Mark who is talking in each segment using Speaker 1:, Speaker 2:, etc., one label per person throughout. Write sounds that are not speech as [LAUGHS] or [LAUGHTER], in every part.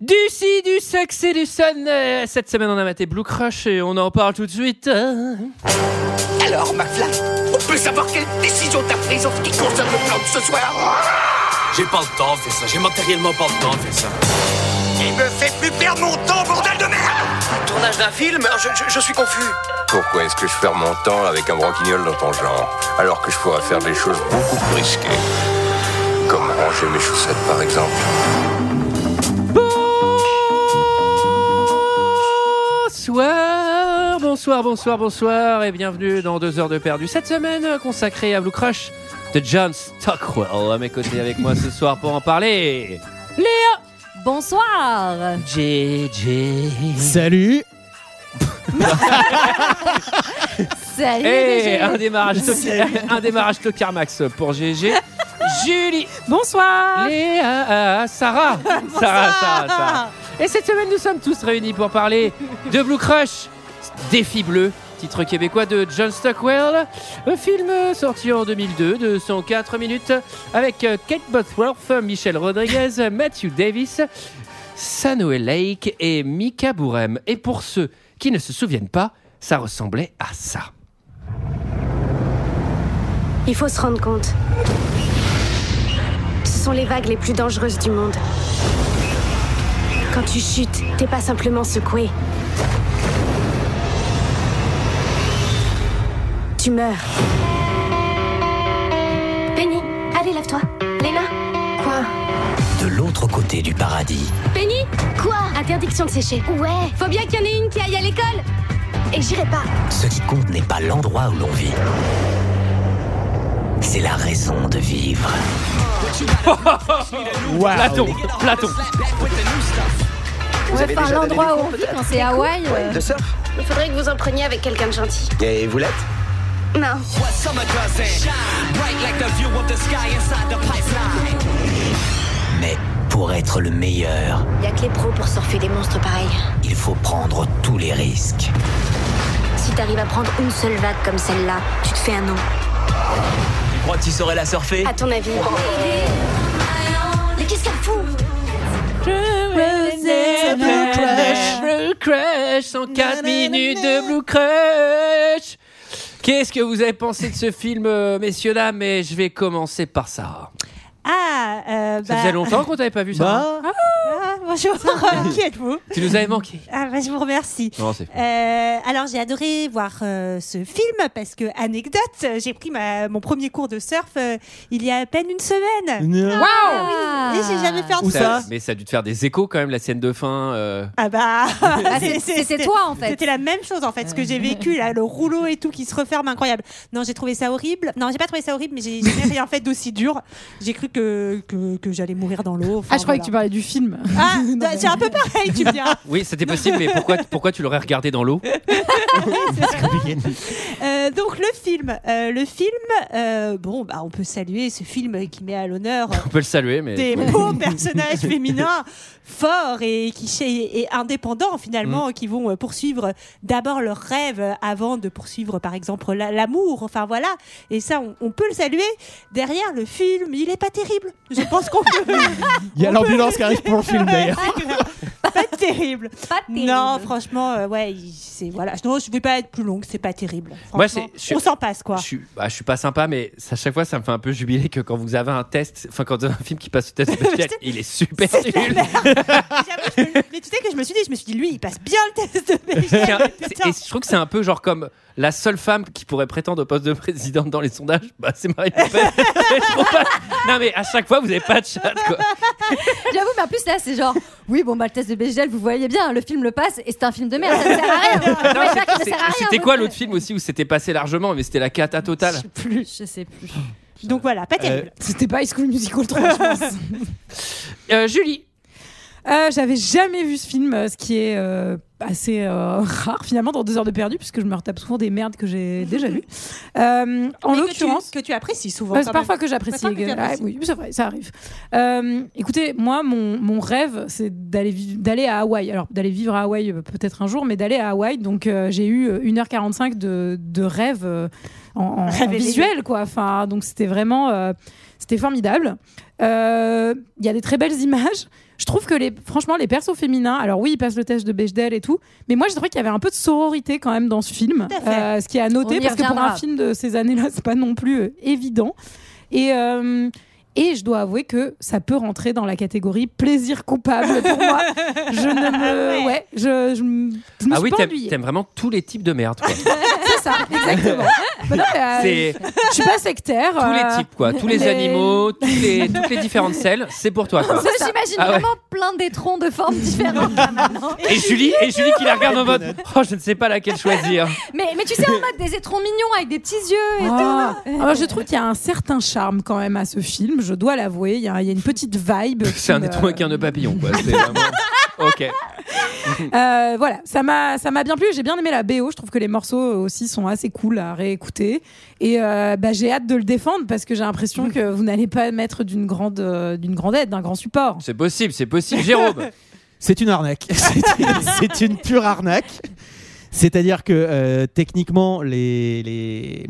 Speaker 1: Du si, du sexe et du son. Euh, Cette semaine, on a maté Blue Crush et on en parle tout de suite. Euh,
Speaker 2: Alors, McFly, on peut savoir quelle décision t'as prise en ce qui concerne le plan de ce soir
Speaker 3: J'ai pas le temps de faire ça, j'ai matériellement pas le temps de faire ça.
Speaker 2: Il me fait plus perdre mon temps, bordel de merde Tournage d'un film je, suis confus.
Speaker 4: Pourquoi est-ce que je perds mon temps avec un broquignol dans ton genre, alors que je pourrais faire des choses beaucoup plus risquées Comme ranger mes chaussettes, par exemple.
Speaker 1: Bonsoir, bonsoir, bonsoir, bonsoir et bienvenue dans 2 heures de perdu. Cette semaine euh, consacrée à Blue Crush de John Stockwell. À mes côtés avec moi ce soir pour en parler.
Speaker 5: Bonsoir.
Speaker 1: JJ.
Speaker 6: Salut
Speaker 5: Salut.
Speaker 1: Et
Speaker 5: DG.
Speaker 1: un démarrage, [LAUGHS] un démarrage Tocard Max pour GG. Julie.
Speaker 5: Bonsoir.
Speaker 1: Léa, euh, [LAUGHS] Sarah. Sarah, Sarah, Sarah. Et cette semaine, nous sommes tous réunis pour parler de Blue Crush, Défi Bleu, titre québécois de John Stockwell, un film sorti en 2002 de 104 minutes avec euh, Kate Bosworth, Michel [LAUGHS] Rodriguez, Matthew Davis, Sanoé Lake et Mika Bourem. Et pour ceux qui ne se souviennent pas, ça ressemblait à ça.
Speaker 7: Il faut se rendre compte. Ce sont les vagues les plus dangereuses du monde. Quand tu chutes, t'es pas simplement secoué. Tu meurs. Penny, allez, lève-toi. Lena Quoi
Speaker 8: de l'autre côté du paradis.
Speaker 7: Penny Quoi Interdiction de sécher. Ouais. Faut bien qu'il y en ait une qui aille à l'école. Et j'irai pas.
Speaker 8: Ce qui compte n'est pas l'endroit où l'on vit. C'est la raison de vivre.
Speaker 6: Waouh
Speaker 1: Platon, Platon.
Speaker 5: Ouais, enfin, l'endroit où on vit quand c'est Hawaï. euh,
Speaker 7: Il faudrait que vous en preniez avec quelqu'un de gentil.
Speaker 8: Et vous l'êtes
Speaker 7: Non.
Speaker 8: Mais pour être le meilleur,
Speaker 7: Y a que les pros pour surfer des monstres pareils.
Speaker 8: il faut prendre tous les risques.
Speaker 7: Si t'arrives à prendre une seule vague comme celle-là, tu te fais un nom.
Speaker 8: Tu crois que tu saurais la surfer
Speaker 7: À ton avis. Mais qu'est-ce qu'elle fout
Speaker 1: Blue Crush, Blue Crush, 104 minutes de Blue Crush. Qu'est-ce que vous avez pensé de ce film, euh, messieurs dames Mais je vais commencer par ça.
Speaker 9: Ah, euh,
Speaker 1: Ça
Speaker 9: bah,
Speaker 1: faisait longtemps qu'on t'avait pas vu ça. hein.
Speaker 6: Bah,
Speaker 9: ah, bonjour, qui êtes-vous
Speaker 1: Tu nous avais manqué.
Speaker 9: ah, bah, Je vous remercie.
Speaker 1: Non, c'est.
Speaker 9: Euh, alors j'ai adoré voir euh, ce film parce que, anecdote, euh, j'ai pris ma, mon premier cours de surf euh, il y a à peine une semaine.
Speaker 6: non.
Speaker 5: Ah.
Speaker 9: Et j'ai jamais fait un
Speaker 6: Où
Speaker 9: truc.
Speaker 6: ça
Speaker 1: Mais ça a dû te faire des échos quand même la scène de fin. euh.
Speaker 9: Ah bah,
Speaker 5: Ah, c'est-
Speaker 9: c'est- c'est-
Speaker 5: C'était toi en fait.
Speaker 9: C'était la même chose en fait, ce que j'ai vécu là, le rouleau et tout qui se referme, incroyable. Non, j'ai trouvé ça horrible. Non, j'ai pas trouvé ça horrible, mais j'ai jamais rien fait d'aussi dur. J'ai cru que, que, que j'allais mourir dans l'eau.
Speaker 10: Ah, je croyais que tu parlais du film.
Speaker 9: tu Ah, c'est un peu pareil, tu viens.
Speaker 1: Oui, c'était possible, mais pourquoi, pourquoi tu l'aurais regardé dans l'eau
Speaker 9: [LAUGHS] Euh, donc le film, Euh, le film, euh, bon, bah, on peut saluer ce film qui met à
Speaker 6: [LAUGHS]
Speaker 9: l'honneur
Speaker 1: On peut le saluer, mais.
Speaker 9: des beaux personnages féminins forts et qui ch- et indépendants finalement
Speaker 6: Mm.
Speaker 9: qui vont euh, poursuivre d'abord leurs rêves avant de poursuivre par exemple la- l'amour. Enfin voilà, et ça on, on peut le saluer. Derrière le film, il est pas terrible. Je pense qu'on peut.
Speaker 6: [LAUGHS] Il y a l'ambulance qui arrive pour
Speaker 9: [LAUGHS]
Speaker 6: le film d'ailleurs.
Speaker 9: pas terrible.
Speaker 5: Pas terrible.
Speaker 9: Non, franchement, euh, ouais, il- c'est voilà. Non, je vais pas être plus longue, c'est pas terrible.
Speaker 1: Moi,
Speaker 9: Franchement,
Speaker 1: c'est- je-
Speaker 9: on s'en passe quoi.
Speaker 1: Je suis, bah, je suis pas sympa, mais à chaque fois, ça me fait un peu jubiler que quand vous avez un test, enfin, quand vous avez un film qui passe le test, il est super nul.
Speaker 9: J'avoue, je me- Mais tu sais que je me suis dit, je me suis dit, lui, il passe bien le test de
Speaker 1: C'est un- [LAUGHS]
Speaker 9: Bechdel.
Speaker 1: c'est-
Speaker 9: Putain.
Speaker 1: Et je trouve que c'est un peu genre comme la seule femme qui pourrait prétendre au poste de présidente dans les sondages, bah c'est Marine Le [LAUGHS] Pen. Elle est trop pas- non mais à chaque fois vous avez pas de chat quoi.
Speaker 5: [LAUGHS] J'avoue, mais en plus là, c'est genre, oui, bon, bah, le test de Béjel, vous voyez bien, le film le passe et c'est un film de merde, ça ne sert à rien.
Speaker 1: Non,
Speaker 5: Ouais,
Speaker 1: c'est-
Speaker 5: ça, ça
Speaker 1: c'est-
Speaker 5: sert à rien,
Speaker 1: C'était
Speaker 5: vous-
Speaker 1: quoi l'autre film aussi où c'était passé largement mais c'était la cata totale.
Speaker 5: Je sais plus, je sais plus.
Speaker 10: Ah
Speaker 9: Donc voilà,
Speaker 6: Euh,
Speaker 9: pas terrible.
Speaker 10: C'était pas High School Musical 3, je pense.
Speaker 1: Euh, Julie,
Speaker 10: Euh, J'avais jamais vu ce film, euh, ce qui est euh, assez euh, [LAUGHS] rare finalement dans deux heures de perdu, puisque je me retape souvent des merdes que j'ai déjà vues. Euh, en
Speaker 9: Mais que
Speaker 10: l'occurrence.
Speaker 9: tu- que tu apprécies souvent.
Speaker 10: Bah,
Speaker 9: quand
Speaker 10: c'est
Speaker 9: même.
Speaker 10: parfois que j'apprécie.
Speaker 9: Parfois que tu
Speaker 10: Ah,
Speaker 9: apprécies.
Speaker 10: oui, c'est vrai, ça arrive. Euh, écoutez, moi, mon, mon rêve, c'est d'aller vi- d'aller à Hawaï. Alors, d'aller vivre à Hawaï euh, peut-être un jour, mais d'aller à Hawaï. Donc, euh, j'ai eu euh, 1h45 de, de rêve euh, en, en- en
Speaker 9: Révélé.
Speaker 10: visuel, quoi. Enfin, donc, c'était vraiment... euh, c'était formidable. Euh, Il y a des très belles images. je trouve que les, franchement, les persos féminins, alors oui, ils passent le test de Bechdel et tout, mais moi, j'ai trouvé qu'il y avait un peu de sororité quand même dans ce film. Euh,
Speaker 9: Tout à fait.
Speaker 10: ce qui est à
Speaker 5: On
Speaker 10: noter,
Speaker 5: y
Speaker 10: parce que pour
Speaker 5: reviendra.
Speaker 10: un film de ces années-là, c'est pas non plus euh, évident. Et. euh, et je dois avouer que ça peut rentrer dans la catégorie plaisir coupable pour moi. Je
Speaker 5: [LAUGHS]
Speaker 10: ne me, ouais, je, je, me- je me
Speaker 1: Ah
Speaker 10: suis
Speaker 1: oui,
Speaker 10: pas
Speaker 1: t'aimes
Speaker 10: ennuyée.
Speaker 1: t'aimes vraiment tous les types de merde. quoi.
Speaker 10: [LAUGHS] C'est ça, exactement. Bah non, mais, euh,
Speaker 1: [LAUGHS] C'est
Speaker 10: je suis pas sectaire.
Speaker 1: tous les
Speaker 10: euh,
Speaker 1: types, quoi. Tous Ah les
Speaker 10: mais-
Speaker 1: animaux, tous les, toutes les différentes selles, c'est pour toi, quoi.
Speaker 5: Ça, J'imagine
Speaker 1: Ah ouais.
Speaker 5: vraiment plein d'étrons de formes différentes. là, maintenant.
Speaker 1: Et Julie, et Julie qui la regarde en mode Oh, je ne sais pas laquelle [LAUGHS] choisir.
Speaker 5: mais, mais tu sais, en mode des étrons mignons avec des petits yeux et
Speaker 10: Ah.
Speaker 5: tout.
Speaker 10: Alors je trouve qu'il y a un certain charme quand même à ce film, je dois l'avouer. Il y, a il y a une petite vibe. qui
Speaker 1: [LAUGHS] C'est un
Speaker 10: me-
Speaker 1: étron avec un nœud papillon, quoi. C'est [LAUGHS] vraiment. Ok.
Speaker 10: [LAUGHS] Euh, voilà, ça m'a ça m'a bien plu. J'ai bien aimé la BO. Je trouve que les morceaux aussi sont assez cool à réécouter. Et euh, bah, j'ai hâte de le défendre parce que j'ai l'impression que vous n'allez pas mettre d'une grande euh, d'une grande aide, d'un grand support.
Speaker 1: C'est possible, c'est possible. Jérôme,
Speaker 6: C'est une arnaque. [LAUGHS] C'est une- C'est une pure arnaque. C'est-à-dire que euh, techniquement, les, les,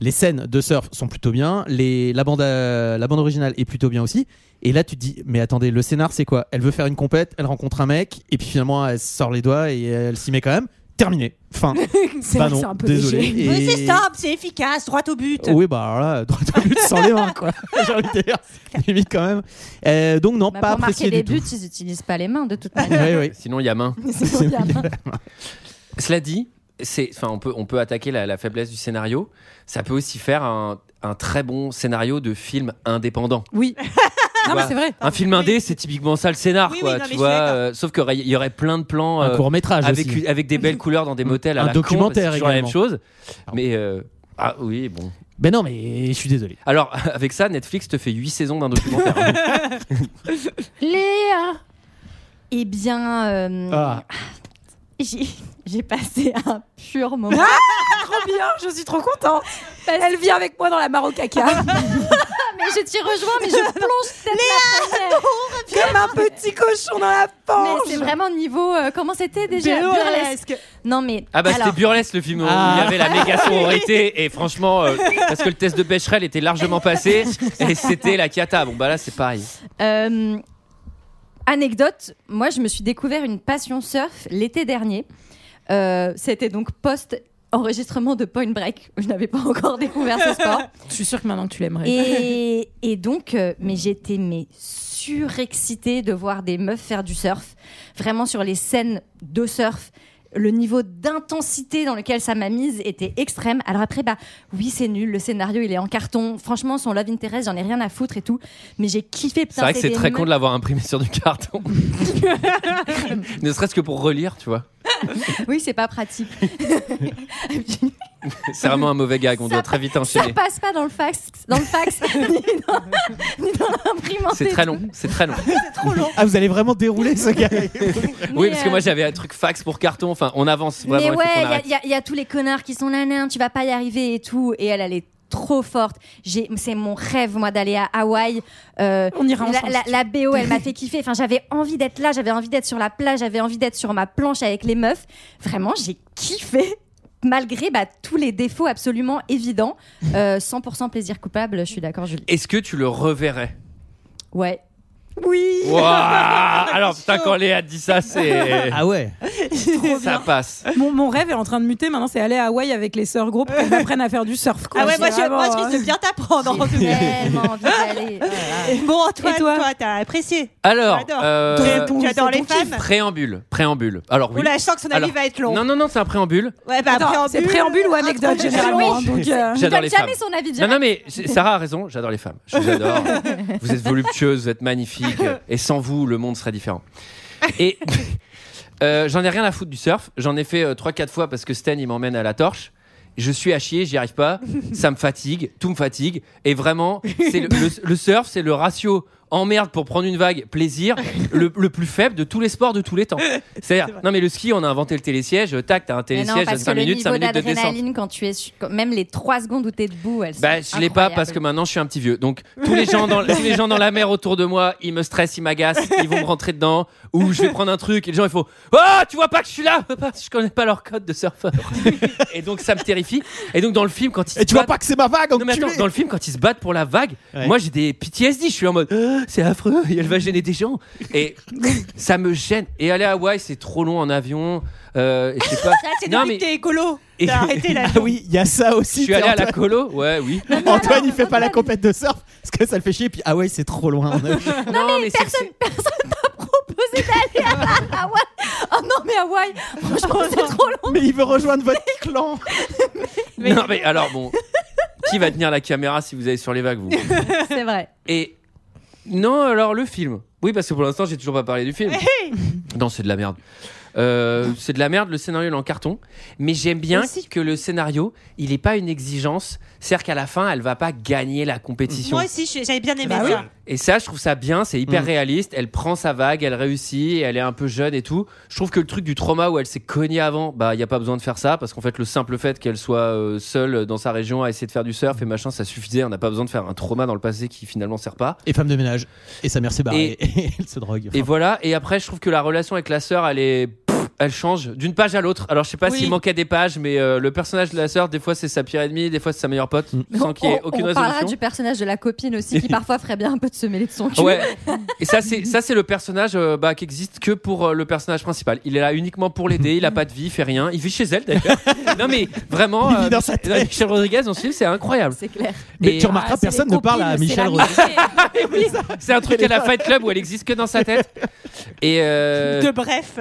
Speaker 6: les scènes de surf sont plutôt bien, les, la, bande, euh, la bande originale est plutôt bien aussi. Et là, tu te dis, mais attendez, le scénar, c'est quoi Elle veut faire une compète, elle rencontre un mec, et puis finalement, elle sort les doigts et elle s'y met quand même. Terminé.
Speaker 5: [LAUGHS]
Speaker 6: Fin.
Speaker 10: C'est
Speaker 6: bah
Speaker 10: vrai que
Speaker 6: non,
Speaker 10: c'est un peu
Speaker 6: désolé.
Speaker 10: léger.
Speaker 6: Et-
Speaker 9: Oui, c'est simple, c'est efficace, droit au but.
Speaker 6: oui, bah alors là, [LAUGHS] droit au but sans les mains,
Speaker 5: [LAUGHS]
Speaker 6: quoi. J'ai envie de dire, limite quand même. Euh, donc, non,
Speaker 5: Bah,
Speaker 6: pas
Speaker 5: pour marquer
Speaker 6: apprécié
Speaker 5: des
Speaker 6: du tout.
Speaker 5: buts, ils n'utilisent pas les mains de
Speaker 6: [LAUGHS]
Speaker 5: toute manière.
Speaker 6: Oui, oui.
Speaker 1: sinon il y a main.
Speaker 5: Sinon, il y a main.
Speaker 1: Cela dit, c'est, enfin, on peut, on peut attaquer la, la faiblesse du scénario. Ça peut aussi faire un, un très bon scénario de film indépendant.
Speaker 10: Oui. non mais
Speaker 1: vois.
Speaker 10: c'est vrai.
Speaker 1: Un film indé, c'est typiquement ça le scénar,
Speaker 9: Oui, oui,
Speaker 1: quoi.
Speaker 9: non, mais
Speaker 1: tu
Speaker 9: je
Speaker 1: vois,
Speaker 9: suis d'accord.
Speaker 1: euh, sauf qu'il y aurait- il y aurait plein de plans
Speaker 6: Un
Speaker 1: euh,
Speaker 6: court métrage
Speaker 1: avec,
Speaker 6: aussi.
Speaker 1: avec des
Speaker 9: [LAUGHS]
Speaker 1: belles couleurs dans des motels à
Speaker 6: Un
Speaker 1: la con, parce que
Speaker 6: documentaire
Speaker 1: c'est toujours la même
Speaker 6: également.
Speaker 1: chose. Mais euh, ah oui, bon.
Speaker 6: Ben non, mais je suis désolé.
Speaker 1: Alors [LAUGHS] avec ça, Netflix te fait 8 saisons d'un documentaire.
Speaker 6: [LAUGHS]
Speaker 5: Léa Eh bien, euh,
Speaker 6: Ah.
Speaker 5: j'ai j'ai passé un pur moment.
Speaker 10: Trop bien. Je suis trop contente.
Speaker 5: Parce-
Speaker 10: Elle vit avec moi dans la marocaca.
Speaker 5: mais je t'y rejoins, mais [LAUGHS] je plonge tête la première.
Speaker 10: comme
Speaker 9: [LAUGHS]
Speaker 10: un petit cochon dans la
Speaker 5: Mais
Speaker 10: panche.
Speaker 5: c'est vraiment niveau. euh, comment c'était déjà Burlesque. Non, mais.
Speaker 1: Ah bah
Speaker 5: alors,
Speaker 1: c'était burlesque le film où
Speaker 6: Ah.
Speaker 1: il y avait la
Speaker 5: [LAUGHS]
Speaker 1: méga sororité et franchement euh, parce que le test de Becherel était largement
Speaker 5: [LAUGHS]
Speaker 1: passé et c'était la cata. Bon bah là c'est pareil.
Speaker 5: euh, anecdote, moi, je me suis découvert une passion surf l'été dernier. Euh, c'était donc post enregistrement de Point Break. où Je n'avais pas encore découvert ce sport.
Speaker 10: Je suis sûre que maintenant que tu
Speaker 1: [LAUGHS]
Speaker 10: l'aimerais.
Speaker 5: Et, et donc, euh, mais j'étais mais surexcitée de voir des meufs faire du surf, vraiment sur les scènes de surf. Le niveau d'intensité dans lequel ça m'a mise était extrême. Alors après, bah oui, c'est nul. Le scénario, il est en carton. Franchement, son love interest, j'en ai rien à foutre et tout. Mais j'ai kiffé.
Speaker 1: C'est vrai que c'est très con de l'avoir imprimé sur du
Speaker 5: [LAUGHS]
Speaker 1: carton. ne serait-ce que pour relire, tu vois.
Speaker 5: Oui, c'est
Speaker 1: [LAUGHS]
Speaker 5: pas pratique. [LAUGHS] Et puis,
Speaker 1: C'est vraiment un mauvais gag, on
Speaker 5: Ça
Speaker 1: doit très vite
Speaker 5: ça
Speaker 1: enchaîner.
Speaker 5: passe pas dans le fax, dans le fax, [LAUGHS] ni dans, ni dans l'imprimante.
Speaker 1: C'est très long, c'est très long.
Speaker 6: Ah, vous allez vraiment dérouler ce gars
Speaker 1: Oui,
Speaker 5: Mais,
Speaker 1: parce que
Speaker 5: euh,
Speaker 1: moi j'avais un truc fax pour carton, enfin on avance vraiment.
Speaker 5: Mais
Speaker 1: il faut qu'on
Speaker 5: ouais,
Speaker 1: arrête.
Speaker 5: il y, a- y a tous les connards qui sont là, nan, tu vas pas y arriver et tout. Et elle, elle est trop forte. J'ai- C'est mon rêve, moi, d'aller à Hawaï. Euh,
Speaker 10: On ira
Speaker 5: la,
Speaker 10: ensemble.
Speaker 5: la- la
Speaker 10: [LAUGHS]
Speaker 5: BO, elle m'a fait kiffer. Enfin, j'avais envie d'être là, j'avais envie d'être sur la plage, j'avais envie d'être sur ma planche avec les meufs. Vraiment, j'ai kiffé. [LAUGHS] Malgré bah, tous les défauts absolument évidents, Euh, 100% plaisir coupable, je suis d'accord, Julie.
Speaker 1: Est-ce que tu le
Speaker 5: [LAUGHS]
Speaker 1: reverrais
Speaker 5: Ouais.
Speaker 10: Oui.
Speaker 1: Ouah Alors putain, quand Léa dit ça, c'est.
Speaker 6: Ah ouais
Speaker 1: Ça passe.
Speaker 10: Mon, mon rêve est en train de muter. Maintenant, c'est aller à Hawaï avec les sœurs groupes qu'elles apprennent à faire du surf. quoi.
Speaker 9: Ah ouais,
Speaker 10: C'est
Speaker 9: moi je, moi, je
Speaker 10: vraiment, hein.
Speaker 9: risque de bien t'apprendre en tout
Speaker 5: J'ai
Speaker 9: cas.
Speaker 5: tellement
Speaker 1: [LAUGHS]
Speaker 5: envie d'aller. Voilà.
Speaker 9: Bon, Antoine,
Speaker 10: Et
Speaker 9: toi,
Speaker 10: toi
Speaker 9: t'as apprécié.
Speaker 1: Alors,
Speaker 9: J'adore.
Speaker 1: euh,
Speaker 9: Tu-
Speaker 10: ton-
Speaker 9: tu adores
Speaker 10: c'est
Speaker 9: les
Speaker 10: ton kiff.
Speaker 9: femmes
Speaker 1: préambule, préambule. Alors oui.
Speaker 9: Oula, je sens que son avis
Speaker 1: Alors,
Speaker 9: va être long.
Speaker 1: Non, non, non, c'est un préambule.
Speaker 9: Ouais, bah,
Speaker 10: Attends, c'est préambule ou anecdote généralement. hein, donc, euh,
Speaker 5: Il
Speaker 1: J'adore
Speaker 5: donne
Speaker 1: les
Speaker 5: jamais
Speaker 1: femmes.
Speaker 5: son avis
Speaker 1: Non,
Speaker 5: direct.
Speaker 1: non, mais c'est- Sarah a raison, j'adore les femmes. Je vous
Speaker 5: [LAUGHS]
Speaker 1: adore. vous êtes voluptueuses, vous êtes magnifiques. Et sans vous, le monde serait différent. Et [LAUGHS] euh, j'en ai rien à foutre du surf. J'en ai fait 3-4 fois parce que Sten, il m'emmène à la torche. Je suis à chier, j'y arrive pas. Ça me fatigue, tout me fatigue. Et vraiment, c'est le, le- le surf, c'est le ratio emmerde pour prendre une vague, plaisir, le, le plus faible de tous les sports de tous
Speaker 5: [LAUGHS]
Speaker 1: les temps. C'est-à-dire, non mais le ski, on a inventé le télésiège, tac, t'as un
Speaker 5: Mais non,
Speaker 1: télésiège de
Speaker 5: parce
Speaker 1: 5
Speaker 5: que
Speaker 1: minutes, 5
Speaker 5: le niveau
Speaker 1: minutes de descente.
Speaker 5: d'adrénaline quand tu es su- quand- même les 3 secondes où t'es debout, elles sont
Speaker 1: Bah, je l'ai pas
Speaker 5: incroyables.
Speaker 1: parce que maintenant je suis un petit vieux. Donc tous les gens dans tous les gens dans la mer autour de moi, ils me stressent, ils m'agacent, ils vont me rentrer dedans ou je vais prendre un truc et les gens ils font "Oh, tu vois pas que je suis là Je connais pas leur code de surfeur." et donc ça me terrifie. Et donc dans le film quand ils
Speaker 6: Et
Speaker 1: se
Speaker 6: tu vois
Speaker 1: battent-
Speaker 6: pas que c'est ma vague
Speaker 1: Non, mais attends, dans le film quand ils se battent pour la vague,
Speaker 6: Ouais.
Speaker 1: moi j'ai des PTSD, je suis en mode "Ah, c'est affreux, et elle va gêner des gens. Et ça me gêne. Et aller à Hawaï, c'est trop long en avion. Euh, je sais
Speaker 9: [LAUGHS]
Speaker 1: pas.
Speaker 9: Ah, c'est non, mais t'es écolo.
Speaker 1: Et-
Speaker 9: T'as
Speaker 1: [LAUGHS]
Speaker 9: arrêté la.
Speaker 6: Ah oui, il y a ça
Speaker 1: Je
Speaker 6: aussi.
Speaker 1: suis allé à la
Speaker 6: [LAUGHS] Antoine,
Speaker 1: colo, ouais, oui.
Speaker 6: Antoine, il fait pas la compète de surf parce que ça le fait chier. Puis ah ouais, c'est trop loin. [LAUGHS]
Speaker 1: Non, mais, c'est- c'est-
Speaker 5: Proposer d'aller à Hawaï. Oh non, mais Hawaï, franchement, c'est trop long.
Speaker 6: mais il veut rejoindre votre clan.
Speaker 1: Non, mais alors bon, qui va tenir la caméra si vous allez sur les vagues, vous
Speaker 5: C'est vrai.
Speaker 1: Et non, alors le film. Oui, parce que pour l'instant, j'ai toujours pas parlé du film. non, c'est de la merde. Euh, c'est de la merde, le scénario il est en carton. Mais j'aime bien
Speaker 9: Aussi.
Speaker 1: que le scénario, il n'est pas une exigence. C'est-à-dire qu'à la fin, elle va pas gagner la compétition.
Speaker 9: Moi aussi, j'ai- j'avais bien aimé
Speaker 1: Bah
Speaker 9: ça.
Speaker 1: Et ça, je trouve ça bien, c'est hyper
Speaker 6: Mm.
Speaker 1: réaliste. Elle prend sa vague, elle réussit, elle est un peu jeune et tout. Je trouve que le truc du trauma où elle s'est cognée avant, bah, il n'y a pas besoin de faire ça, parce qu'en fait, le simple fait qu'elle soit euh, seule dans sa région à essayer de faire du surf et machin, ça suffisait. On n'a pas besoin de faire un trauma dans le passé qui finalement sert pas.
Speaker 6: Et femme de ménage. Et sa mère s'est barrée. Et, [LAUGHS] elle se drogue.
Speaker 1: Et voilà. Et après, je trouve que la relation avec la sœur, elle est. pff, Elle change d'une page à l'autre. Alors, je sais pas
Speaker 9: Oui.
Speaker 1: s'il manquait des pages, mais euh, le personnage de la sœur, des fois, c'est sa pire ennemie, des fois, c'est sa meilleure pote,
Speaker 5: Mm.
Speaker 1: sans qu'il y ait
Speaker 5: on,
Speaker 1: aucune
Speaker 5: on parlera
Speaker 1: résolution.
Speaker 5: du personnage de la copine aussi qui parfois ferait bien un peu de se mêler de son cul.
Speaker 1: Ouais. [LAUGHS] Et ça, c'est ça, c'est le personnage euh, bah, qui existe que pour euh, le personnage principal. Il est là uniquement pour l'aider. Il a pas de vie, il fait rien. Il vit chez elle d'ailleurs. non mais vraiment,
Speaker 6: Il vit dans sa
Speaker 1: Mich-
Speaker 6: tête.
Speaker 1: Michel Rodriguez dans ce film, c'est incroyable.
Speaker 5: C'est clair.
Speaker 6: Mais
Speaker 1: Et-
Speaker 6: tu remarqueras,
Speaker 10: Ah, c'est
Speaker 6: personne
Speaker 10: les
Speaker 6: ne parle à
Speaker 10: copines, c'est
Speaker 6: Michel
Speaker 10: la
Speaker 6: Rodriguez.
Speaker 1: C'est un truc à la Fight Club où elle existe que dans sa tête. Et euh,
Speaker 9: De bref.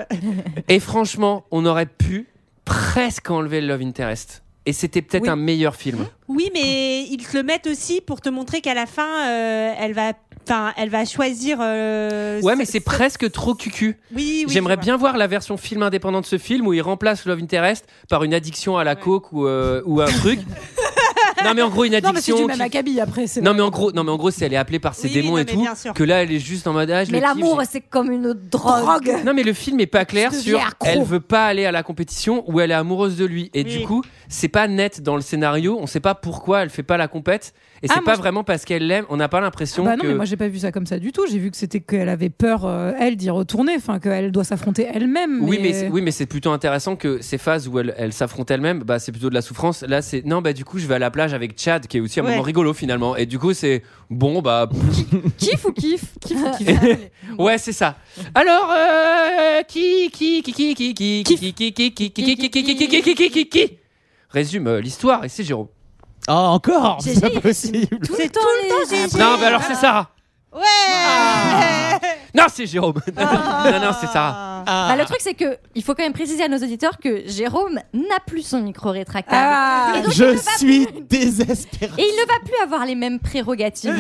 Speaker 1: et franchement, on aurait pu presque enlever le Love Interest. Et c'était peut-être
Speaker 9: Oui.
Speaker 1: un meilleur film.
Speaker 9: Oui, mais ils te le mettent aussi pour te montrer qu'à la fin, euh, elle va, enfin, elle va choisir. euh,
Speaker 1: Ouais,
Speaker 9: ce-
Speaker 1: mais c'est
Speaker 9: ce-
Speaker 1: presque trop cucu.
Speaker 9: Oui, oui,
Speaker 1: J'aimerais
Speaker 9: je vois.
Speaker 1: bien voir la version film indépendant de ce film où il remplace Love Interest par une addiction à la coke ou, euh, ou un truc. non mais en gros une
Speaker 10: Non, mais c'est
Speaker 1: addiction.
Speaker 10: du
Speaker 1: qui-
Speaker 10: même acabit après. c'est
Speaker 1: Non
Speaker 10: vrai.
Speaker 1: mais en gros, non mais en gros, si elle est appelée par ses
Speaker 9: Oui, oui,
Speaker 1: démons
Speaker 9: non,
Speaker 1: et
Speaker 9: mais
Speaker 1: tout,
Speaker 9: bien sûr.
Speaker 1: que là elle est juste en mode ah, âge.
Speaker 5: Mais l'amour, c'est comme une drogue.
Speaker 1: Non mais le film est pas clair
Speaker 5: Je
Speaker 1: sur
Speaker 5: deviens accro.
Speaker 1: elle veut pas aller à la compétition ou elle est amoureuse de lui et
Speaker 9: Oui.
Speaker 1: du coup c'est pas net dans le scénario on sait pas pourquoi elle fait pas la compète et
Speaker 10: Ah,
Speaker 1: c'est
Speaker 10: moi,
Speaker 1: pas
Speaker 10: je-
Speaker 1: vraiment parce qu'elle l'aime on n'a pas l'impression
Speaker 10: Bah non,
Speaker 1: que
Speaker 10: mais moi j'ai pas vu ça comme ça du tout. J'ai vu que c'était qu'elle avait peur, euh, elle, d'y retourner, enfin qu'elle doit s'affronter elle-même.
Speaker 1: Oui, mais c'est- oui, mais c'est plutôt intéressant que ces phases où elle, elle s'affronte elle-même, bah, c'est plutôt de la souffrance. Là, c'est non, bah du coup, je vais à la plage avec Chad, qui est aussi un
Speaker 9: Ouais.
Speaker 1: moment rigolo finalement. Et du coup, c'est bon, bah
Speaker 5: Kiff ou kiff
Speaker 1: [LAUGHS] ouais, c'est ça. Alors, euh, qui, qui, qui, qui, qui, qui, qui, qui, qui, qui, qui, qui, qui, qui, qui, qui, qui, qui, qui, qui, qui résume euh, l'histoire et c'est Jérôme.
Speaker 6: Ah encore, c'est
Speaker 5: Gégé,
Speaker 6: pas
Speaker 5: il
Speaker 6: possible.
Speaker 9: C'est tout le temps, j'ai- j'ai-
Speaker 1: Non, bah alors c'est Sarah.
Speaker 9: Ouais.
Speaker 1: Ah. Non, c'est Jérôme. [LAUGHS] Non, non, c'est Sarah.
Speaker 9: Ah.
Speaker 5: Bah, le truc, c'est que il faut quand même préciser à nos auditeurs que Jérôme n'a plus son micro rétractable.
Speaker 10: Ah,
Speaker 5: Et donc, il
Speaker 6: Je
Speaker 5: ne va-
Speaker 6: suis désespéré.
Speaker 5: Et il ne va plus avoir les mêmes prérogatives.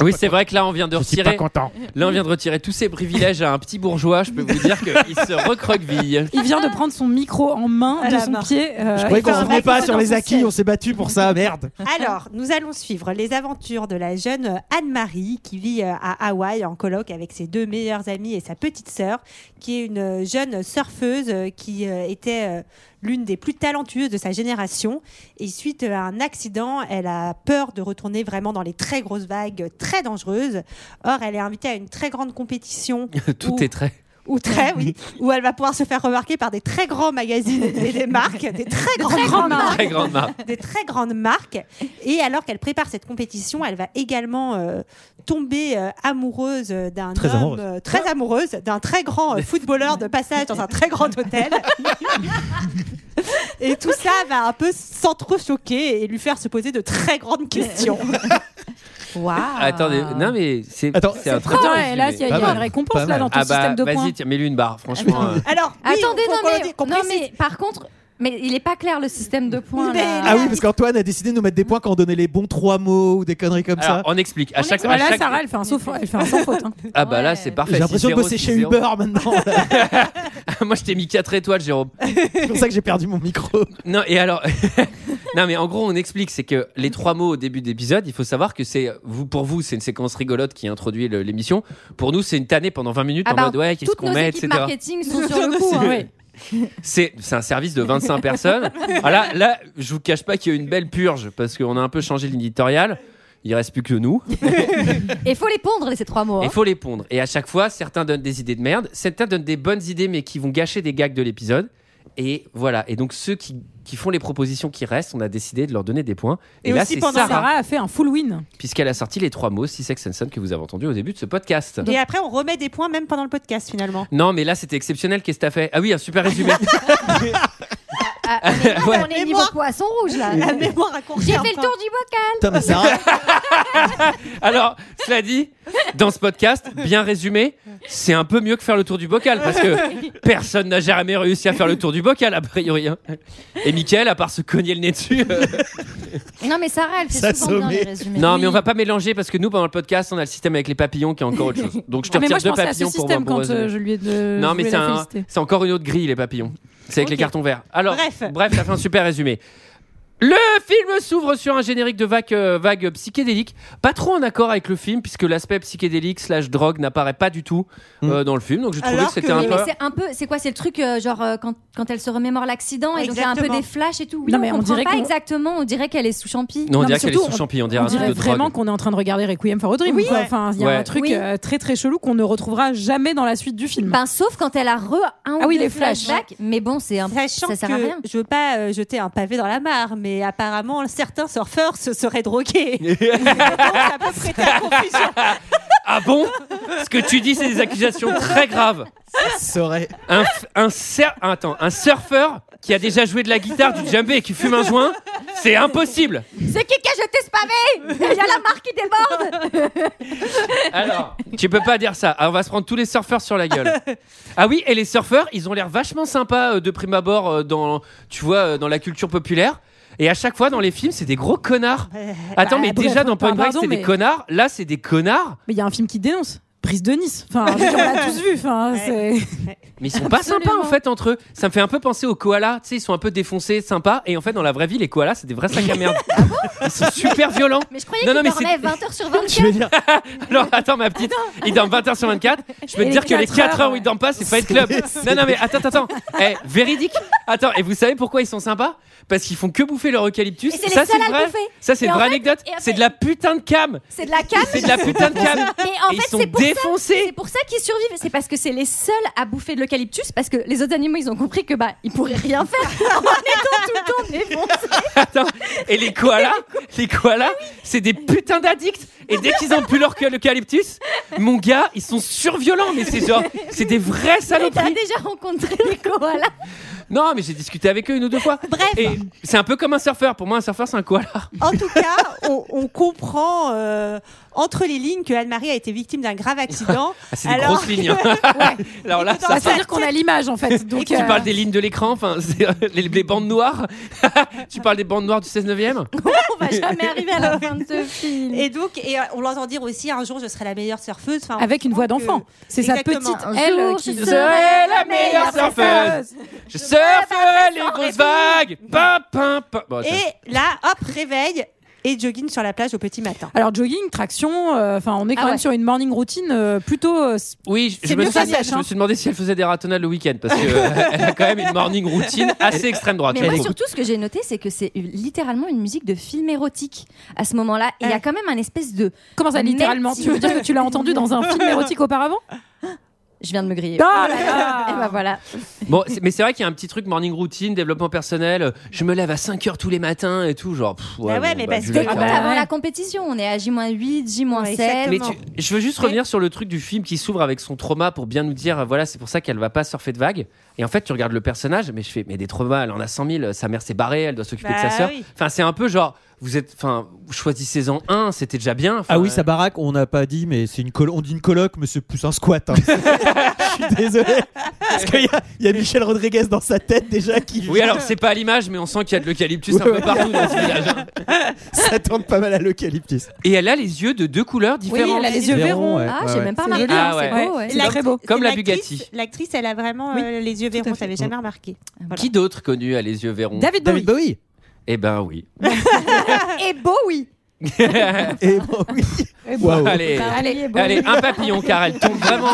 Speaker 1: Oui, c'est vrai que là, on vient de
Speaker 6: Je suis pas
Speaker 1: retirer.
Speaker 6: content.
Speaker 1: Là, on vient de retirer tous ses privilèges à un petit bourgeois. Je peux vous dire qu'il se recroqueville. [LAUGHS]
Speaker 10: il vient de prendre son micro en main
Speaker 9: À
Speaker 10: de
Speaker 9: la
Speaker 10: son
Speaker 9: main.
Speaker 10: pied. euh,
Speaker 6: Je croyais
Speaker 9: il fait
Speaker 6: qu'on
Speaker 9: un
Speaker 6: revenait
Speaker 9: vrai
Speaker 6: pas
Speaker 9: coup
Speaker 6: sur
Speaker 9: dans
Speaker 6: les
Speaker 9: son
Speaker 6: acquis,
Speaker 9: ciel.
Speaker 6: on s'est battu pour ça, merde.
Speaker 9: [LAUGHS] Alors, nous allons suivre les aventures de la jeune Anne-Marie qui vit euh, à Hawaï en colloque avec ses deux meilleures amies et sa petite sœur, qui est une euh, jeune surfeuse euh, qui euh, était euh, l'une des plus talentueuses de sa génération. Et suite à un accident, elle a peur de retourner vraiment dans les très grosses vagues euh, très dangereuses. Or, elle est invitée à une très grande compétition
Speaker 1: Tout
Speaker 9: Ouh.
Speaker 1: est très.
Speaker 9: ou très, [LAUGHS] oui, où elle va pouvoir se faire remarquer par des très grands magazines et des marques, des très grandes,
Speaker 10: grandes
Speaker 1: [LAUGHS]
Speaker 9: marques
Speaker 1: Très grande marque.
Speaker 9: des très grandes marques. Et alors qu'elle prépare cette compétition, elle va également euh, tomber euh, amoureuse d'un
Speaker 6: Très
Speaker 9: homme
Speaker 6: amoureuse.
Speaker 9: euh, très amoureuse d'un très grand euh, footballeur de passage dans un très grand hôtel. et tout ça va un peu s'entrechoquer et lui faire se poser de très grandes questions.
Speaker 5: Waouh.
Speaker 1: Attendez, non mais c'est
Speaker 6: Attends.
Speaker 1: c'est un très
Speaker 10: Attends,
Speaker 1: bon
Speaker 10: et là, il
Speaker 1: résumé.
Speaker 10: y a, il y
Speaker 6: Pas
Speaker 10: a
Speaker 6: mal.
Speaker 10: une récompense
Speaker 6: Pas
Speaker 10: là
Speaker 6: mal.
Speaker 10: dans ton
Speaker 1: Ah bah
Speaker 10: système de points.
Speaker 1: vas-y, tiens, mets-lui une barre, franchement. euh.
Speaker 9: Alors, oui,
Speaker 5: Attendez,
Speaker 9: faut
Speaker 5: non
Speaker 9: qu'on le
Speaker 5: mais,
Speaker 9: dise- qu'on
Speaker 5: non
Speaker 9: précise.
Speaker 5: mais par contre, mais il est pas clair le système de points
Speaker 9: Mais
Speaker 5: là.
Speaker 9: là-
Speaker 6: Ah oui, parce qu'Antoine a décidé de nous mettre des points quand on donnait les bons trois mots ou des conneries comme
Speaker 1: Alors,
Speaker 6: ça.
Speaker 1: on explique. À chaque, à
Speaker 10: Voilà,
Speaker 1: chaque-
Speaker 10: Sarah, elle fait un sauf- elle fait un sans faute. hein.
Speaker 1: Ah bah là,
Speaker 5: Ouais.
Speaker 1: c'est parfait.
Speaker 6: J'ai l'impression de
Speaker 1: 6-0,
Speaker 6: bosser chez
Speaker 1: 6-0.
Speaker 6: Uber [LAUGHS] maintenant.
Speaker 1: [LAUGHS] Moi, je t'ai mis 4 étoiles, Jérôme.
Speaker 6: C'est pour ça que j'ai perdu mon micro.
Speaker 1: Non, et alors [LAUGHS] Non, mais en gros, on explique c'est que les trois mots au début d'épisode, il faut savoir que c'est vous pour vous, c'est une séquence rigolote qui introduit le- l'émission. Pour nous, c'est une tannée pendant 20 minutes
Speaker 5: Ah
Speaker 1: en
Speaker 5: bah,
Speaker 1: mode ouais, qu'est-ce
Speaker 5: Toutes
Speaker 1: qu'on
Speaker 5: nos
Speaker 1: met,
Speaker 5: équipes
Speaker 1: etc.
Speaker 5: marketing sont
Speaker 1: [LAUGHS]
Speaker 5: sur le coup. hein.
Speaker 1: C'est c'est un service de
Speaker 10: [LAUGHS]
Speaker 1: 25 personnes. Ah là, là, je vous cache pas qu'il y a eu une belle purge parce qu'on a un peu changé l'éditorial. Il reste plus que nous.
Speaker 5: Et faut les pondre ces trois mots.
Speaker 1: Il
Speaker 5: hein.
Speaker 1: faut les pondre. Et à chaque fois, certains donnent des idées de merde, certains donnent des bonnes idées mais qui vont gâcher des gags de l'épisode. Et voilà. Et donc, ceux qui, qui font les propositions qui restent, on a décidé de leur donner des points.
Speaker 10: Et,
Speaker 1: Et, là,
Speaker 10: aussi
Speaker 1: c'est
Speaker 10: pendant
Speaker 1: Sarah,
Speaker 10: Sarah. a fait un full win.
Speaker 1: puisqu'elle a sorti les trois mots, Six Sex and Son, que vous avez entendu au début de ce podcast.
Speaker 9: Et après, on remet des points même pendant le podcast finalement.
Speaker 1: Non, mais là, c'était exceptionnel. Qu'est-ce que t'as fait Ah oui, un super résumé.
Speaker 5: Ah,
Speaker 1: [LAUGHS]
Speaker 5: on est, non, mais
Speaker 1: Ouais.
Speaker 5: on est
Speaker 9: Et
Speaker 5: niveau
Speaker 9: moi
Speaker 5: poisson rouge là.
Speaker 9: La mémoire a
Speaker 5: J'ai fait le tour du bocal.
Speaker 6: Putain, mais Sarah,
Speaker 1: Alors, cela dit, dans ce podcast, bien résumé, c'est un peu mieux que faire le tour du bocal parce que personne n'a jamais réussi à faire le tour du bocal, a priori. hein. Et Mickaël, à part se cogner le nez dessus. euh,
Speaker 5: Non, mais Sarah, elle fait
Speaker 6: Ça
Speaker 5: souvent bien
Speaker 6: sommet.
Speaker 5: les résumés.
Speaker 1: Non, mais on va pas mélanger parce que nous, pendant le podcast, on a le système avec les papillons qui est encore autre chose. Donc, je te
Speaker 10: mais
Speaker 1: retire
Speaker 10: moi, je
Speaker 1: deux
Speaker 10: pensais à ce
Speaker 1: papillons pour moi.
Speaker 10: système quand euh, je lui ai de.
Speaker 1: Non,
Speaker 10: je
Speaker 1: mais
Speaker 10: voulais
Speaker 1: c'est
Speaker 10: la
Speaker 1: un-
Speaker 10: féliciter.
Speaker 1: c'est encore une autre grille, les papillons. C'est avec
Speaker 9: Ok.
Speaker 1: les cartons verts. Alors, [LAUGHS]
Speaker 9: Bref.
Speaker 1: bref, ça fait un super résumé. Le film s'ouvre sur un générique de vague, euh, vague psychédélique, pas trop en accord avec le film, puisque l'aspect psychédélique slash drogue n'apparaît pas du tout euh, dans le film. Donc, je trouvais
Speaker 9: Alors
Speaker 1: que c'était
Speaker 9: que-
Speaker 1: un
Speaker 5: Oui, mais
Speaker 1: peu.
Speaker 5: c'est un peu, c'est quoi, c'est le truc euh, genre euh, quand, quand elle se remémore l'accident et donc il y a un peu
Speaker 9: Exactement.
Speaker 5: des flashs et tout. Oui,
Speaker 10: Non, mais on
Speaker 5: comprend
Speaker 10: dirait
Speaker 5: pas
Speaker 10: qu'on-
Speaker 5: exactement, on dirait qu'elle est sous champi.
Speaker 1: Non, on
Speaker 10: mais
Speaker 1: dirait qu'elle est
Speaker 10: surtout,
Speaker 1: sous
Speaker 10: on-
Speaker 1: champion, on dirait
Speaker 10: On
Speaker 1: un truc
Speaker 10: dirait
Speaker 1: de
Speaker 10: vraiment
Speaker 1: drogue.
Speaker 10: qu'on est en train de regarder Requiem for a Dream.
Speaker 9: Oui.
Speaker 10: quoi. Enfin, il y a
Speaker 1: Ouais.
Speaker 10: un truc
Speaker 5: Oui.
Speaker 10: euh, très très chelou qu'on ne retrouvera jamais dans la suite du film.
Speaker 5: Ben sauf quand elle a re un
Speaker 10: Ah
Speaker 5: ou
Speaker 10: oui,
Speaker 5: deux
Speaker 10: les flashs.
Speaker 5: flashbacks, mais bon, c'est un
Speaker 9: Sachant
Speaker 5: ça sert
Speaker 9: que
Speaker 5: à rien.
Speaker 9: je veux pas euh, jeter un pavé dans la mare, mais apparemment certains surfeurs se seraient drogués.
Speaker 1: [LAUGHS]
Speaker 9: Donc, ça peut prêter à confusion.
Speaker 1: Ah bon Ce que tu dis, c'est des accusations très graves.
Speaker 6: ça aurait-
Speaker 1: un, f- un, cer- attends, un surfeur qui a déjà joué de la guitare, du djembé et qui fume un joint, c'est impossible.
Speaker 5: C'est qui qui a jeté ce pavé Il y a la marque qui déborde.
Speaker 1: Alors, tu peux pas dire ça. Alors, on va se prendre tous les surfeurs sur la
Speaker 10: [LAUGHS]
Speaker 1: gueule. Ah oui, et les surfeurs, ils ont l'air vachement sympas euh, de prime abord euh, dans, tu vois, euh, dans la culture populaire. Et à chaque fois dans les films, c'est des gros connards. Attends,
Speaker 10: bah,
Speaker 1: mais
Speaker 10: bref,
Speaker 1: déjà dans Point Break,
Speaker 10: pardon,
Speaker 1: c'était
Speaker 10: mais-
Speaker 1: des connards. Là, c'est des connards,
Speaker 10: Mais il y a un film qui dénonce. Prise de Nice. Enfin, je veux dire, on l'a tous vu. Enfin, c'est-
Speaker 1: mais ils sont pas
Speaker 10: Absolument.
Speaker 1: sympas en fait entre eux. Ça me fait un peu penser aux koalas. Tu sais, ils sont un peu défoncés, sympas. Et en fait, dans la vraie vie, les koalas, c'est des vrais sacs à
Speaker 10: [LAUGHS]
Speaker 1: merde.
Speaker 10: Ah
Speaker 1: ils sont super violents.
Speaker 5: Mais je croyais
Speaker 1: Non,
Speaker 5: qu'il
Speaker 1: non, mais
Speaker 5: dormait
Speaker 1: c'est-
Speaker 5: 20h sur
Speaker 6: [LAUGHS] tu veux
Speaker 5: 24.
Speaker 6: dire,
Speaker 1: Alors attends ma petite, il dort 20h sur 24. Je peux
Speaker 10: Et
Speaker 1: te
Speaker 10: les
Speaker 1: dire que les
Speaker 10: 4
Speaker 1: 4 heures
Speaker 10: heures,
Speaker 1: où il dort pas, c'est pas être club. Non non mais attends attends. Eh, véridique. Attends, et vous savez pourquoi ils sont sympas Parce qu'ils font que bouffer leur eucalyptus.
Speaker 5: Et c'est les
Speaker 1: Ça
Speaker 5: seuls
Speaker 1: c'est
Speaker 5: à le
Speaker 1: vrai.
Speaker 5: bouffer.
Speaker 1: Ça c'est
Speaker 5: Et
Speaker 1: une
Speaker 5: en
Speaker 1: vraie
Speaker 5: fait-
Speaker 1: anecdote.
Speaker 5: et après-
Speaker 1: C'est de la putain de cam.
Speaker 5: C'est de la canne.
Speaker 1: C'est de la putain de cam.
Speaker 5: Mais [LAUGHS] en
Speaker 1: Et ils
Speaker 5: fait,
Speaker 1: sont
Speaker 5: c'est pour ça. C'est
Speaker 1: défoncés.
Speaker 5: pour ça qu'ils survivent, c'est parce que c'est les seuls à bouffer de l'eucalyptus, parce que les autres animaux ils ont compris que bah ils pourraient rien faire en étant tout le temps défoncés.
Speaker 1: Attends. Et les
Speaker 5: [LAUGHS]
Speaker 1: koalas, les
Speaker 5: Ah
Speaker 1: koalas, c'est des putains d'addicts. Et dès qu'ils ont plus leur que l'eucalyptus, mon gars, ils sont surviolents. Mais c'est genre, c'est des vrais
Speaker 5: Et T'as
Speaker 1: saloperies.
Speaker 5: déjà rencontré les koalas
Speaker 1: Non mais j'ai discuté avec eux une ou deux fois.
Speaker 9: Bref.
Speaker 1: Et c'est un peu comme un surfeur. Pour moi, un surfeur, c'est un koala. [LAUGHS] Ah,
Speaker 9: En tout cas, on, on comprend euh, entre les lignes que Anne-Marie a été victime d'un grave accident.
Speaker 1: Ah, [LAUGHS] c'est des
Speaker 9: Alors-
Speaker 1: grosses lignes.
Speaker 9: [LAUGHS]
Speaker 1: hein. Alors là,
Speaker 9: Écoute,
Speaker 1: ça,
Speaker 9: en fait,
Speaker 10: C'est-à-dire qu'on a l'image en fait. Donc,
Speaker 1: tu
Speaker 10: euh,
Speaker 1: parles des lignes de l'écran, enfin, [LAUGHS] c'est- euh, les, les bandes noires. [LAUGHS] tu parles des bandes noires du 16 e
Speaker 5: On va jamais
Speaker 1: [LAUGHS]
Speaker 5: arriver à la fin de ce film.
Speaker 9: Et donc, et euh, on l'entend dire aussi un jour je serai la meilleure surfeuse. Enfin, on
Speaker 10: Avec une
Speaker 9: comprend
Speaker 10: voix d'enfant.
Speaker 9: que-
Speaker 10: C'est sa
Speaker 9: Exactement.
Speaker 10: petite
Speaker 5: Un
Speaker 10: elle
Speaker 5: jour,
Speaker 10: euh,
Speaker 5: je
Speaker 10: qui
Speaker 5: serai la meilleure
Speaker 1: surfeuse. Je surfe les grosses vagues. Pam, pam, pam. Bon, ça-
Speaker 9: Et là, hop, réveil et jogging sur la plage au petit matin.
Speaker 10: Alors jogging, traction, euh, enfin on est quand
Speaker 5: Ah
Speaker 10: même
Speaker 5: ouais.
Speaker 10: sur une morning routine euh, plutôt. euh, s-
Speaker 1: oui, je, je
Speaker 10: c'est
Speaker 1: me
Speaker 10: mieux
Speaker 1: suis,
Speaker 10: qu'elle sache,
Speaker 1: je
Speaker 10: hein.
Speaker 1: me suis demandé si elle faisait des ratonnades le week-end parce qu'elle a quand même une morning routine assez extrême droite.
Speaker 5: Mais moi,
Speaker 1: j'avoue.
Speaker 5: surtout, ce que j'ai noté, c'est que c'est littéralement une musique de film érotique à ce moment-là. Et Il y a
Speaker 9: Ouais.
Speaker 5: quand même un espèce de.
Speaker 10: Comment ça
Speaker 5: Merci.
Speaker 10: littéralement Tu veux dire que tu l'as entendu dans un film érotique auparavant
Speaker 5: Je viens de me griller. [LAUGHS]
Speaker 10: Ah là là.
Speaker 5: Et ben voilà.
Speaker 1: Bon, c'est- mais c'est vrai qu'il y a un petit truc morning routine, développement personnel. euh, Je me lève à 5 heures tous les matins et tout. Genre, pff,
Speaker 9: Bah ouais, mais parce
Speaker 1: du
Speaker 9: que-
Speaker 1: lac,
Speaker 10: Ah
Speaker 1: hein.
Speaker 10: bah
Speaker 5: avant
Speaker 10: ouais.
Speaker 5: la compétition, on est à J-8,
Speaker 9: Ouais,
Speaker 5: J-7.
Speaker 9: exactement.
Speaker 1: Mais tu- je veux juste revenir sur le truc du film qui s'ouvre avec son trauma pour bien nous dire, euh, voilà, c'est pour ça qu'elle va pas surfer de vagues. Et en fait, tu regardes le personnage, mais je fais, mais des traumas, elle en a 100 000, euh, sa mère s'est barrée, elle doit s'occuper de sa
Speaker 9: Bah
Speaker 1: sœur.
Speaker 9: oui.
Speaker 1: Enfin, c'est un peu genre, vous êtes, enfin, vous choisissez en un, c'était déjà bien. Enfin,
Speaker 6: Ah oui,
Speaker 1: euh,
Speaker 6: sa baraque, on n'a pas dit, mais c'est une colo- on dit une coloc, mais c'est plus un [LAUGHS] squat. hein. Je suis désolé. Parce qu'il y, a- il y a Michel Rodriguez dans sa tête déjà qui
Speaker 1: euh. Oui, alors c'est pas à l'image, mais on sent qu'il y a de l'eucalyptus un peu partout dans ce village. hein.
Speaker 6: s'attend pas mal à l'eucalyptus.
Speaker 1: Et elle a les yeux de deux couleurs
Speaker 10: Oui,
Speaker 1: différentes.
Speaker 10: elle a les yeux verrons.
Speaker 6: Véron, ouais.
Speaker 5: Ah, j'ai même pas
Speaker 10: C'est
Speaker 5: remarqué.
Speaker 10: joli,
Speaker 1: Ah
Speaker 10: hein, c'est
Speaker 1: ouais.
Speaker 10: beau, ouais.
Speaker 9: Et
Speaker 10: C'est très
Speaker 9: l'actrice-
Speaker 10: beau.
Speaker 1: Comme la
Speaker 9: l'actrice-
Speaker 1: Bugatti.
Speaker 9: L'actrice, elle a vraiment
Speaker 10: Oui,
Speaker 9: euh, les yeux verrons,
Speaker 10: fait.
Speaker 9: t'avais jamais remarqué. Voilà.
Speaker 1: Qui d'autre connu a les yeux verrons
Speaker 10: David Bowie.
Speaker 6: David Bowie.
Speaker 1: Eh ben oui.
Speaker 5: Et beau, oui.
Speaker 6: [LAUGHS] Et Bowie. Waouh.
Speaker 1: [LAUGHS]
Speaker 10: bah
Speaker 1: Allez.
Speaker 10: Allez, bon.
Speaker 1: Bah, Allez, un papillon car elle tombe vraiment.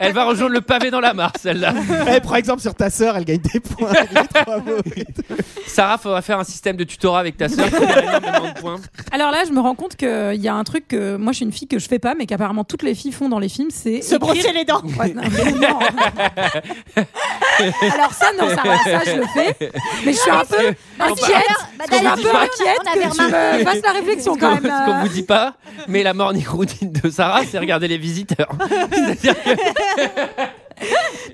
Speaker 1: elle va rejoindre le pavé dans la mare, celle-là.
Speaker 6: Eh, prends exemple sur ta sœur, elle gagne
Speaker 10: [LAUGHS]
Speaker 6: des points. avec les trois Bowie.
Speaker 1: Sarah, faudra faire un système de tutorat avec ta sœur. pour avoir énormément de points.
Speaker 10: Alors là, je me rends compte qu'il y a un truc que moi, je suis une fille que je fais pas, mais qu'apparemment toutes les filles font dans les films,
Speaker 1: [LAUGHS]
Speaker 10: c'est
Speaker 9: Se brosser les dents.
Speaker 10: Ouais, non, mais non. Alors ça, non, ça va, ça, je le fais. Mais je suis un peu inquiète.
Speaker 5: Bah,
Speaker 10: Je suis un
Speaker 5: d'ailleurs,
Speaker 10: peu inquiète
Speaker 5: on avait
Speaker 10: que tu
Speaker 5: remarqué.
Speaker 10: me fasses la réflexion
Speaker 1: Ce qu'on
Speaker 10: quand même.
Speaker 1: ce qu'on
Speaker 10: euh.
Speaker 1: vous dit pas, mais la morning routine de Sarah, c'est regarder les
Speaker 10: [LAUGHS]
Speaker 1: visiteurs. C'est-à-dire que-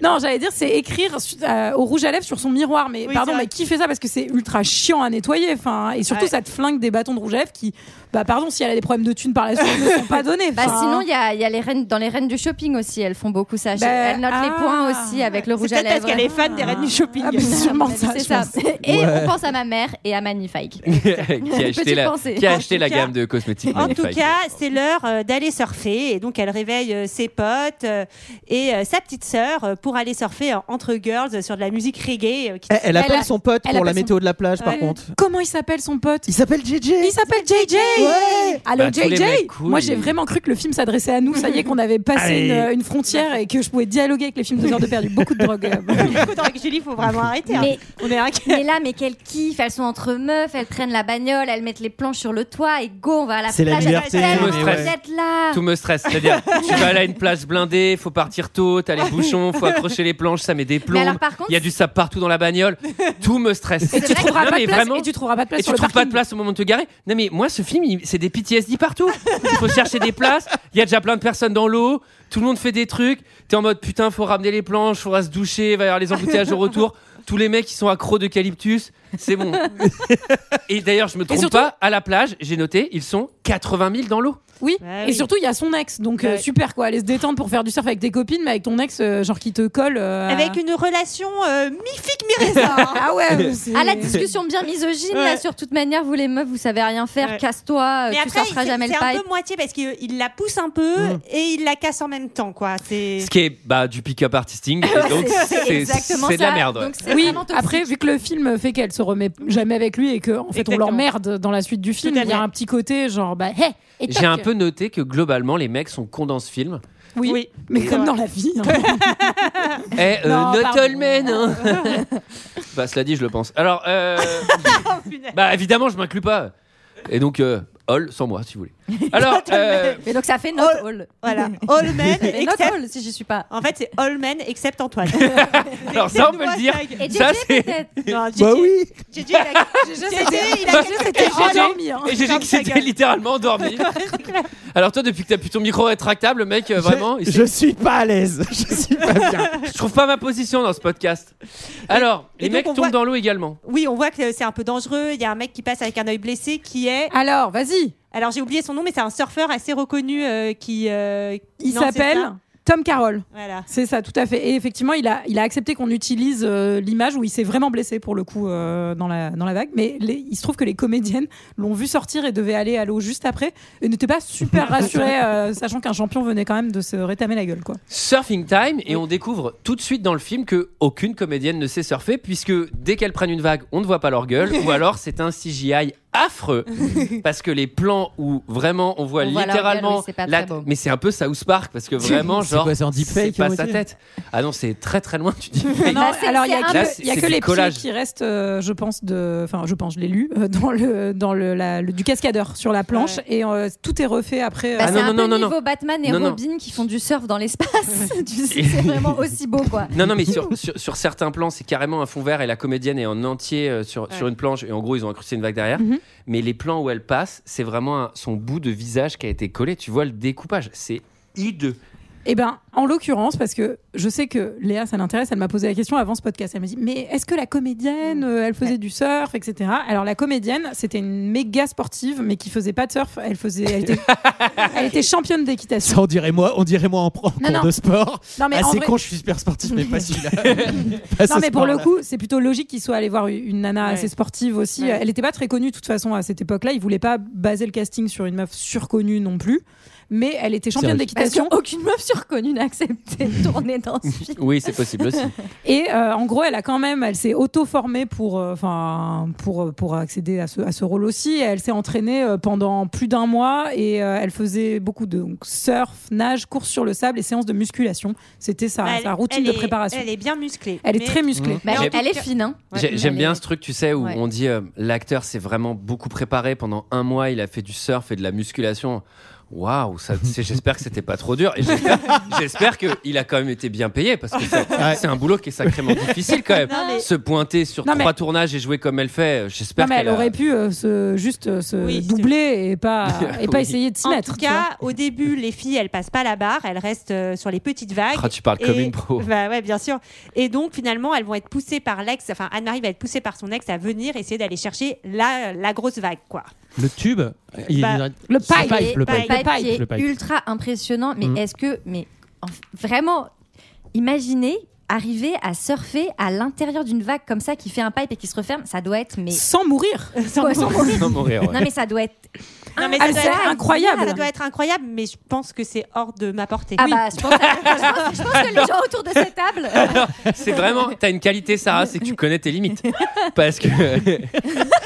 Speaker 10: Non, j'allais dire, c'est écrire su- euh, au rouge à lèvres sur son miroir. Mais
Speaker 9: Oui, c'est
Speaker 10: pardon,
Speaker 9: vrai.
Speaker 10: mais qui fait ça Parce que c'est ultra chiant à nettoyer. Enfin, hein. et surtout,
Speaker 9: Ouais.
Speaker 10: ça te flingue des bâtons de rouge à lèvres qui, bah pardon, si elle a des problèmes de thunes par la suite, ils ne sont pas donnés.
Speaker 5: Bah,
Speaker 10: Enfin, hein.
Speaker 5: sinon, il y a, il y a les reines, dans les reines du shopping aussi, elles font beaucoup ça.
Speaker 10: Bah,
Speaker 5: elles notent les
Speaker 10: ah.
Speaker 5: points aussi avec le
Speaker 9: C'est
Speaker 5: rouge à
Speaker 9: peut-être parce
Speaker 5: lèvres.
Speaker 9: qu'elle est fan des reines du shopping.
Speaker 10: Ah, mais
Speaker 5: À
Speaker 10: sûrement
Speaker 5: mon avis,
Speaker 10: ça,
Speaker 5: c'est
Speaker 10: je
Speaker 5: ça.
Speaker 10: pense.
Speaker 5: Et
Speaker 6: Ouais.
Speaker 5: on pense à ma mère et à Magnifique.
Speaker 1: qui a acheté
Speaker 5: Petite
Speaker 1: la,
Speaker 5: pensée.
Speaker 1: qui a
Speaker 9: En
Speaker 1: acheté
Speaker 9: tout
Speaker 1: la
Speaker 9: cas-
Speaker 1: gamme de cosmétiques
Speaker 9: En tout
Speaker 1: Magnifique.
Speaker 9: cas, c'est l'heure euh, d'aller surfer. Et donc, elle réveille euh, ses potes euh, et euh, sa petite sœur euh, pour aller surfer euh, entre girls euh, sur de la musique reggae. euh, qui-
Speaker 6: Elle, elle appelle
Speaker 10: Elle a-
Speaker 6: son pote
Speaker 10: elle
Speaker 6: pour la
Speaker 10: appelle son-
Speaker 6: météo de la plage, par
Speaker 9: Ouais.
Speaker 6: contre.
Speaker 10: comment il s'appelle son pote
Speaker 6: Il s'appelle JJ.
Speaker 10: Il s'appelle JJ.
Speaker 6: Ouais.
Speaker 10: Allô
Speaker 1: Bah, tous les
Speaker 10: JJ
Speaker 1: mecs cool,
Speaker 10: Moi
Speaker 1: ils-
Speaker 10: j'ai vraiment cru que le film s'adressait à nous, ça y est qu'on avait passé
Speaker 6: Allez.
Speaker 10: une, une frontière et que je pouvais dialoguer avec les films de heures de perdu, beaucoup de drogue. euh.
Speaker 9: [LAUGHS] Écoute, avec Julie, faut vraiment arrêter. hein.
Speaker 5: Mais,
Speaker 9: On est
Speaker 5: mais là, mais quel kiff Elles sont entre meufs, elles traînent la bagnole, elles mettent les planches sur le toit et go, on va à la
Speaker 6: C'est la
Speaker 5: plage.
Speaker 6: liberté,
Speaker 5: elles sont
Speaker 1: mais
Speaker 5: tellement
Speaker 1: ouais.
Speaker 5: contentes d'être là.
Speaker 1: Tout me stresse, c'est-à-dire tu vas aller à une plage blindée, faut partir tôt, t'as
Speaker 10: [LAUGHS]
Speaker 1: les bouchons, faut accrocher les planches, ça met des
Speaker 5: Mais
Speaker 1: plombs.
Speaker 5: alors, par contre,
Speaker 1: Il y a du sable partout dans la bagnole, tout me stresse.
Speaker 10: Et tu trouveras
Speaker 1: Non,
Speaker 10: pas
Speaker 1: mais
Speaker 10: de place
Speaker 1: vraiment.
Speaker 10: et tu trouveras pas de place
Speaker 1: Et
Speaker 10: sur
Speaker 1: tu
Speaker 10: le
Speaker 1: trouves pas de
Speaker 10: parking.
Speaker 1: place au moment de te garer Non mais moi ce film il- c'est des PTSD partout. Il faut chercher des places. Il y a déjà plein de personnes dans l'eau. Tout le monde fait des trucs. T'es en mode putain faut ramener les planches, faudra se doucher, va y avoir les embouteillages au retour. Tous les mecs qui sont accros d'eucalyptus, c'est bon. Et d'ailleurs je me trompe
Speaker 10: surtout-
Speaker 1: pas. À la plage j'ai noté ils sont 80 000 dans l'eau.
Speaker 10: Oui. et
Speaker 9: Ouais, Bah oui.
Speaker 10: surtout il y a son ex, donc euh,
Speaker 9: Ouais.
Speaker 10: super quoi, aller se détendre pour faire du surf avec tes copines, mais avec ton ex euh, genre qui te colle. euh, à-
Speaker 9: Avec une relation euh, mi-fic, mi-raisin. hein.
Speaker 10: Ah ouais. c'est-
Speaker 5: à la discussion bien misogyne, là,
Speaker 9: Ouais.
Speaker 5: sur toute manière, vous les meufs, vous savez rien faire,
Speaker 9: Ouais.
Speaker 5: casse-toi, euh,
Speaker 9: Mais
Speaker 5: tu
Speaker 9: après,
Speaker 5: sortiras
Speaker 9: c'est-
Speaker 5: jamais le
Speaker 9: c'est un
Speaker 5: pipe.
Speaker 9: peu moitié parce qu'il il la pousse un peu
Speaker 6: Mm.
Speaker 9: et il la casse en même temps, quoi. C'est
Speaker 1: [LAUGHS] Ce qui est bah, du pick-up artisting. Et donc c'est
Speaker 5: exactement
Speaker 1: c'est de la
Speaker 5: ça.
Speaker 1: merde. ouais.
Speaker 5: Donc, c'est
Speaker 10: Oui,
Speaker 5: vraiment toxique.
Speaker 10: après, vu que le film fait qu'elle se remet jamais avec lui et que en fait
Speaker 9: Exactement.
Speaker 10: on l'emmerde dans la suite du film,
Speaker 9: Tout à
Speaker 10: il y a
Speaker 9: fait.
Speaker 10: un petit côté genre bah hé,
Speaker 5: Et
Speaker 1: J'ai
Speaker 5: toc.
Speaker 1: un peu noté que globalement les mecs sont cons dans ce film.
Speaker 10: oui,
Speaker 9: Oui.
Speaker 10: mais
Speaker 9: C'est
Speaker 10: comme
Speaker 9: vrai.
Speaker 10: dans la vie.
Speaker 9: [LAUGHS]
Speaker 10: hein.
Speaker 1: Eh, euh,
Speaker 10: Non,
Speaker 1: not
Speaker 10: pardon.
Speaker 1: all men, hein. [LAUGHS] bah, cela dit, je le pense. Alors,
Speaker 9: [LAUGHS]
Speaker 1: euh,
Speaker 9: Oh, punaise.
Speaker 1: bah, évidemment, je m'inclus pas. Et donc, euh, all sans moi, si vous voulez.
Speaker 9: [LAUGHS]
Speaker 1: Alors, euh,
Speaker 5: Mais donc ça fait not
Speaker 9: All-
Speaker 5: all.
Speaker 9: voilà. All men,
Speaker 5: Mais not
Speaker 9: except...
Speaker 5: all, si j'y suis pas.
Speaker 9: En fait, c'est all men except Antoine.
Speaker 1: alors ça, on peut le dire.
Speaker 5: Et JJ
Speaker 1: Ça, c'est-
Speaker 5: peut-être.
Speaker 9: Non,
Speaker 6: Bah
Speaker 9: JJ,
Speaker 6: oui.
Speaker 9: JJ, il a- JJ, il a
Speaker 10: C'était endormi, hein.
Speaker 1: Et j'ai dit
Speaker 9: Oh, Ferme
Speaker 1: que
Speaker 9: ta
Speaker 1: c'était
Speaker 9: gueule.
Speaker 1: littéralement
Speaker 9: [LAUGHS]
Speaker 1: endormi. Alors, toi, depuis que t'as pu ton micro rétractable, mec, euh, vraiment, il
Speaker 6: Je,
Speaker 1: s'est-
Speaker 6: je suis pas à l'aise. Je suis pas bien.
Speaker 1: je trouve pas ma position dans ce podcast. Alors,
Speaker 9: et
Speaker 1: les
Speaker 9: donc,
Speaker 1: mecs
Speaker 9: on
Speaker 1: tombent
Speaker 9: voit-
Speaker 1: dans l'eau également.
Speaker 9: Oui, on voit que c'est un peu dangereux. Il y a un mec qui passe avec un œil blessé qui est.
Speaker 10: Alors, vas-y.
Speaker 9: Alors j'ai oublié son nom, mais c'est un surfeur assez reconnu euh, qui. euh,
Speaker 10: Il
Speaker 9: non, c'est
Speaker 10: s'appelle
Speaker 9: ça.
Speaker 10: Tom Carroll.
Speaker 9: Voilà.
Speaker 10: C'est ça, tout à fait. Et effectivement, il a, il a accepté qu'on utilise euh, l'image où il s'est vraiment blessé pour le coup euh, dans, la, dans la vague. Mais les- il se trouve que les comédiennes l'ont vu sortir et devaient aller à l'eau juste après et n'étaient pas super rassurées, euh, sachant qu'un champion venait quand même de se rétamer la gueule. Quoi.
Speaker 1: Surfing time et on découvre tout de suite dans le film que aucune comédienne ne sait surfer puisque dès qu'elles prennent une vague, on ne voit pas leur gueule ou alors c'est un CGI affreux parce que les plans où vraiment on voit
Speaker 5: On voit leur gueule,
Speaker 1: littéralement
Speaker 5: oui, c'est pas très beau.
Speaker 1: mais c'est un peu South Park parce que vraiment
Speaker 6: C'est
Speaker 1: genre
Speaker 6: quoi, c'est en deepfake,
Speaker 1: c'est pas
Speaker 6: à
Speaker 1: sa
Speaker 6: moitié
Speaker 1: tête. Ah non, c'est très très loin tu dis.
Speaker 10: Non,
Speaker 5: Bah, c'est-
Speaker 10: alors il y a, que-
Speaker 5: c'est un
Speaker 1: Là,
Speaker 10: il
Speaker 1: c'est-
Speaker 10: y a
Speaker 1: c'est
Speaker 10: que
Speaker 1: du
Speaker 10: les
Speaker 1: collage.
Speaker 10: pieds qui restent, euh, je pense, de, enfin, je pense, je l'ai lu euh, dans le dans le, la- le- du cascadeur sur la planche et euh, tout est refait après.
Speaker 5: Bah,
Speaker 1: Ah
Speaker 10: euh,
Speaker 5: c'est
Speaker 1: non,
Speaker 5: un
Speaker 1: non,
Speaker 5: peu
Speaker 1: non, non,
Speaker 5: niveau Batman et
Speaker 1: Non, non.
Speaker 5: Robin qui font du surf dans l'espace.
Speaker 1: [LAUGHS]
Speaker 5: [LAUGHS] Tu sais, c'est vraiment aussi beau quoi.
Speaker 1: Non, non, mais sur, sur, sur certains plans, c'est carrément un fond vert et la comédienne est en entier euh, sur, sur une planche et en gros, ils ont incrusté une vague derrière.
Speaker 10: Mhm.
Speaker 1: Mais les plans où elle passe, c'est vraiment un- son bout de visage qui a été collé. Tu vois le découpage, c'est hideux.
Speaker 10: Eh ben, en l'occurrence, parce que je sais que Léa, ça l'intéresse, elle m'a posé la question avant ce podcast. Elle m'a dit Mais est-ce que la comédienne, euh, elle faisait du surf, etc. Alors, la comédienne, c'était une méga sportive, mais qui faisait pas de surf. Elle, faisait, elle,
Speaker 6: [LAUGHS]
Speaker 10: était, elle était championne d'équitation.
Speaker 6: Ça, on dirait moi, on dirait moi en pro- en
Speaker 10: Non,
Speaker 6: cours
Speaker 10: non.
Speaker 6: de sport.
Speaker 10: Non,
Speaker 6: Ah,
Speaker 10: en
Speaker 6: c'est
Speaker 10: vrai-
Speaker 6: con, je suis super sportif, mais pas
Speaker 10: [LAUGHS]
Speaker 6: celui-là.
Speaker 10: Non, mais pour le coup, c'est plutôt logique qu'il soit allé voir une nana assez sportive aussi.
Speaker 9: Ouais.
Speaker 10: Elle n'était pas très connue, de toute façon, à cette époque-là. Il voulait pas baser le casting sur une meuf surconnue non plus. Mais elle était championne
Speaker 6: Sérieux.
Speaker 5: Parce
Speaker 10: d'équitation.
Speaker 5: qu'aucune meuf surconnue n'a accepté de tourner dans ce [LAUGHS] film.
Speaker 1: Oui, c'est possible [LAUGHS] aussi.
Speaker 10: Et euh, en gros, elle a quand même, elle s'est auto-formée pour, euh, enfin, pour, euh, pour accéder à ce, à ce rôle aussi. Elle s'est entraînée euh, pendant plus d'un mois et euh, elle faisait beaucoup de donc, surf, nage, course sur le sable et séances de musculation. C'était sa,
Speaker 9: Bah, elle-
Speaker 10: sa Ah, routine
Speaker 9: elle
Speaker 10: de
Speaker 9: est-
Speaker 10: préparation.
Speaker 9: Elle est bien musclée.
Speaker 10: Elle est,
Speaker 9: Mais-
Speaker 10: très musclée.
Speaker 5: Bah,
Speaker 1: J'ai-
Speaker 5: elle est fine. hein.
Speaker 1: J'ai- J'aime
Speaker 5: Elle
Speaker 1: bien
Speaker 5: est-
Speaker 1: ce truc, tu sais, où
Speaker 5: Ouais.
Speaker 1: on dit euh, l'acteur s'est vraiment beaucoup préparé pendant un mois, il a fait du surf et de la musculation. Waouh, ça- c'est- j'espère que c'était pas trop dur. Et j'espère- [LAUGHS] j'espère qu'il a quand même été bien payé parce que c'est
Speaker 6: Ouais.
Speaker 1: c'est un boulot qui est sacrément difficile quand même.
Speaker 9: Non, mais-
Speaker 1: Se pointer sur
Speaker 10: Non, mais-
Speaker 1: trois tournages et jouer comme elle fait, euh,
Speaker 10: Non,
Speaker 1: j'espère
Speaker 10: mais
Speaker 1: qu'elle
Speaker 10: elle
Speaker 1: a-
Speaker 10: aurait pu euh, se, juste euh, se
Speaker 9: Oui, c'est
Speaker 10: doubler et
Speaker 1: [LAUGHS]
Speaker 10: pas, et pas
Speaker 1: Oui.
Speaker 10: essayer de s'y
Speaker 9: En
Speaker 10: mettre.
Speaker 9: tout
Speaker 10: tu vois.
Speaker 9: cas, au début, les filles, elles passent pas la barre, elles restent euh, sur les petites vagues.
Speaker 1: Ah, tu parles
Speaker 9: Et-
Speaker 1: comme une
Speaker 10: [LAUGHS]
Speaker 1: pro.
Speaker 9: Bah ouais, bien sûr. Et donc finalement, elles vont être poussées par l'ex. Enfin, Anne-Marie va être poussée par son ex à venir essayer d'aller chercher la, la grosse vague, quoi.
Speaker 6: Le tube, il-
Speaker 9: Bah,
Speaker 10: le
Speaker 6: c'est
Speaker 10: pipe.
Speaker 9: pipe.
Speaker 6: le pipe.
Speaker 5: Le
Speaker 10: pipe.
Speaker 5: qui est
Speaker 6: Le pipe.
Speaker 5: ultra impressionnant. Mais
Speaker 6: Mm.
Speaker 5: est-ce que, mais en- vraiment, imaginez arriver à surfer à l'intérieur d'une vague comme ça qui fait un pipe et qui se referme, ça doit être
Speaker 1: [LAUGHS]
Speaker 5: mais
Speaker 10: Sans mourir.
Speaker 9: Sans
Speaker 5: Ouais, sans
Speaker 9: mourir.
Speaker 1: Non, mourir, ouais.
Speaker 5: [LAUGHS] non mais ça doit être
Speaker 9: Non, mais
Speaker 10: Ah,
Speaker 9: ça doit
Speaker 10: c'est
Speaker 9: être-
Speaker 10: incroyable.
Speaker 9: Ça doit être incroyable, mais je pense que c'est hors de ma portée.
Speaker 5: ah bah je pense, je pense- je pense que les gens autour de cette table
Speaker 1: [LAUGHS] Non, c'est vraiment, t'as une qualité, Sarah, c'est que tu connais tes
Speaker 10: [LAUGHS]
Speaker 1: limites. Parce que [LAUGHS]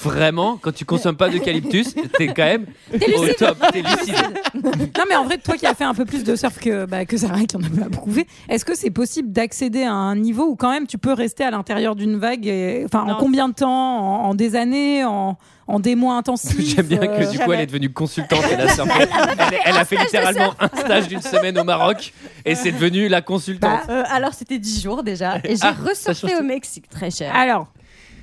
Speaker 1: vraiment, quand tu consommes pas d'eucalyptus, t'es quand même
Speaker 5: T'es
Speaker 1: au
Speaker 5: lucide.
Speaker 1: top, t'es lucide.
Speaker 10: Non, mais en vrai, toi qui as fait un peu plus de surf que, bah, que Sarah, qui en a pas prouvé, est-ce que c'est possible d'accéder à un niveau où quand même tu peux rester à l'intérieur d'une vague et- Enfin, en
Speaker 9: Non.
Speaker 10: combien de temps en, en des années En, en des mois intensifs
Speaker 1: J'aime bien que
Speaker 10: euh,
Speaker 1: du coup, elle est devenue consultante. Elle a, surfé.
Speaker 10: [LAUGHS]
Speaker 1: Elle- elle a fait
Speaker 5: stage de
Speaker 1: littéralement un stage d'une semaine au Maroc et c'est devenu la consultante.
Speaker 5: Bah, euh, alors c'était 10 jours déjà et j'ai
Speaker 1: Ah, ça change
Speaker 5: ressurfé au
Speaker 1: tout. Ah.
Speaker 5: Mexique très cher.
Speaker 10: Alors,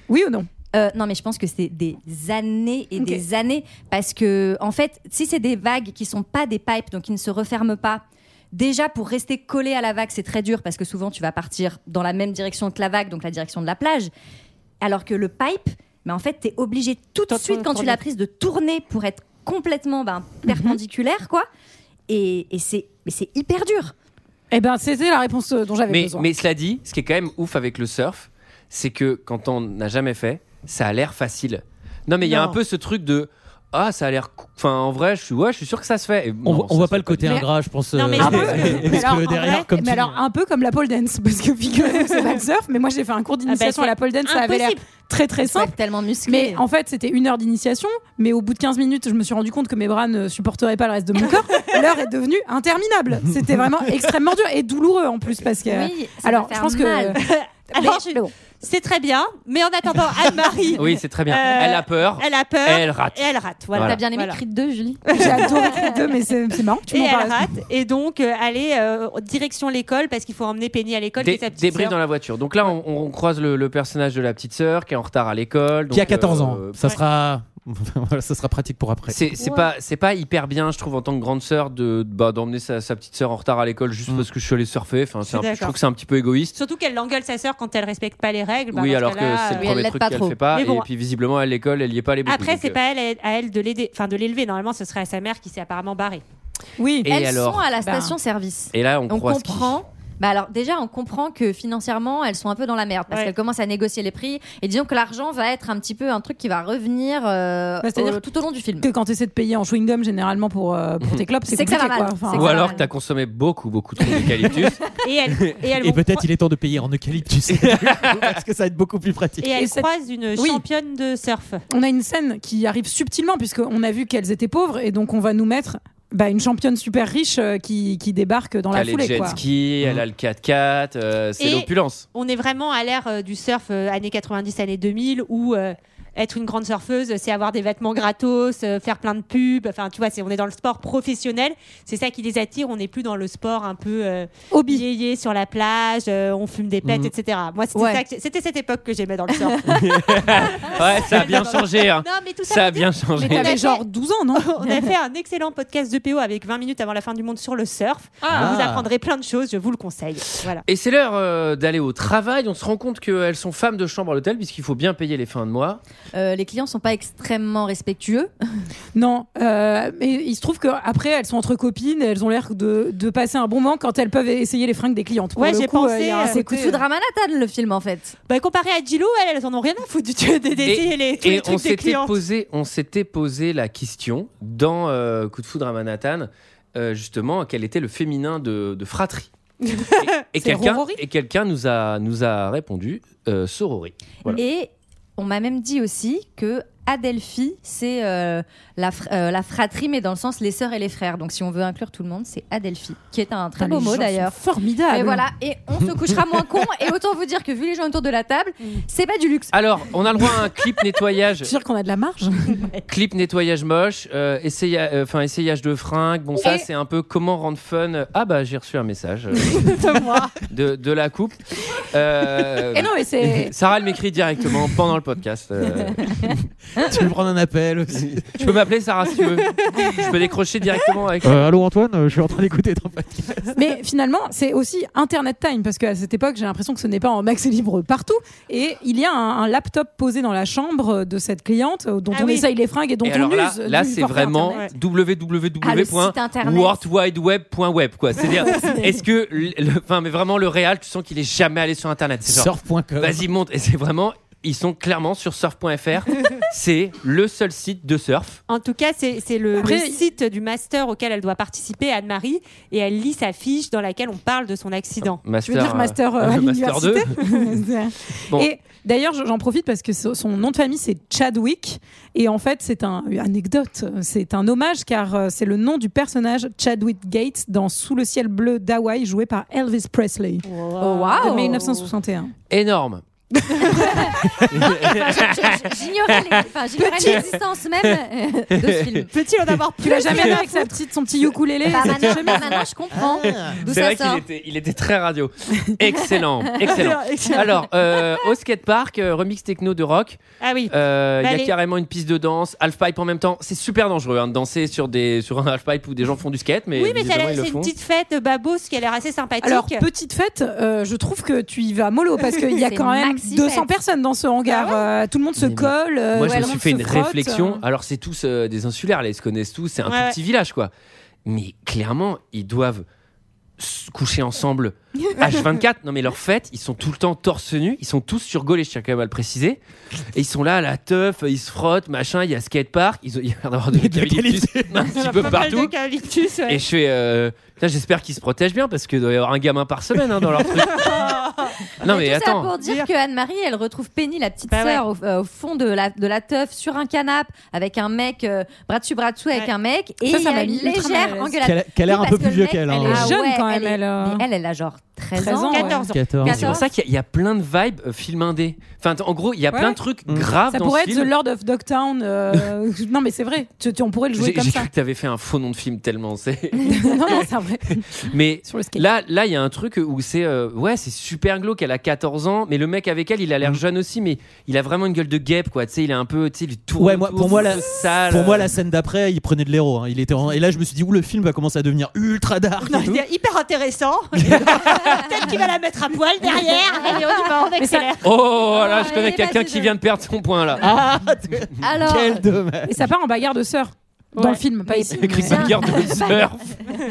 Speaker 10: oui ou non
Speaker 5: Euh, non, mais je pense que c'est des années et
Speaker 10: Ok.
Speaker 5: des années parce que, en fait, si c'est des vagues qui sont pas des pipes, donc qui ne se referment pas, déjà pour rester collé à la vague, c'est très dur parce que souvent tu vas partir dans la même direction que la vague, donc la direction de la plage. Alors que le pipe, mais en fait, tu es obligé tout de
Speaker 9: T'entends
Speaker 5: suite, quand tu
Speaker 9: tourner.
Speaker 5: l'as prise, de tourner pour être complètement ben,
Speaker 1: Mhm.
Speaker 5: perpendiculaire, quoi. Et, et c'est mais c'est hyper dur.
Speaker 10: Eh ben, c'était la réponse euh, dont j'avais
Speaker 1: mais,
Speaker 10: besoin.
Speaker 1: mais cela dit, ce qui est quand même ouf avec le surf, c'est que quand on n'a jamais fait, ça a l'air facile. Non, mais il y a un
Speaker 9: Non.
Speaker 1: peu ce truc de ah, ça a l'air. cou- Enfin, en vrai, je suis ouais, je suis sûr que ça se fait. Et
Speaker 6: On,
Speaker 1: non,
Speaker 6: voit- on
Speaker 1: ça
Speaker 6: voit
Speaker 1: se
Speaker 6: pas
Speaker 1: fait
Speaker 6: le côté
Speaker 10: Mais-
Speaker 6: ingrat, je pense.
Speaker 9: Non, mais-
Speaker 6: euh,
Speaker 9: Ah, parce
Speaker 10: que-
Speaker 6: parce
Speaker 10: mais alors,
Speaker 6: que
Speaker 10: en
Speaker 6: derrière,
Speaker 10: vrai,
Speaker 6: comme
Speaker 10: mais
Speaker 6: tu
Speaker 10: alors un peu comme la pole dance parce que figurez-vous c'est pas le surf mais moi j'ai fait un cours d'initiation
Speaker 9: Ah, bah, c'est
Speaker 10: à la pole dance ça avait l'air
Speaker 9: impossible.
Speaker 10: très très simple
Speaker 5: C'est tellement musclé.
Speaker 10: Mais en fait, c'était une heure d'initiation, mais au bout de 15 minutes, je me suis rendu compte que mes bras ne supporteraient pas le reste de mon
Speaker 5: [LAUGHS]
Speaker 10: corps. L'heure est devenue interminable. C'était vraiment extrêmement dur et douloureux en plus parce que. euh,
Speaker 5: oui, ça
Speaker 10: Alors,
Speaker 5: va
Speaker 10: je
Speaker 5: faire
Speaker 10: pense que. [LAUGHS]
Speaker 5: mal.
Speaker 9: Alors,
Speaker 5: Mais-
Speaker 9: je- c'est très bien, mais en attendant, Anne-Marie,
Speaker 1: pas. Oui, c'est très bien.
Speaker 9: Euh,
Speaker 1: elle a peur,
Speaker 9: elle a peur
Speaker 1: elle rate.
Speaker 9: et elle rate. Voilà.
Speaker 5: T'as bien aimé
Speaker 9: Voilà.
Speaker 5: le cri de deux, Julie
Speaker 10: J'ai adoré les deux, mais c'est c'est marrant. que Tu
Speaker 9: et
Speaker 10: m'en
Speaker 9: elle
Speaker 10: parles.
Speaker 9: rate. Et donc, euh, aller euh, direction l'école parce qu'il faut emmener Penny à l'école.
Speaker 1: Des-
Speaker 9: qui est sa petite
Speaker 1: débris
Speaker 9: sœur.
Speaker 1: dans la voiture. Donc là, on, on croise le, le personnage de la petite sœur qui est en retard à l'école.
Speaker 6: Qui a
Speaker 1: donc,
Speaker 6: 14 ans.
Speaker 1: euh,
Speaker 6: ça
Speaker 9: ouais.
Speaker 6: sera. [LAUGHS] voilà, ça sera pratique pour après.
Speaker 1: C'est c'est
Speaker 9: Ouais.
Speaker 1: pas c'est pas hyper bien je trouve en tant que grande sœur de bah, d'emmener sa, sa petite sœur en retard à l'école juste
Speaker 6: Mm.
Speaker 1: parce que je suis allé surfer enfin c'est
Speaker 9: suis
Speaker 1: un peu- je
Speaker 9: d'accord.
Speaker 1: trouve que c'est un petit peu égoïste
Speaker 9: Surtout qu'elle engueule sa sœur quand elle respecte pas les règles. bah,
Speaker 1: oui
Speaker 9: dans ce
Speaker 1: alors que
Speaker 9: cas-là,
Speaker 1: c'est le
Speaker 9: euh,
Speaker 5: oui, elle
Speaker 1: premier
Speaker 5: l'aide
Speaker 1: truc
Speaker 5: pas
Speaker 1: qu'elle
Speaker 5: trop.
Speaker 1: fait pas
Speaker 9: Mais bon.
Speaker 1: et puis visiblement à l'école elle y est pas allée beaucoup
Speaker 9: Après,
Speaker 1: donc,
Speaker 9: c'est
Speaker 1: euh,
Speaker 9: pas elle, à elle de l'aider, enfin de l'élever. Normalement, ce serait à sa mère qui s'est apparemment barrée.
Speaker 10: Oui.
Speaker 1: Et
Speaker 5: Elles
Speaker 1: alors
Speaker 5: sont à la
Speaker 10: Bah.
Speaker 5: station-service.
Speaker 1: et là on,
Speaker 5: on
Speaker 1: croise
Speaker 5: comprend. Bah alors déjà, on comprend que financièrement, elles sont un peu dans la merde parce
Speaker 9: Ouais.
Speaker 5: qu'elles commencent à négocier les prix. Et disons que l'argent va être un petit peu un truc qui va revenir euh,
Speaker 10: Bah, c'est-à-dire
Speaker 5: au- tout au long du film.
Speaker 10: Que quand tu essaies de payer en chewing-gum, généralement pour, euh, pour
Speaker 1: Mhm.
Speaker 10: tes clopes, c'est
Speaker 5: C'est que ça va
Speaker 10: compliqué,
Speaker 5: mal.
Speaker 10: quoi. Enfin,
Speaker 5: C'est
Speaker 1: qui.
Speaker 5: que
Speaker 1: ou
Speaker 5: ça va
Speaker 1: alors
Speaker 5: mal.
Speaker 1: que t'as consommé beaucoup beaucoup trop d'eucalyptus
Speaker 9: Et
Speaker 1: [LAUGHS]
Speaker 9: elle, et elle,
Speaker 6: Et peut-être il est temps de payer en eucalyptus. parce que ça va être beaucoup plus pratique.
Speaker 9: et elle
Speaker 10: Et cette-
Speaker 9: croise une
Speaker 10: Oui.
Speaker 9: championne de surf.
Speaker 10: on a une scène qui arrive subtilement puisqu'on a vu qu'elles étaient pauvres et donc on va nous mettre bah, une championne super riche euh, qui, qui débarque dans la
Speaker 1: elle a les
Speaker 10: foulée.
Speaker 1: jet
Speaker 10: quoi.
Speaker 1: ski elle a le 4x4 euh, c'est
Speaker 9: Et-
Speaker 1: l'opulence
Speaker 9: On est vraiment à l'ère euh, du surf euh, années 90, années 2000 où euh, être une grande surfeuse, c'est avoir des vêtements gratos, euh, faire plein de pubs. Enfin, tu vois, c'est on est dans le sport professionnel. C'est ça qui les attire. On n'est plus dans le sport un peu euh,
Speaker 10: Hobby.
Speaker 9: yéyé sur la plage. euh, on fume des pètes,
Speaker 6: Mhm.
Speaker 9: etc. Moi, c'était
Speaker 5: Ouais.
Speaker 9: ça que- c'était cette époque que j'aimais dans le [LAUGHS] surf.
Speaker 1: ouais ça a bien changé hein.
Speaker 9: non, mais tout ça,
Speaker 1: ça a
Speaker 9: pour
Speaker 1: bien changé
Speaker 10: Mais t'avais
Speaker 9: fait-
Speaker 10: genre 12 ans, non
Speaker 9: On a fait un excellent podcast de PO avec 20 minutes avant la fin du monde sur le surf.
Speaker 6: Ah.
Speaker 9: Vous apprendrez plein de choses, je vous le conseille. Voilà.
Speaker 1: Et c'est l'heure euh, d'aller au travail. On se rend compte qu'elles sont femmes de chambre à l'hôtel puisqu'il faut bien payer les fins de mois.
Speaker 5: Euh, les clients sont pas extrêmement respectueux.
Speaker 10: Non, euh, mais il se trouve qu'après, elles sont entre copines et elles ont l'air de, de passer un bon moment quand elles peuvent essayer les fringues des clientes. Pour
Speaker 9: Ouais,
Speaker 10: le
Speaker 9: j'ai
Speaker 10: coup,
Speaker 9: pensé,
Speaker 10: il y a un
Speaker 9: euh,
Speaker 10: côté-
Speaker 5: C'est coup de foudre à Manhattan le film en fait.
Speaker 9: Bah, comparé à Jilo, elles, elles en ont rien à foutre du des, des, des- les, tous les
Speaker 1: on
Speaker 9: trucs des
Speaker 1: s'était
Speaker 9: clients.
Speaker 1: posé, on s'était posé la question dans euh, Coup de foudre à Manhattan, euh, justement, quel était le féminin de, de
Speaker 10: [LAUGHS]
Speaker 1: fratrie. Et- Et,
Speaker 10: C'est
Speaker 1: quelqu'un
Speaker 10: Rorori
Speaker 1: et quelqu'un nous a nous a répondu euh, sororité. Voilà.
Speaker 5: Et on m'a même dit aussi que Adelphi, c'est euh, la, fr- euh, la fratrie, mais dans le sens les sœurs et les frères. Donc si on veut inclure tout le monde, c'est Adelphi, qui est un très
Speaker 1: Ah,
Speaker 10: Putain, les
Speaker 5: beau
Speaker 10: gens
Speaker 5: mot
Speaker 10: sont
Speaker 5: d'ailleurs.
Speaker 10: Formidable.
Speaker 5: Et voilà, et on se couchera moins con. Et autant vous dire que vu les gens autour de la table, c'est pas du luxe.
Speaker 1: Alors, on a le droit à un clip nettoyage,
Speaker 10: [LAUGHS] Je suis sûr qu'on a de la marge.
Speaker 1: clip nettoyage moche, euh, essaya- euh, enfin, essayage de fringues. Bon, ça,
Speaker 5: Et-
Speaker 1: c'est un peu comment rendre fun. Ah, bah, j'ai reçu un message euh, de, de la coupe. Euh,
Speaker 10: [LAUGHS] Et non, mais c'est.
Speaker 1: [LAUGHS] Sarah, elle m'écrit directement pendant le podcast. euh,
Speaker 6: tu peux prendre un appel aussi. [LAUGHS]
Speaker 1: tu peux m'appeler, Sarah, si tu veux. Je peux décrocher directement avec.
Speaker 6: Euh, allô Antoine, je suis en train d'écouter ton
Speaker 10: Mais finalement, c'est aussi Internet Time, parce qu'à cette époque, j'ai l'impression que ce n'est pas en max et libre partout. Et il y a un, un laptop posé dans la chambre de cette cliente euh, dont
Speaker 9: Ah
Speaker 10: on
Speaker 9: oui.
Speaker 10: essaye les fringues et dont
Speaker 1: Et
Speaker 10: on
Speaker 1: alors là,
Speaker 10: use.
Speaker 5: euh,
Speaker 10: du
Speaker 1: là c'est
Speaker 10: forfait
Speaker 1: vraiment
Speaker 10: Internet.
Speaker 5: Ah, le site internet.
Speaker 1: www.worldwideweb.web quoi.
Speaker 5: [LAUGHS]
Speaker 1: C'est-à-dire, est-ce que, le- le- enfin, mais vraiment le réal, tu sens qu'il est jamais allé sur Internet. C'est genre,
Speaker 6: Surf.com.
Speaker 1: Vas-y, monte. Et c'est vraiment. Ils sont clairement sur
Speaker 5: [LAUGHS]
Speaker 1: surf.fr. c'est le seul site de surf.
Speaker 9: En tout cas, c'est c'est le,
Speaker 10: Après,
Speaker 9: le site du master auquel elle doit participer, Anne-Marie, et elle lit sa fiche dans laquelle on parle de son accident.
Speaker 10: Je
Speaker 1: Master,
Speaker 10: veux dire master euh,
Speaker 1: euh,
Speaker 10: à
Speaker 1: master 2.
Speaker 10: l'université. [LAUGHS]
Speaker 1: Bon.
Speaker 10: Et d'ailleurs, j'en profite parce que son son nom de famille c'est Chadwick et en fait c'est un une anecdote, c'est un hommage car euh, c'est le nom du personnage Chadwick Gates dans Sous le ciel bleu d'Hawaï joué par Elvis Presley
Speaker 5: Oh, waouh.
Speaker 10: de
Speaker 5: [LAUGHS]
Speaker 10: 1961.
Speaker 1: euh, Énorme.
Speaker 5: [LAUGHS] J'ignorais les- enfin, j'ignorais l'existence même euh, de ce film.
Speaker 9: Peut-il en avoir plus
Speaker 10: Tu l'as jamais vu avec sa petite son petit ukulélé.
Speaker 5: Bah,
Speaker 10: cette
Speaker 5: maintenant,
Speaker 10: chemise
Speaker 5: maintenant, je comprends d'où
Speaker 1: Ah. C'est vrai
Speaker 5: ça
Speaker 1: qu'il
Speaker 5: sort.
Speaker 1: était, il était très radio.
Speaker 5: [LAUGHS]
Speaker 1: Excellent, excellent. Alors, euh, au skatepark, euh, remix techno de rock,
Speaker 9: Ah oui.
Speaker 1: euh, il y a
Speaker 9: Allez.
Speaker 1: carrément une piste de danse, half-pipe en même temps. C'est super dangereux hein, de danser sur, des, sur un half-pipe où des gens font du skate, mais,
Speaker 9: oui, mais ça a
Speaker 1: visiblement,
Speaker 9: l'air-
Speaker 1: ils
Speaker 9: c'est
Speaker 1: le
Speaker 9: une
Speaker 1: font.
Speaker 9: petite fête babos qui a l'air assez sympathique.
Speaker 10: Alors, petite fête, euh, je trouve que tu y vas mollo parce qu'il y a
Speaker 5: [LAUGHS] C'est
Speaker 10: quand même
Speaker 5: maxi
Speaker 10: 200
Speaker 5: fête. Ah
Speaker 10: personnes dans ce hangar. Euh, tout le monde se
Speaker 1: Mais
Speaker 10: colle. euh,
Speaker 1: Moi,
Speaker 10: tout
Speaker 1: je
Speaker 10: le
Speaker 1: me suis
Speaker 10: monde
Speaker 1: fait
Speaker 10: se
Speaker 1: une
Speaker 10: frotte.
Speaker 1: réflexion. Alors, c'est tous euh, des insulaires, là, ils se connaissent tous. C'est un
Speaker 9: hein. Ouais,
Speaker 1: tout petit village, quoi. Mais clairement, ils doivent se coucher
Speaker 9: [LAUGHS]
Speaker 1: ensemble H24. Non, mais leur fête, ils sont tout le temps torse nu. Ils sont tous sur Gaulle, et je tiens quand même à le préciser. Et ils sont là à la teuf, ils se frottent, machin. Il y a skatepark. Ils ont, il y a l'air d'avoir de l'eucalyptus [LAUGHS] un petit peu partout.
Speaker 9: Eucalyptus, ouais.
Speaker 1: Et je fais, euh, putain, j'espère qu'ils se protègent bien parce que doit y avoir un gamin par semaine hein, dans leur truc.
Speaker 6: Ah,
Speaker 1: non, mais
Speaker 5: tout ça
Speaker 1: attends.
Speaker 5: pour dire que Anne-Marie, elle retrouve Penny, la petite
Speaker 9: Bah ouais.
Speaker 5: sœur, au, euh, au fond de la, de la teuf, sur un canapé, avec un mec, euh, bras dessus, bras dessous, avec
Speaker 9: Ouais.
Speaker 5: un mec, et
Speaker 10: Ça, ça
Speaker 5: il y
Speaker 10: m'a
Speaker 5: a
Speaker 10: mis
Speaker 5: une
Speaker 10: ultra mal à
Speaker 5: légère
Speaker 10: l'aise.
Speaker 5: engueulade.
Speaker 6: Qu'elle a- qu'elle a l'air
Speaker 5: Oui,
Speaker 6: un peu
Speaker 5: parce
Speaker 6: plus vieux
Speaker 5: le mec,
Speaker 6: qu'elle. hein.
Speaker 5: elle est
Speaker 10: jeune quand
Speaker 5: ouais,
Speaker 10: même, elle, euh,
Speaker 5: mais elle, elle a genre 13,
Speaker 10: 13 ans,
Speaker 5: ouais.
Speaker 9: 14 ans.
Speaker 6: 14.
Speaker 1: Mais C'est pour ça qu'il y, a- il y a plein de vibes euh, film indé. Enfin, t- en gros, il y a
Speaker 10: Ouais.
Speaker 1: plein de trucs
Speaker 6: Mm.
Speaker 1: graves
Speaker 10: Ça
Speaker 1: dans
Speaker 10: pourrait
Speaker 1: ce
Speaker 10: être The
Speaker 1: film.
Speaker 10: Lord of Dogtown. euh,
Speaker 1: [LAUGHS]
Speaker 10: non, mais c'est vrai. Tu, tu- on pourrait le jouer
Speaker 1: J'ai
Speaker 10: comme
Speaker 1: j'ai
Speaker 10: ça.
Speaker 1: cru que t'avais fait un faux nom de film tellement c'est.
Speaker 10: [LAUGHS] non, non, c'est vrai.
Speaker 1: Mais
Speaker 10: Sur le skate.
Speaker 1: là, là, il y a un truc où c'est euh, ouais, c'est super glauque. Elle a 14 ans, mais le mec avec elle, il a
Speaker 6: Mm.
Speaker 1: l'air jeune aussi, mais il a vraiment une gueule de guêpe quoi. Tu sais, il est un peu, tu sais, il tourne
Speaker 6: Ouais, moi-
Speaker 1: autour,
Speaker 6: pour moi,
Speaker 1: il est
Speaker 6: la-
Speaker 1: sale.
Speaker 6: Pour moi, la scène d'après, il prenait de l'héros. hein. Il était en- Et là, je me suis dit, où le film va commencer à devenir ultra dark. et
Speaker 9: Non,
Speaker 6: tout.
Speaker 9: c'est hyper
Speaker 1: [LAUGHS]
Speaker 9: intéressant. Peut-être qu'il va la mettre à poil derrière. Allez, on y va, on accélère.
Speaker 1: Oh là,
Speaker 5: Ah,
Speaker 1: je
Speaker 5: elle
Speaker 1: connais
Speaker 5: est
Speaker 1: quelqu'un
Speaker 5: passée
Speaker 1: qui
Speaker 5: de-
Speaker 1: vient de perdre son point [LAUGHS] là.
Speaker 6: Ah, t-
Speaker 5: Alors,
Speaker 6: [LAUGHS] quel dommage.
Speaker 10: Et ça part en bagarre de sœurs. Dans
Speaker 9: Ouais.
Speaker 10: le film, pas
Speaker 5: Mais-
Speaker 10: ici.
Speaker 5: Avec
Speaker 10: mais-
Speaker 5: les Bien.
Speaker 1: Bagarre de surf.
Speaker 9: Ouais,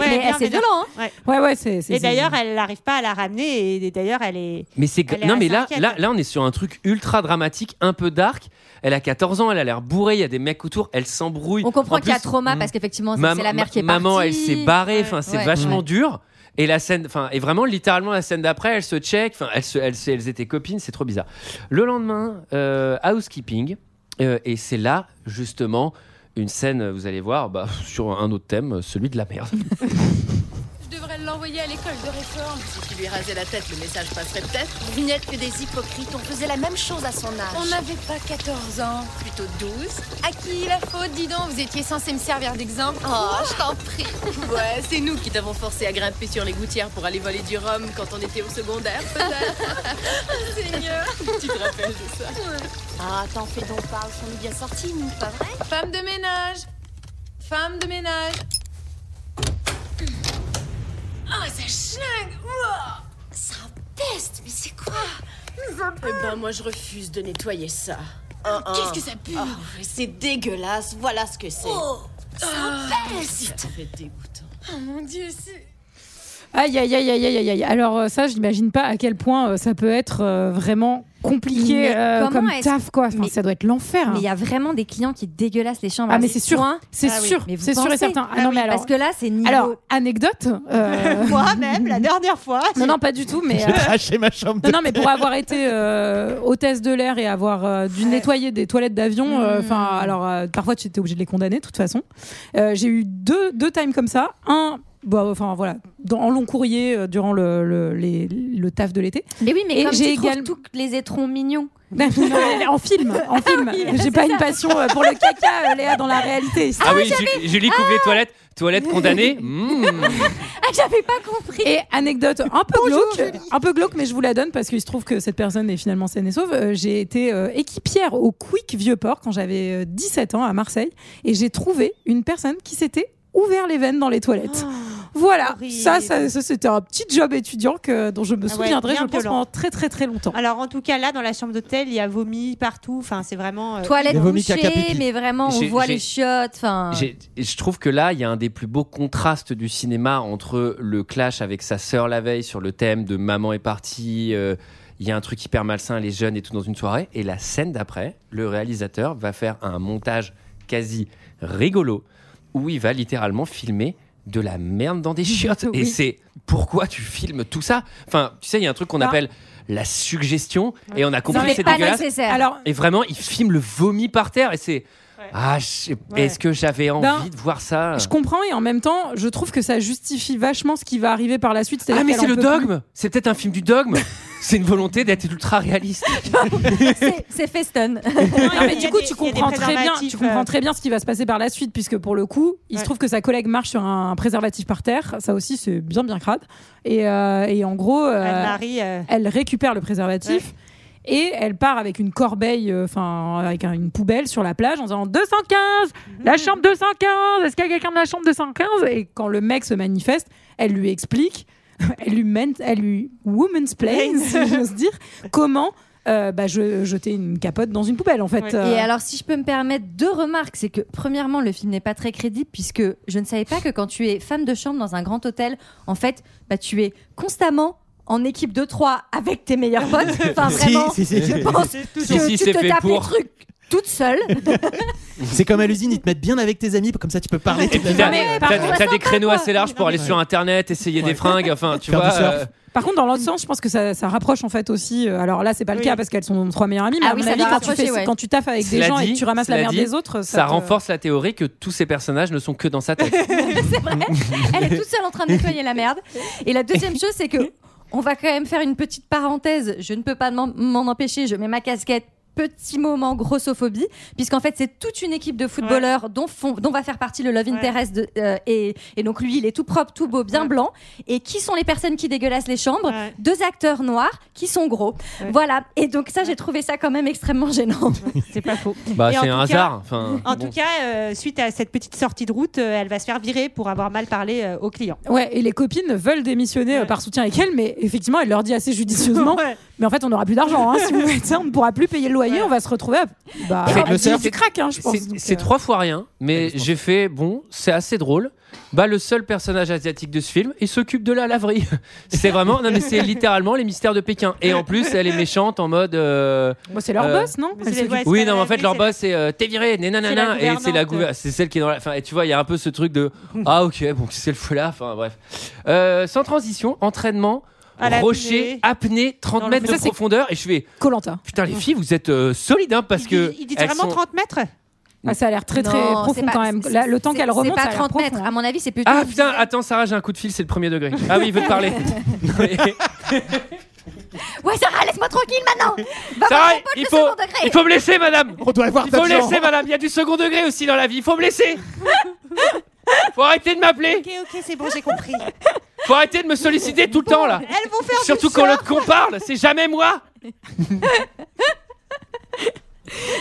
Speaker 5: mais
Speaker 9: bien,
Speaker 5: c'est
Speaker 9: bien.
Speaker 5: violent, hein.
Speaker 10: Ouais, ouais, c'est. c'est-
Speaker 9: Et d'ailleurs, elle n'arrive pas à la ramener. Et d'ailleurs, elle [LAUGHS] est.
Speaker 1: Mais c'est
Speaker 9: Elle est
Speaker 1: non mais
Speaker 9: assez
Speaker 1: là,
Speaker 9: inquiète.
Speaker 1: là là on est sur un truc ultra dramatique, un peu dark. Elle a 14 ans, elle a l'air bourrée, il y a des mecs autour, elle s'embrouille.
Speaker 5: On comprend
Speaker 1: En
Speaker 5: qu'il y a
Speaker 1: plus,
Speaker 5: trauma
Speaker 6: mm.
Speaker 5: parce qu'effectivement, c'est
Speaker 1: Mam-
Speaker 5: c'est la mère qui est
Speaker 1: ma- Maman,
Speaker 5: partie.
Speaker 1: elle s'est barrée.
Speaker 9: Ouais.
Speaker 1: Enfin, c'est
Speaker 5: Ouais.
Speaker 1: vachement
Speaker 5: Ouais.
Speaker 1: dur. Et la scène, enfin, et vraiment littéralement la scène d'après, elle se check. Enfin, elles, se- elles, se- elles étaient copines. C'est trop bizarre. Le lendemain, euh, housekeeping, euh, et c'est là justement une scène. Vous allez voir, bah, sur un autre thème, celui de la merde.
Speaker 5: Ah
Speaker 7: Je devrais l'envoyer à l'école de réforme. Si tu lui rasais la tête, le message passerait peut-être. Vous n'êtes que des hypocrites, on faisait la même chose à son âge. On n'avait pas 14 ans, plutôt 12. À qui la faute, dis donc Vous étiez censé me servir d'exemple. Oh, je t'en prie. Ouais, c'est nous qui t'avons forcé à grimper sur les gouttières pour aller voler du rhum quand on était au secondaire, peut-être. Seigneur Tu te rappelles de ça Ah, t'en fais donc pas, on s'en est bien sortis, nous, pas vrai Femme de ménage Femme de ménage Oh, ça chlingue Ça peste, mais c'est quoi Eh ben, moi, je refuse de nettoyer ça. Qu'est-ce que ça pue ah. C'est dégueulasse, voilà Ah, ce que c'est. ça peste Ça fait dégoûtant. Oh mon dieu, c'est...
Speaker 10: Aïe, aïe, aïe, aïe, aïe, aïe, aïe. Alors, euh, ça, j'imagine pas à quel point euh, ça peut être euh, vraiment compliqué
Speaker 5: Mais
Speaker 10: euh,
Speaker 5: comment
Speaker 10: comme
Speaker 5: est-ce-
Speaker 10: taf, quoi. Enfin,
Speaker 5: mais-
Speaker 10: ça doit être l'enfer. hein.
Speaker 5: Mais il y a vraiment des clients qui dégueulassent les chambres.
Speaker 10: Ah,
Speaker 5: à
Speaker 10: mais
Speaker 5: ce
Speaker 10: c'est sûr.
Speaker 5: point.
Speaker 10: C'est
Speaker 9: Ah oui.
Speaker 10: sûr,
Speaker 5: Mais vous
Speaker 10: c'est sûr et
Speaker 5: pensez
Speaker 10: certain. Ah non, mais alors.
Speaker 5: Parce que là, c'est niveau.
Speaker 10: Alors, anecdote.
Speaker 5: [LAUGHS]
Speaker 10: euh,
Speaker 9: Moi-même, la dernière fois.
Speaker 10: non, non, pas du tout, mais.
Speaker 6: J'ai
Speaker 10: euh,
Speaker 6: craché ma chambre.
Speaker 10: Non, non, mais pour avoir été euh, hôtesse de l'air et avoir euh, dû nettoyer des toilettes d'avion, euh,
Speaker 5: Mm.
Speaker 10: enfin, alors euh, parfois tu étais obligé de les condamner, de toute façon. Euh, j'ai eu deux, deux times comme ça. Un, bah, enfin voilà, dans, en long courrier euh, durant le, le, les- le taf de l'été. [LAUGHS]
Speaker 5: Mais oui, mais
Speaker 10: Et
Speaker 5: comme
Speaker 10: j'ai
Speaker 5: tu trouves
Speaker 10: également-
Speaker 5: tous les étrons mignons.
Speaker 10: Non, mais en film, en film. j'ai pas une passion euh, pour le caca, euh, Léa, dans la réalité. ici.
Speaker 1: Ah oui, Ju- Julie coupe les toilettes. Toilettes condamnées. Mmh.
Speaker 5: [LAUGHS] Ah, j'avais pas compris.
Speaker 10: Et anecdote un peu glauque, un peu glauque, mais je vous la donne parce qu'il se trouve que cette personne est finalement saine et sauve. Euh, j'ai été euh, équipière au Quick Vieux-Port quand j'avais euh, 17 ans à Marseille et j'ai trouvé une personne qui s'était ouvert les veines dans les
Speaker 9: Ah.
Speaker 10: toilettes. voilà,
Speaker 9: horrible.
Speaker 10: ça, ça, ça, c'était un petit job étudiant que, dont je me
Speaker 9: Ah ouais,
Speaker 10: souviendrai,
Speaker 9: bien
Speaker 10: je pense,
Speaker 9: violent.
Speaker 10: pendant très très très longtemps.
Speaker 9: Alors, en tout cas, là, dans la chambre d'hôtel, il y a vomi partout. Enfin, c'est vraiment. euh,
Speaker 5: Toilette
Speaker 6: Les vomis, caca,
Speaker 5: couchée,
Speaker 6: pipi.
Speaker 5: mais vraiment,
Speaker 1: J'ai-
Speaker 5: on voit
Speaker 1: j'ai-
Speaker 5: les chiottes. Enfin,
Speaker 1: J'ai- Je trouve que là, il y a un des plus beaux contrastes du cinéma entre le clash avec sa sœur la veille sur le thème de Maman est partie, euh, il y a un truc hyper malsain, les jeunes et tout dans une soirée, et la scène d'après, le réalisateur va faire un montage quasi rigolo où il va littéralement filmer de la merde
Speaker 5: [LAUGHS]
Speaker 1: dans des chiottes. Et
Speaker 10: Oui.
Speaker 1: c'est pourquoi tu filmes tout ça Enfin, tu sais, il y a un truc qu'on
Speaker 10: Ah.
Speaker 1: appelle la suggestion, et on a
Speaker 5: Bah. non,
Speaker 1: compris que
Speaker 5: mais
Speaker 1: c'est
Speaker 5: pas
Speaker 1: dégueulasse.
Speaker 5: nécessaire.
Speaker 10: Alors,
Speaker 1: Et vraiment, il filme le vomi par terre et c'est.
Speaker 9: Ouais.
Speaker 1: Ah, je-
Speaker 9: Ouais.
Speaker 1: est-ce que j'avais envie
Speaker 10: Ben,
Speaker 1: de voir ça
Speaker 10: je comprends et en même temps, je trouve que ça justifie vachement ce qui va arriver par la suite.
Speaker 1: Ah,
Speaker 10: c'est-à-dire
Speaker 1: mais
Speaker 10: qu'elle
Speaker 1: c'est
Speaker 10: en
Speaker 1: le
Speaker 10: peut plus.
Speaker 1: dogme C'est peut-être un film du
Speaker 9: [LAUGHS]
Speaker 1: dogme C'est une volonté d'être ultra réaliste.
Speaker 5: [LAUGHS] C'est- c'est Feston.
Speaker 10: Non,
Speaker 9: [LAUGHS]
Speaker 10: mais
Speaker 9: Il y
Speaker 10: du
Speaker 9: a
Speaker 10: coup,
Speaker 9: des-
Speaker 10: tu
Speaker 9: il y a des
Speaker 10: comprends très bien,
Speaker 9: préservatifs,
Speaker 10: tu comprends
Speaker 9: euh.
Speaker 10: très bien ce qui va se passer par la suite, puisque pour le coup, il se
Speaker 9: Ouais.
Speaker 10: trouve que sa collègue marche sur un préservatif par terre. Ça aussi, c'est bien, bien crade. Et, euh, et en gros, euh,
Speaker 9: Anne-Marie. euh,
Speaker 10: elle récupère le préservatif. Et elle part avec une corbeille, euh, enfin avec un- une poubelle sur la plage en disant 215,
Speaker 5: Mhm.
Speaker 10: la chambre 215, est-ce qu'il y a quelqu'un de la chambre 215 Et quand le mec se manifeste, elle lui explique, [LAUGHS] elle lui, ment- elle lui woman's plains, si j'ose dire, comment euh, bah, je, jeter une capote dans une poubelle en fait.
Speaker 9: Ouais.
Speaker 10: Euh,
Speaker 5: Et alors, si je peux me permettre deux remarques, c'est que premièrement, le film n'est pas très crédible puisque je ne savais pas que quand tu es femme de chambre dans un grand hôtel, en fait, bah, tu es constamment en équipe de trois avec tes meilleurs potes. Enfin, vraiment,
Speaker 6: Si, si, si.
Speaker 5: je [LAUGHS] pense
Speaker 9: c'est
Speaker 5: que
Speaker 9: toujours-
Speaker 1: Si, si,
Speaker 5: tu
Speaker 1: c'est
Speaker 5: te
Speaker 1: fait
Speaker 5: tapes les
Speaker 1: pour.
Speaker 5: trucs toute seule.
Speaker 6: C'est comme à l'usine, ils te mettent bien avec tes amis, comme ça tu peux parler. toute la
Speaker 1: T'as
Speaker 6: journée.
Speaker 10: mais par
Speaker 1: t'as-
Speaker 10: contre,
Speaker 1: t'as des créneaux assez larges pour aller
Speaker 6: Ouais.
Speaker 1: sur internet, essayer des
Speaker 6: Ouais.
Speaker 1: fringues,
Speaker 6: [LAUGHS]
Speaker 1: enfin, tu
Speaker 6: Faire du
Speaker 1: vois. euh,
Speaker 6: surf.
Speaker 10: Par contre, dans l'autre sens, je pense que ça, ça rapproche en fait aussi. euh, Alors là, c'est pas le
Speaker 9: Oui.
Speaker 10: cas parce qu'elles sont trois meilleures amies. Mais
Speaker 5: Ah
Speaker 10: à
Speaker 5: oui,
Speaker 10: mon
Speaker 5: ça
Speaker 10: avis,
Speaker 5: doit
Speaker 10: quand tu,
Speaker 5: rapprocher,
Speaker 10: fais,
Speaker 5: ouais.
Speaker 10: quand tu taffes avec
Speaker 1: Cela
Speaker 10: des gens et
Speaker 1: dit-
Speaker 10: que tu ramasses la
Speaker 1: cela
Speaker 10: merde
Speaker 1: dit,
Speaker 10: des autres,
Speaker 1: ça
Speaker 10: te-
Speaker 1: renforce la théorie que tous ces personnages ne sont que dans sa
Speaker 9: [LAUGHS]
Speaker 1: tête.
Speaker 5: c'est vrai. [LAUGHS] Elle est toute seule en train de nettoyer la merde. Et la deuxième chose, c'est que on va quand même faire une petite parenthèse. Je ne peux pas m'en- m'en empêcher. Je mets ma casquette. Petit moment grossophobie, puisqu'en fait c'est toute une équipe de footballeurs dont, font- dont va faire partie le Love
Speaker 9: Ouais.
Speaker 5: Interest de- euh, et, et donc lui il est tout propre, tout beau, bien
Speaker 9: Ouais.
Speaker 5: blanc. Et qui sont les personnes qui dégueulassent les
Speaker 10: Oh.
Speaker 5: chambres
Speaker 9: Ouais.
Speaker 5: Deux acteurs noirs qui sont gros.
Speaker 9: Ouais.
Speaker 5: Voilà. Et donc ça j'ai trouvé ça quand même extrêmement gênant.
Speaker 9: C'est
Speaker 10: [LAUGHS]
Speaker 9: pas faux.
Speaker 1: bah,
Speaker 9: Et en
Speaker 1: c'est
Speaker 9: tout
Speaker 1: un
Speaker 9: cas-
Speaker 1: hasard. Enfin,
Speaker 9: En
Speaker 1: bon.
Speaker 9: tout cas, euh, suite à cette petite sortie de route, euh, elle va se faire virer pour avoir mal parlé euh, aux clients.
Speaker 10: Ouais, et les copines veulent démissionner euh,
Speaker 9: Ouais.
Speaker 10: par soutien avec elle, mais effectivement, elle leur dit assez
Speaker 9: [LAUGHS]
Speaker 10: judicieusement Mais en fait, on n'aura plus d'argent. hein, si vous faites ça, on ne pourra plus payer le loyer,
Speaker 9: Ouais.
Speaker 10: on va se retrouver à. Bah,
Speaker 1: Faites le
Speaker 10: à-
Speaker 1: surf.
Speaker 10: du crack, hein, je pense.
Speaker 1: C'est-
Speaker 10: Donc,
Speaker 1: C'est
Speaker 10: euh,
Speaker 1: trois fois rien, mais j'ai fait bon, c'est assez drôle. Bah le seul personnage asiatique de ce film, il s'occupe de la laverie. [LAUGHS] C'est vraiment, non mais c'est littéralement les mystères de Pékin. Et en plus, elle est méchante en mode. euh,
Speaker 10: bah, c'est leur
Speaker 1: Euh,
Speaker 10: boss, non
Speaker 9: Mais
Speaker 10: Elle
Speaker 9: c'est les-
Speaker 10: s'occupe-
Speaker 9: ouais,
Speaker 1: Oui,
Speaker 9: c'est
Speaker 1: non, mais en
Speaker 9: la-
Speaker 1: fait, leur
Speaker 9: c'est la-
Speaker 1: boss, c'est euh, t'es viré, nanana,
Speaker 9: C'est la
Speaker 1: et c'est la
Speaker 9: gouvernante.
Speaker 1: gouvernante. C'est celle qui est dans la. Enfin, et tu vois, il y a un peu ce truc de. Ah, ok, bon, c'est le feu là, enfin, bref. Euh, sans transition, entraînement,
Speaker 9: À la
Speaker 1: rocher,
Speaker 9: apnée.
Speaker 1: apnée, 30
Speaker 9: Dans le
Speaker 1: mètres
Speaker 10: feu.
Speaker 1: de
Speaker 10: Ça, c'est-
Speaker 1: profondeur, et je fais.
Speaker 10: Colanta.
Speaker 1: Putain, les filles, vous êtes euh, solides, hein, parce
Speaker 9: il
Speaker 1: que.
Speaker 9: dit, il dit
Speaker 1: elles
Speaker 9: vraiment
Speaker 1: sont-
Speaker 9: 30 mètres
Speaker 10: Ah, ça a l'air très très
Speaker 5: Non, c'est
Speaker 10: profond
Speaker 5: pas-
Speaker 10: quand même.
Speaker 5: c'est-
Speaker 10: Là, le temps
Speaker 5: c'est-
Speaker 10: qu'elle remonte,
Speaker 5: c'est
Speaker 10: ça
Speaker 5: pas
Speaker 10: a l'air
Speaker 5: 30
Speaker 10: profond,
Speaker 5: mètres.
Speaker 10: hein.
Speaker 5: À mon avis c'est plutôt.
Speaker 1: Ah
Speaker 5: une
Speaker 1: putain,
Speaker 5: dizaine.
Speaker 1: attends Sarah, j'ai un coup de fil, c'est le premier degré. [LAUGHS] Ah oui, il veut te parler. Non, mais-
Speaker 10: Ah
Speaker 5: Ouais Sarah laisse-moi tranquille
Speaker 1: [LAUGHS]
Speaker 5: maintenant. Va voir
Speaker 1: Sarah,
Speaker 5: ton pote,
Speaker 1: il
Speaker 5: le
Speaker 1: faut,
Speaker 5: second degré.
Speaker 1: il faut me laisser, madame.
Speaker 6: On doit avoir
Speaker 1: Il faut me
Speaker 6: d'argent.
Speaker 1: laisser, madame. Il y a du second degré aussi dans la vie. Il faut me laisser. Faut arrêter de m'appeler.
Speaker 9: Ok, ok, c'est bon, j'ai compris.
Speaker 1: Faut arrêter de me solliciter tout le temps là.
Speaker 9: Elles vont faire
Speaker 1: Surtout quand l'autre con parle, c'est jamais moi.
Speaker 9: [LAUGHS]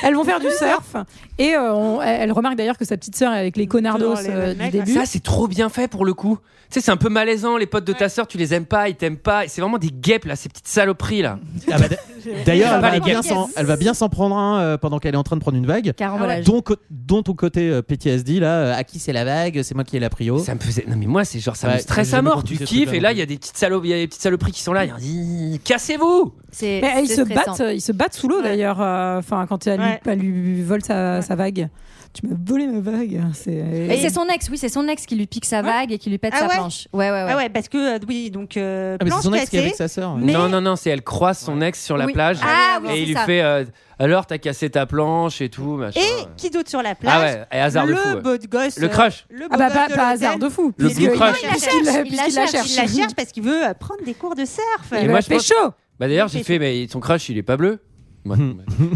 Speaker 10: Elles vont faire du surf Et euh, on- elle elle remarque d'ailleurs que sa petite sœur est avec les connardos
Speaker 9: Toujours les
Speaker 10: euh,
Speaker 9: mêmes
Speaker 10: du
Speaker 9: mecs,
Speaker 10: début.
Speaker 1: Ah, Ça, c'est trop bien fait pour le coup. Tu sais, c'est un peu malaisant. Les potes de ta sœur, tu les aimes pas, ils t'aiment pas. C'est vraiment des guêpes, là, ces petites saloperies, là.
Speaker 6: Ah bah, d- D'ailleurs, elle,
Speaker 1: Pas
Speaker 6: va
Speaker 1: les
Speaker 6: bien
Speaker 1: gars.
Speaker 6: s'en- elle va bien s'en prendre un euh, pendant qu'elle est en train de prendre une vague.
Speaker 10: Ah
Speaker 5: Carambolage.
Speaker 6: Dont, co- dont ton côté euh, PTSD, là, euh, à qui c'est la vague, c'est moi qui ai la prio.
Speaker 1: Ça me faisait. Non, mais moi, c'est genre, ça
Speaker 6: Ouais,
Speaker 1: me stresse
Speaker 6: j'ai
Speaker 1: à
Speaker 6: jamais
Speaker 1: mort.
Speaker 6: compris
Speaker 1: Tu
Speaker 6: ces
Speaker 1: kiffes,
Speaker 6: trucs-là
Speaker 1: et là,
Speaker 6: non plus.
Speaker 1: il y, a des petites salopes- il y a des petites saloperies qui sont là. Ils- Cassez-vous
Speaker 5: C'est
Speaker 10: Mais ils
Speaker 5: c'est
Speaker 10: se
Speaker 5: stressant.
Speaker 10: battent, euh, ils se battent sous l'eau
Speaker 9: Ouais.
Speaker 10: d'ailleurs. euh, Enfin, quand elle, lui-
Speaker 9: Ouais.
Speaker 10: elle lui vole sa, sa vague. Tu m'as volé ma vague. hein, C'est.
Speaker 5: Et c'est son ex, oui, c'est son ex qui lui pique sa vague et qui lui pète
Speaker 9: Ah
Speaker 5: sa
Speaker 9: ouais
Speaker 5: planche. Ouais, ouais, ouais.
Speaker 9: [LAUGHS] Ah ouais, parce que, euh, oui, donc, euh,
Speaker 6: Ah, mais c'est
Speaker 9: planche
Speaker 6: son ex qui est
Speaker 9: cassée.
Speaker 6: avec sa sœur.
Speaker 9: Mais-
Speaker 1: Non, non, non, c'est elle croise son ex sur la
Speaker 5: Oui.
Speaker 1: plage.
Speaker 5: Ah
Speaker 1: et
Speaker 5: oui, c'est
Speaker 1: il lui
Speaker 5: ça.
Speaker 1: fait euh, Alors, t'as cassé ta planche et tout, machin.
Speaker 9: Et qui d'autre sur la
Speaker 1: ah
Speaker 9: plage
Speaker 1: ouais, et hasard
Speaker 9: Le
Speaker 1: de fou. ouais.
Speaker 9: beau de gosse.
Speaker 1: Le
Speaker 9: euh,
Speaker 1: crush.
Speaker 9: le beau
Speaker 10: Ah bah
Speaker 9: gosse
Speaker 10: pas,
Speaker 9: de
Speaker 10: pas
Speaker 9: l'hôtel.
Speaker 10: hasard de fou.
Speaker 1: Le
Speaker 10: Parce
Speaker 1: blue
Speaker 10: que-
Speaker 1: crush.
Speaker 10: puisqu'il- puisqu'il la cherche.
Speaker 9: Il la cherche parce qu'il veut euh, prendre des cours de surf.
Speaker 1: Et
Speaker 10: Et
Speaker 1: moi,
Speaker 10: moi,
Speaker 1: je pense-
Speaker 10: chaud.
Speaker 1: Bah, d'ailleurs, j'ai fait Mais son crush, il est pas bleu. Ouais.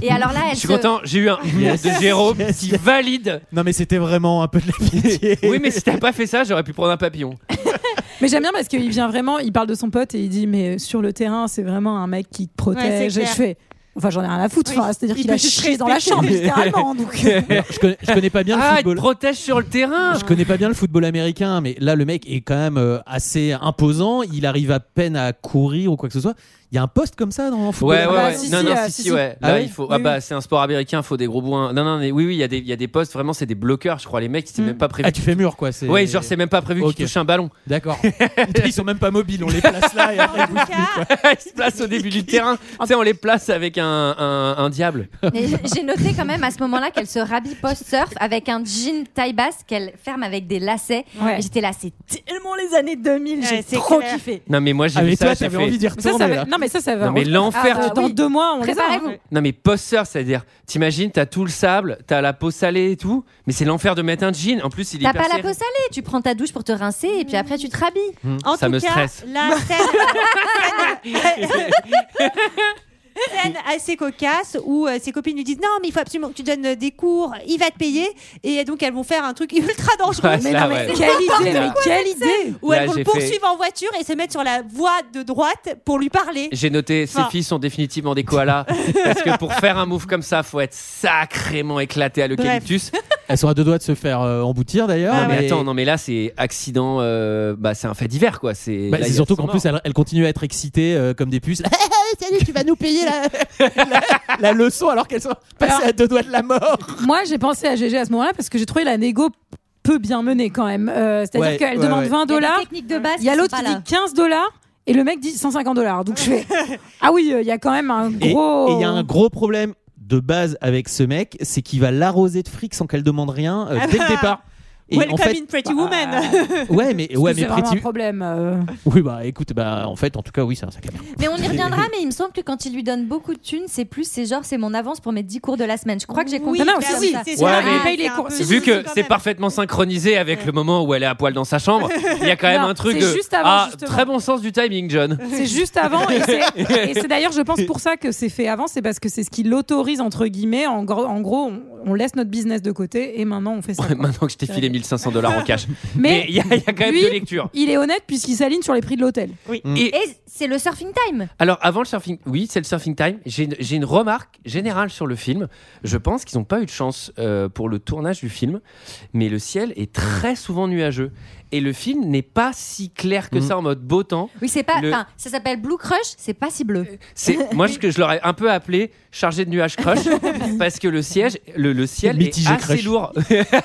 Speaker 5: Et alors là, elle
Speaker 1: Je suis
Speaker 5: se-
Speaker 1: content, j'ai eu un
Speaker 6: Yes.
Speaker 1: de Jérôme
Speaker 6: Yes,
Speaker 1: qui
Speaker 6: yes.
Speaker 1: valide.
Speaker 6: Non, mais c'était vraiment un peu de la [LAUGHS] pitié.
Speaker 1: Oui, mais si t'as pas fait ça, j'aurais pu prendre un papillon.
Speaker 10: Mais j'aime bien parce qu'il vient vraiment, il parle de son pote et il dit mais sur le terrain c'est vraiment un mec qui te
Speaker 9: Ouais,
Speaker 10: protège.
Speaker 9: c'est
Speaker 10: Et je fais enfin j'en ai rien à foutre.
Speaker 9: Oui.
Speaker 10: Enfin, C'est-à-dire
Speaker 9: Il
Speaker 10: qu'il a
Speaker 9: peut juste
Speaker 10: chié dans la
Speaker 9: respecter.
Speaker 10: chambre
Speaker 9: [LAUGHS]
Speaker 10: littéralement. Donc euh,
Speaker 6: Non, je, connais, je connais pas bien le
Speaker 1: Ah, il te
Speaker 6: football.
Speaker 1: protège sur le terrain.
Speaker 6: Je connais pas bien le football américain, mais là, le mec est quand même euh, assez imposant. Il arrive à peine à courir ou quoi que ce soit. Il y a un poste comme ça dans le football
Speaker 1: Ouais, ouais,
Speaker 10: Ah bah,
Speaker 1: ouais.
Speaker 10: si,
Speaker 1: non,
Speaker 10: si,
Speaker 1: non,
Speaker 10: euh,
Speaker 1: si,
Speaker 10: si,
Speaker 1: si,
Speaker 10: si.
Speaker 1: ouais.
Speaker 6: Ah
Speaker 1: Là,
Speaker 6: ouais
Speaker 1: il faut.
Speaker 10: Oui,
Speaker 1: Ah
Speaker 10: oui.
Speaker 1: bah, c'est un sport américain, faut des gros bois. Non, non, mais oui, oui, il y, a des- il y a des postes, vraiment, c'est des bloqueurs, je crois. Les mecs, c'est
Speaker 10: Mm.
Speaker 1: même pas prévu.
Speaker 6: Ah, tu fais mur, quoi. c'est-
Speaker 1: Ouais, genre, c'est même pas prévu
Speaker 6: Ok.
Speaker 1: qu'ils touchent un ballon.
Speaker 6: D'accord. Ah, Ils sont même pas mobiles, on les place là et [LAUGHS] après.
Speaker 9: En tout cas,
Speaker 1: Ils se placent au début du terrain. Tu sais, on les place avec un, un, un diable.
Speaker 5: [LAUGHS] Mais j- J'ai noté quand même à ce moment-là qu'elle se rhabille post-surf avec un jean taille basse qu'elle ferme avec des lacets.
Speaker 10: Ouais.
Speaker 5: Et J'étais là, c'est tellement les années 2000,
Speaker 9: Ouais,
Speaker 5: j'ai
Speaker 9: c'est
Speaker 5: trop
Speaker 9: clair.
Speaker 5: kiffé.
Speaker 1: Non, mais moi j'ai
Speaker 6: Ah, mais
Speaker 1: vu ça,
Speaker 6: toi,
Speaker 1: j'ai
Speaker 6: t'avais
Speaker 1: fait-
Speaker 6: envie d'y
Speaker 10: Mais ça,
Speaker 6: retourner.
Speaker 10: ça va-
Speaker 6: là.
Speaker 10: non mais ça ça va.
Speaker 1: Non mais l'enfer.
Speaker 5: Ah, bah,
Speaker 10: Euh, dans
Speaker 5: oui.
Speaker 10: deux mois on les a.
Speaker 5: Préparez-vous.
Speaker 1: Non mais post-surf, c'est-à-dire, t'imagines, t'as tout le sable, t'as la peau salée et tout, mais c'est l'enfer de mettre un jean. En plus, il est
Speaker 5: T'as
Speaker 1: hyper
Speaker 5: pas la
Speaker 1: serré. Mmh.
Speaker 5: peau salée, tu prends ta douche pour te rincer et puis après tu te rhabilles.
Speaker 9: en
Speaker 1: Ça
Speaker 9: tout
Speaker 1: me
Speaker 9: cas,
Speaker 1: stresse.
Speaker 9: La
Speaker 10: [LAUGHS]
Speaker 9: scène, scène assez cocasse où euh, ses copines lui disent non mais il faut absolument que tu donnes euh, des cours, il va te payer et donc elles vont faire un truc [LAUGHS] ultra dangereux.
Speaker 1: Ouais,
Speaker 10: Mais
Speaker 1: là,
Speaker 10: non mais
Speaker 1: ouais.
Speaker 10: quelle idée, mais quelle idée.
Speaker 9: Où
Speaker 1: Là,
Speaker 9: elles vont
Speaker 1: j'ai
Speaker 9: le
Speaker 1: fait-
Speaker 9: poursuivre en voiture et se mettre sur la voie de droite pour lui parler.
Speaker 1: J'ai noté, ces
Speaker 9: Enfin.
Speaker 1: filles sont définitivement des koalas. parce que pour faire un move comme ça, faut être sacrément éclaté à l'eucalyptus.
Speaker 6: Elles sont à deux doigts de se faire euh, emboutir d'ailleurs.
Speaker 1: Non, mais
Speaker 6: mais-
Speaker 1: attends, non, mais là, c'est accident, euh, bah, c'est un fait divers, quoi. C'est
Speaker 6: Bah,
Speaker 1: là,
Speaker 6: c'est
Speaker 1: il y a
Speaker 6: surtout
Speaker 1: cent
Speaker 6: qu'en plus,
Speaker 1: morts.
Speaker 6: elle, elle continue à être excitée euh, comme des puces. [LAUGHS] Salut, tu vas nous payer la, [LAUGHS] la- la leçon alors qu'elles sont passées
Speaker 10: Alors-
Speaker 6: à deux doigts de la mort.
Speaker 10: Moi, j'ai pensé à GG à ce moment-là parce que j'ai trouvé la négo peu bien menée quand même. Euh, C'est-à-dire
Speaker 6: Ouais,
Speaker 10: qu'elle
Speaker 6: ouais,
Speaker 10: demande
Speaker 6: ouais.
Speaker 10: 20 dollars,
Speaker 5: technique de base.
Speaker 10: il y a
Speaker 5: qui
Speaker 10: l'autre qui
Speaker 5: sont pas là.
Speaker 10: dit 15 dollars et le mec dit 150 dollars. Donc je
Speaker 5: [LAUGHS]
Speaker 10: fais Ah oui, euh, il y a quand même un
Speaker 6: Et et
Speaker 10: gros.
Speaker 6: il y a un gros problème de base avec ce mec, c'est qu'il va l'arroser de fric sans qu'elle demande rien euh,
Speaker 9: Ah
Speaker 6: dès
Speaker 9: bah.
Speaker 6: le départ. Et
Speaker 9: Welcome
Speaker 6: en fait,
Speaker 9: in Pretty Woman.
Speaker 1: bah,
Speaker 10: [LAUGHS]
Speaker 6: ouais, mais ouais,
Speaker 10: c'est
Speaker 6: mais
Speaker 10: vraiment
Speaker 6: Pretty-
Speaker 10: un problème. euh.
Speaker 6: Oui, bah écoute, bah en fait, en tout cas, oui, c'est un sac à merde.
Speaker 5: Mais on y reviendra,
Speaker 6: [LAUGHS]
Speaker 5: mais il me semble que quand il lui donne beaucoup de thunes, c'est plus, c'est genre, c'est mon avance pour mes 10 cours de la semaine. Je crois que j'ai compris.
Speaker 10: Non, non,
Speaker 5: comme
Speaker 10: si,
Speaker 5: ça.
Speaker 9: bah c'est
Speaker 1: Ouais,
Speaker 9: ça,
Speaker 1: mais-
Speaker 9: il paye les
Speaker 10: c'est
Speaker 9: cours.
Speaker 10: un peu-
Speaker 9: Si, si,
Speaker 1: Vu
Speaker 9: si,
Speaker 1: que
Speaker 9: quand
Speaker 1: c'est
Speaker 9: même.
Speaker 1: parfaitement synchronisé avec le moment où elle est à poil dans sa chambre, il y a quand même
Speaker 10: Non,
Speaker 1: un truc
Speaker 10: c'est
Speaker 1: de
Speaker 10: juste avant,
Speaker 1: ah,
Speaker 10: justement.
Speaker 1: très bon sens du timing, John.
Speaker 10: C'est juste avant, et
Speaker 1: [LAUGHS]
Speaker 10: c'est- et c'est d'ailleurs, je pense, pour ça que c'est fait avant, c'est parce que c'est ce qui l'autorise, entre guillemets. En, gros- en gros, on, on laisse notre business de côté et maintenant on fait ça. quoi.
Speaker 1: Maintenant que je t'ai filé 1500 dollars en cash, mais
Speaker 10: Mais
Speaker 1: il y, a il y a quand même
Speaker 10: lui-
Speaker 1: de lecture.
Speaker 10: il est honnête puisqu'il s'aligne sur les prix de l'hôtel.
Speaker 5: Et c'est le surfing time.
Speaker 1: Alors avant le surfing, oui, c'est le surfing time. J'ai une, j'ai une remarque générale sur le film. Je pense qu'ils n'ont pas eu de chance euh, pour le tournage du film, mais le ciel est très souvent nuageux et le film n'est pas si clair que
Speaker 6: Mhm.
Speaker 1: ça en mode beau temps.
Speaker 5: Oui, c'est pas.
Speaker 1: Le-
Speaker 5: Enfin, ça s'appelle Blue Crush, c'est pas si bleu.
Speaker 1: C'est moi ce que je l'aurais un peu appelé chargé de nuages crush parce que le siège, le, le ciel
Speaker 6: Mitigé
Speaker 1: est assez
Speaker 6: crush.
Speaker 1: lourd, [LAUGHS]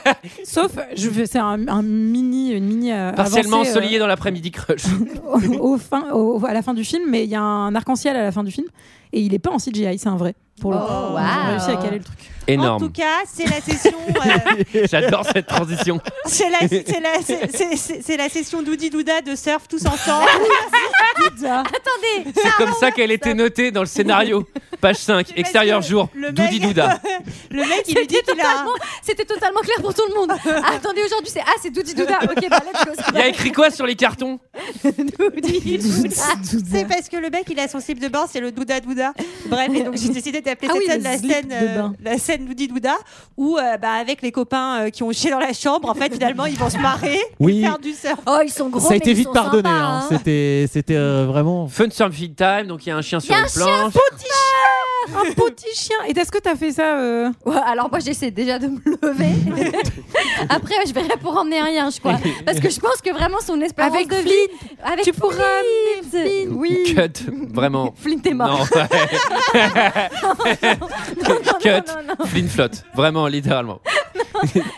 Speaker 10: Sauf, je vais- c'est un, un mini, une mini euh,
Speaker 1: partiellement
Speaker 10: avancée, euh,
Speaker 1: ensoleillé dans l'après-midi crush.
Speaker 10: [LAUGHS] au, au fin, au- à la fin du film, mais il y a un arc-en-ciel à la fin du film et il est pas en CGI, c'est un vrai. Pour le
Speaker 5: Oh,
Speaker 10: coup.
Speaker 5: wow.
Speaker 10: Ils ont réussi à caler le truc.
Speaker 9: En tout
Speaker 1: Énorme.
Speaker 9: cas, c'est la session. euh,
Speaker 10: [LAUGHS]
Speaker 1: J'adore cette transition.
Speaker 9: C'est la, c'est la, c'est- c'est- c'est- c'est la session Doudi Douda de surf tous ensemble.
Speaker 10: Ah
Speaker 5: Ah, Attendez,
Speaker 1: C'est comme ça qu'elle était notée dans le scénario. Page 5, extérieur
Speaker 9: que
Speaker 1: jour,
Speaker 9: le mec-
Speaker 1: doudi douda.
Speaker 9: Le mec, il lui dit qu'il a.
Speaker 5: totalement- c'était totalement clair pour tout le monde. Ah, attendez, aujourd'hui, c'est ah, c'est Doudi Douda. Ok, bah let's go.
Speaker 1: Il y a écrit quoi sur les cartons
Speaker 5: Doudi Douda.
Speaker 9: C'est parce que le mec, il a son slip de bain, c'est le Douda Douda. Bref,
Speaker 10: [LAUGHS]
Speaker 9: et donc j'ai décidé d'appeler
Speaker 10: Ah
Speaker 9: cette
Speaker 10: oui,
Speaker 9: scène
Speaker 10: le
Speaker 9: la
Speaker 10: slip
Speaker 9: scène,
Speaker 10: de
Speaker 9: euh,
Speaker 10: bain.
Speaker 9: la scène Doudi Douda, où euh, bah, avec les copains euh, qui ont chié dans la chambre, en fait, finalement, ils vont se marrer
Speaker 1: [LAUGHS]
Speaker 6: Oui.
Speaker 9: et faire du surf.
Speaker 5: Oh, ils sont gros.
Speaker 6: ça a
Speaker 5: mais
Speaker 6: été
Speaker 5: ils
Speaker 6: vite
Speaker 5: sont
Speaker 6: pardonné.
Speaker 5: sympas,
Speaker 6: hein.
Speaker 5: hein.
Speaker 6: C'était, c'était euh, vraiment.
Speaker 1: Fun surfing time, donc il y a un chien sur
Speaker 5: Il y a
Speaker 1: une
Speaker 5: un chien,
Speaker 1: planche.
Speaker 10: Un petit chien. Et est-ce que t'as fait ça euh,
Speaker 5: Ouais, alors moi j'essaie déjà de me
Speaker 6: [LAUGHS]
Speaker 5: lever. Après je verrai pour emmener rien, je crois. Parce que je pense que vraiment son espérance
Speaker 10: Avec
Speaker 5: de vie... Avec
Speaker 10: Tu pourras
Speaker 5: Flint. Oui.
Speaker 1: [LAUGHS] Cut,
Speaker 5: [LAUGHS]
Speaker 1: vraiment.
Speaker 5: Flint est mort.
Speaker 1: Non, ouais.
Speaker 5: Non, non, non,
Speaker 1: Cut.
Speaker 5: non, non.
Speaker 1: Flynn flotte, vraiment, littéralement.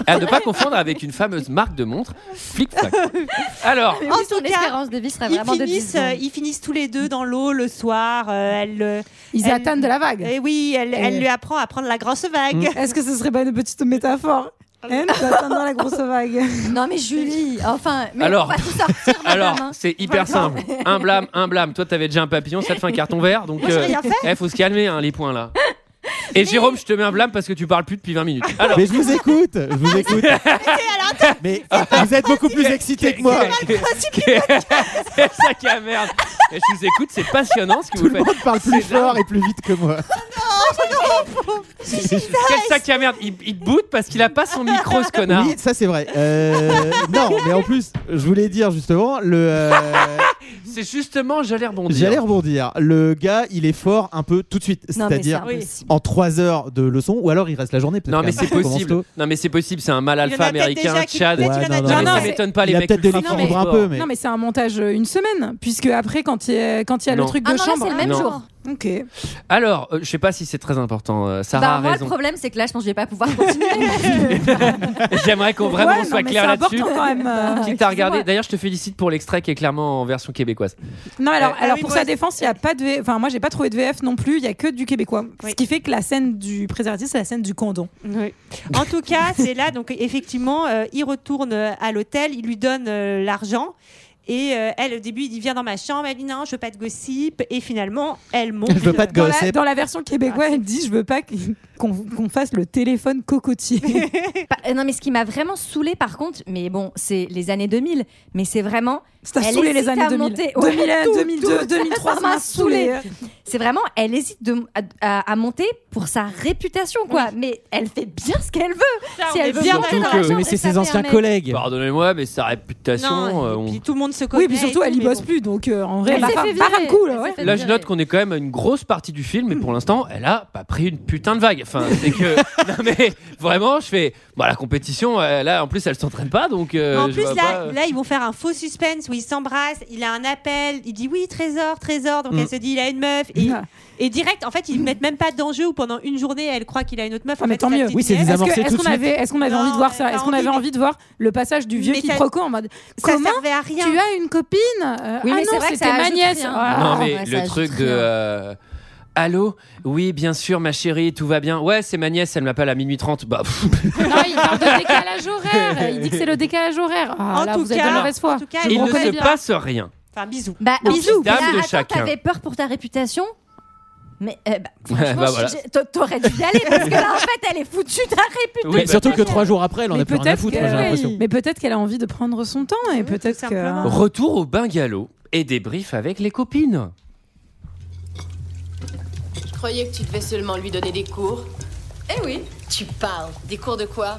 Speaker 1: à ne pas confondre avec une fameuse marque de montre, Flic Flac. Alors,
Speaker 5: Mais
Speaker 9: En
Speaker 5: oui,
Speaker 9: tout
Speaker 5: son
Speaker 9: cas,
Speaker 5: espérance de vie serait
Speaker 9: Ils
Speaker 5: vraiment de 10
Speaker 9: finissent, euh,
Speaker 5: secondes.
Speaker 9: ils finissent tous les deux dans l'eau le soir. euh, elle, le-
Speaker 10: Ils
Speaker 9: Elle-
Speaker 10: attendent de la vague.
Speaker 9: eh oui, elle, elle lui apprend à prendre la grosse vague.
Speaker 10: Est-ce que ce serait pas une petite métaphore hein,
Speaker 5: Ah
Speaker 10: D'attendre la grosse vague.
Speaker 5: Non mais [LAUGHS] Julie, enfin, mais
Speaker 1: Alors.
Speaker 5: on va tout sortir madame,
Speaker 1: alors
Speaker 5: hein.
Speaker 1: c'est hyper simple. Un blâme, un blâme. Toi, t'avais déjà un papillon, ça te fait un carton vert. Donc,
Speaker 9: Moi, j'ai
Speaker 1: euh,
Speaker 10: [LAUGHS]
Speaker 9: rien fait.
Speaker 1: eh, faut se calmer, hein, les points là. Et Jérôme, je te mets un blâme parce que tu parles plus depuis 20 minutes. Alors,
Speaker 6: Mais je vous écoute, je vous écoute. Mais vous êtes beaucoup plus excité que moi.
Speaker 1: [LAUGHS] C'est ça qui est la merde. Et je vous écoute, c'est passionnant ce que
Speaker 6: Tout
Speaker 1: vous
Speaker 6: le
Speaker 1: faites.
Speaker 6: monde parle plus
Speaker 1: C'est dingue.
Speaker 6: fort et plus vite que moi.
Speaker 1: Quel sac à merde Il, il boot parce qu'il a pas son micro, ce connard.
Speaker 6: Oui, ça c'est vrai. Euh, non, mais en plus, je voulais dire justement, le, euh,
Speaker 1: C'est justement, hein. j'allais rebondir.
Speaker 6: j'allais rebondir. Le gars, il est fort un peu tout de suite,
Speaker 5: Non mais c'est
Speaker 6: c'est-à-dire
Speaker 5: impossible.
Speaker 6: en 3 heures de leçon, ou alors il reste la journée. peut-être
Speaker 1: Non,
Speaker 6: quand
Speaker 1: mais
Speaker 6: même,
Speaker 1: c'est
Speaker 6: ça commence
Speaker 1: possible.
Speaker 6: tôt.
Speaker 1: Non, mais c'est possible. C'est un mal
Speaker 9: Il y en a
Speaker 1: alpha
Speaker 9: peut-être
Speaker 1: américain,
Speaker 9: déjà qui-
Speaker 1: Tchad.
Speaker 9: peut-être
Speaker 6: Ouais,
Speaker 9: il y en a
Speaker 6: non,
Speaker 1: Non,
Speaker 9: déjà
Speaker 1: mais
Speaker 10: non,
Speaker 1: ça
Speaker 9: qui-
Speaker 10: mais-
Speaker 1: m'étonne pas, les
Speaker 6: il a
Speaker 1: mecs.
Speaker 6: peut-être des
Speaker 1: ultra
Speaker 6: livres
Speaker 1: forts
Speaker 10: en
Speaker 1: au
Speaker 6: un
Speaker 1: sport.
Speaker 6: peu, mais.
Speaker 10: Non, mais c'est un montage euh, une semaine, puisque après, quand il y a, quand il y a
Speaker 1: Non.
Speaker 10: le truc
Speaker 5: Ah
Speaker 10: de
Speaker 5: non, là,
Speaker 10: chambre.
Speaker 5: c'est le même
Speaker 1: Non.
Speaker 5: jour.
Speaker 10: Ok.
Speaker 1: Alors, euh, je sais pas si c'est très important. euh, Sarah
Speaker 5: bah
Speaker 1: a
Speaker 5: moi
Speaker 1: raison.
Speaker 5: le problème c'est que là je pense que je vais pas pouvoir [LAUGHS] continuer.
Speaker 1: [LAUGHS] J'aimerais qu'on vraiment
Speaker 10: Ouais,
Speaker 1: on
Speaker 10: non,
Speaker 1: soit
Speaker 10: mais
Speaker 1: clair
Speaker 10: c'est
Speaker 1: là-dessus.
Speaker 10: important quand
Speaker 1: [LAUGHS]
Speaker 10: même. euh.
Speaker 1: Qui t'a regardé
Speaker 10: Excuse-moi.
Speaker 1: D'ailleurs, je te félicite pour l'extrait qui est clairement en version québécoise.
Speaker 10: Non, alors,
Speaker 9: Ah
Speaker 10: alors
Speaker 9: oui,
Speaker 10: pour
Speaker 9: moi
Speaker 10: sa
Speaker 9: aussi.
Speaker 10: défense, il y a pas de. V- Enfin, moi, j'ai pas trouvé de VF non plus. Il y a que du québécois. Ce qui fait que la scène du préservatif, c'est la scène du condom.
Speaker 9: Oui. En tout cas, c'est là, donc effectivement, euh, il retourne euh, à l'hôtel, il lui donne euh, l'argent. Et euh, elle, au début, il dit Viens dans ma chambre. Elle dit Non, je veux pas de gossip. Et finalement, elle monte.
Speaker 6: Je veux pas de
Speaker 10: Dans
Speaker 6: gossip.
Speaker 10: la, dans la version québécoise, elle dit Je veux pas qu'- qu'on qu'on fasse le téléphone cocotier.
Speaker 5: Pas- euh, non mais ce qui m'a vraiment saoulé par contre, mais bon, c'est les années 2000, mais c'est vraiment
Speaker 10: [LAUGHS] Ça a
Speaker 5: Elle
Speaker 10: saoulé les
Speaker 5: hésite
Speaker 10: années
Speaker 5: à
Speaker 10: 2000.
Speaker 5: monter.
Speaker 10: 2001,
Speaker 5: Ouais, tout,
Speaker 10: 2002,
Speaker 5: tout.
Speaker 10: 2003,
Speaker 5: Ça
Speaker 10: ça m'a
Speaker 5: m'a
Speaker 10: saoulé.
Speaker 5: c'est vraiment elle hésite de, à, à- à monter pour sa réputation quoi, mais elle fait bien ce qu'elle veut. si elle veut
Speaker 9: bien
Speaker 5: monter
Speaker 9: d'accord.
Speaker 5: dans la
Speaker 6: Oui,
Speaker 5: chambre,
Speaker 6: mais
Speaker 5: et
Speaker 6: c'est
Speaker 5: ça
Speaker 6: ses
Speaker 5: fait un
Speaker 6: anciens
Speaker 5: mec.
Speaker 6: collègues.
Speaker 1: Bah, Pardonnez-moi, mais sa réputation. euh,
Speaker 9: Non, et
Speaker 1: on-
Speaker 9: puis tout le monde se connaît.
Speaker 10: Oui, puis surtout,
Speaker 9: et
Speaker 10: elle
Speaker 9: tout,
Speaker 10: y
Speaker 9: mais
Speaker 10: bosse
Speaker 9: bon.
Speaker 10: plus. Donc, euh, en vrai,
Speaker 5: Elle
Speaker 10: bah,
Speaker 5: s'est
Speaker 10: par
Speaker 5: fait
Speaker 10: par un
Speaker 5: virer.
Speaker 10: coup, là,
Speaker 5: Elle
Speaker 10: ouais.
Speaker 5: s'est fait
Speaker 1: Là, je
Speaker 5: virer.
Speaker 1: note qu'on est quand même à une grosse partie du film, mais pour l'instant, elle a pas pris une putain de vague. Enfin, c'est
Speaker 9: [LAUGHS]
Speaker 1: que. non, mais vraiment, je fais. Bah, la compétition, euh, là, en plus, elle s'entraîne pas, donc. euh,
Speaker 9: en
Speaker 1: je
Speaker 9: plus,
Speaker 1: vois
Speaker 9: là,
Speaker 1: pas.
Speaker 9: là, ils vont faire un faux suspense où ils s'embrassent. Il a un appel. Il dit oui, trésor, trésor. Donc
Speaker 6: Mm.
Speaker 9: elle se dit il a une meuf. Et,
Speaker 10: Ah.
Speaker 9: et direct, en fait, ils mettent même pas d'enjeu où pendant une journée, elle croit qu'il a une autre meuf.
Speaker 10: Ah,
Speaker 9: en
Speaker 10: mais
Speaker 9: fait,
Speaker 10: tant
Speaker 9: la
Speaker 10: mieux.
Speaker 9: petite
Speaker 6: Oui, c'est des
Speaker 9: nièce.
Speaker 10: Est-ce
Speaker 6: amorcer
Speaker 10: que- est-ce
Speaker 6: tout de
Speaker 10: qu'on avait,
Speaker 6: suite.
Speaker 10: est-ce qu'on avait
Speaker 9: Non,
Speaker 10: envie de voir
Speaker 9: mais
Speaker 10: ça
Speaker 9: pas
Speaker 10: Est-ce qu'on
Speaker 9: envie,
Speaker 10: avait
Speaker 9: mais-
Speaker 10: envie de voir le passage du vieux
Speaker 9: Mais ça-
Speaker 10: quiproquo en mode
Speaker 9: Ça
Speaker 10: Comment
Speaker 9: servait à rien.
Speaker 10: tu as une copine Euh,
Speaker 5: Oui,
Speaker 10: Ah
Speaker 5: mais c'est
Speaker 10: non,
Speaker 5: vrai que
Speaker 10: c'était
Speaker 5: ça
Speaker 10: ma
Speaker 5: ajoute
Speaker 10: nièce.
Speaker 5: rien.
Speaker 10: Ah.
Speaker 1: Non,
Speaker 5: Ah,
Speaker 1: mais
Speaker 5: ouais, ça
Speaker 1: le
Speaker 5: ajoute
Speaker 1: truc de.
Speaker 5: rien.
Speaker 1: euh, Allô Oui, bien sûr, ma chérie, tout va bien. Ouais, c'est ma nièce, elle m'appelle à minuit 30. Bah, pff,
Speaker 10: Non, il parle de décalage horaire. Il dit que c'est le décalage horaire. Ah,
Speaker 9: En
Speaker 10: là,
Speaker 9: tout
Speaker 10: vous êtes
Speaker 9: cas-
Speaker 10: de mauvaise foi.
Speaker 9: en tout cas,
Speaker 10: Je
Speaker 9: elle-
Speaker 1: il
Speaker 10: vous
Speaker 1: ne
Speaker 10: reconnais
Speaker 1: se
Speaker 10: bien.
Speaker 1: passe rien.
Speaker 9: Enfin, bisous.
Speaker 5: Bah,
Speaker 1: Au
Speaker 5: bisous.
Speaker 1: fils d'âme
Speaker 5: Là,
Speaker 1: de
Speaker 5: attends,
Speaker 1: chacun.
Speaker 5: T'avais peur pour ta réputation mais euh, bah, franchement,
Speaker 1: [LAUGHS] Bah, voilà.
Speaker 5: je- je- t'aurais dû y aller parce que là, en fait, elle est foutue ta réputation.
Speaker 1: Oui, bah,
Speaker 6: Mais surtout que trois jours après, elle en
Speaker 10: Mais
Speaker 6: a plus rien à
Speaker 10: peut-être
Speaker 6: foutre,
Speaker 10: que-
Speaker 6: moi, j'ai l'impression.
Speaker 10: Mais peut-être qu'elle a envie de prendre son temps et peut-être
Speaker 9: tout
Speaker 10: que.
Speaker 9: simplement.
Speaker 1: Retour au bungalow et débrief avec les copines.
Speaker 7: Je croyais que tu devais seulement lui donner des cours.
Speaker 11: Eh oui,
Speaker 7: Tu parles. Des cours de quoi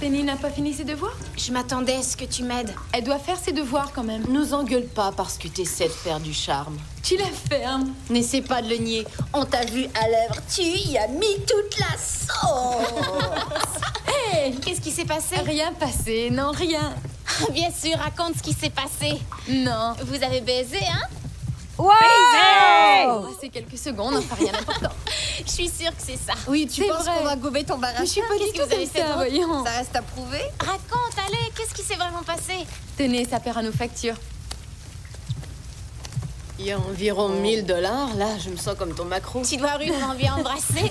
Speaker 11: Penny n'a pas fini ses devoirs.
Speaker 7: Je m'attendais à ce que tu m'aides.
Speaker 11: Elle doit faire ses devoirs quand même.
Speaker 7: Nous engueule pas parce que t'essaies de faire du charme.
Speaker 11: Tu la fermes.
Speaker 7: N'essaie pas de le nier. On t'a vu à l'œuvre. Tu y as mis toute la
Speaker 5: [LAUGHS]
Speaker 7: sauce.
Speaker 11: Qu'est-ce qui s'est passé Rien passé, non, rien.
Speaker 7: Ah, Bien sûr, raconte ce qui s'est passé.
Speaker 11: Non.
Speaker 7: Vous avez baisé, hein
Speaker 11: On va passer quelques secondes, enfin rien d'important.
Speaker 7: Je suis sûre que c'est ça.
Speaker 11: Oui, tu penses qu'on va
Speaker 7: gober ton barrage
Speaker 11: Je suis pas du tout comme ça, voyons.
Speaker 7: reste à prouver. Raconte, allez, qu'est-ce qui s'est vraiment passé
Speaker 11: Tenez, ça perd à nos factures.
Speaker 7: Il y a environ 1000 dollars. Là, je me sens comme ton macro. Tu dois rire, on a envie d'embrasser.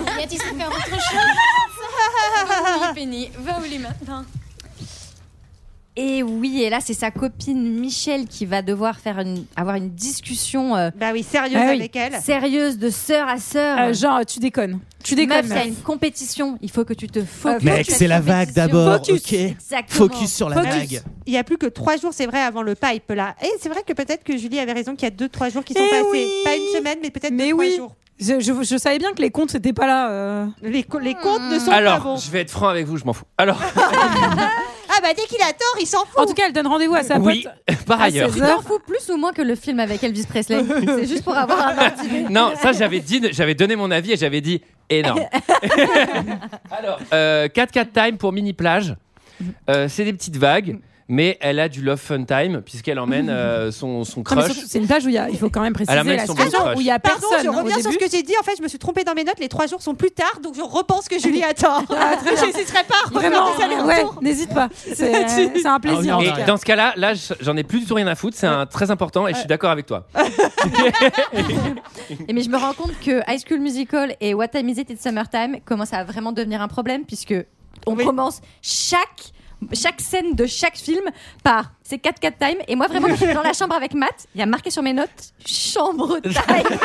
Speaker 11: Ou bien tu sais faire autre chose. Va au lit, Penny, va au lit maintenant.
Speaker 5: Et oui, et là, c'est sa copine Michelle qui va devoir faire une, avoir une discussion euh,
Speaker 9: Bah oui, sérieuse
Speaker 10: Ah oui.
Speaker 9: avec elle.
Speaker 5: sérieuse de sœur à sœur.
Speaker 11: Ah,
Speaker 10: Euh, genre, tu déconnes. Tu déconnes.
Speaker 5: Meuf, il y a une compétition. Il faut que tu te
Speaker 10: Euh, Mec,
Speaker 5: focuses. sur
Speaker 6: Mec,
Speaker 5: cette
Speaker 6: c'est la vague
Speaker 5: compétition.
Speaker 6: d'abord,
Speaker 10: Focus.
Speaker 6: ok
Speaker 5: Exactement.
Speaker 6: Focus sur la
Speaker 10: Focus.
Speaker 6: vague.
Speaker 9: Il y a plus que trois jours, c'est vrai, avant le pipe là. Et c'est vrai que peut-être que Julie avait raison qu'il y a deux, trois jours qui sont
Speaker 10: Eh
Speaker 9: passés.
Speaker 10: oui.
Speaker 9: Pas une semaine, mais peut-être
Speaker 10: Mais
Speaker 9: deux,
Speaker 10: oui.
Speaker 9: trois jours.
Speaker 10: Je, je- je savais bien que les comptes n'étaient pas là. euh.
Speaker 6: Hmm.
Speaker 9: Les, co- les comptes ne sont pas
Speaker 1: Alors,
Speaker 9: bons.
Speaker 1: je vais être franc avec vous, je m'en fous. Alors,
Speaker 9: Ah Ah bah dès qu'il a tort, il s'en fout.
Speaker 10: En tout cas, elle donne rendez-vous à sa
Speaker 1: Oui,
Speaker 10: pote.
Speaker 1: par
Speaker 10: à
Speaker 1: ailleurs.
Speaker 10: 16
Speaker 5: Tu t'en
Speaker 10: heures.
Speaker 5: fous plus ou moins que le film avec Elvis
Speaker 6: [LAUGHS]
Speaker 5: Presley C'est juste pour avoir un ordre d'idée.
Speaker 1: Non, ça j'avais dit, j'avais donné mon avis et j'avais dit énorme. Alors, euh, 4-4 time pour mini plage. Euh, c'est des petites vagues, mais elle a du love fun time puisqu'elle emmène euh, son, son
Speaker 10: Non, mais
Speaker 1: crush.
Speaker 10: surtout, c'est une plage où il y a- il faut quand même préciser
Speaker 1: Elle amène
Speaker 10: la
Speaker 1: son
Speaker 10: situation
Speaker 1: bon
Speaker 10: où il y a
Speaker 9: Pardon,
Speaker 10: personne.
Speaker 9: je
Speaker 10: hein, au
Speaker 9: reviens sur ce
Speaker 10: début.
Speaker 9: que j'ai dit. En fait, je me suis trompée dans mes notes. Les trois jours sont plus tard, donc je repense que Julie a tort.
Speaker 10: [LAUGHS]
Speaker 9: je n'hésiterai pas à refaire
Speaker 10: Ah, Vraiment,
Speaker 9: des
Speaker 10: ouais,
Speaker 9: allers-retours.
Speaker 10: n'hésite pas. C'est
Speaker 9: [LAUGHS]
Speaker 10: euh, c'est un plaisir.
Speaker 6: Ah,
Speaker 10: en
Speaker 1: Et
Speaker 10: tout cas.
Speaker 1: dans ce cas-là, là, j- j'en ai plus du tout rien à foutre. C'est un très important et je suis d'accord avec toi.
Speaker 10: Ah,
Speaker 5: Et mais je me rends compte que High School Musical et What Time Is It It's Summertime commencent à vraiment devenir un problème puisque on
Speaker 9: Oui.
Speaker 5: commence chaque chaque scène de chaque film par c'est 4 4 time et moi vraiment je suis dans la chambre avec Matt, il y a marqué sur mes notes chambre time.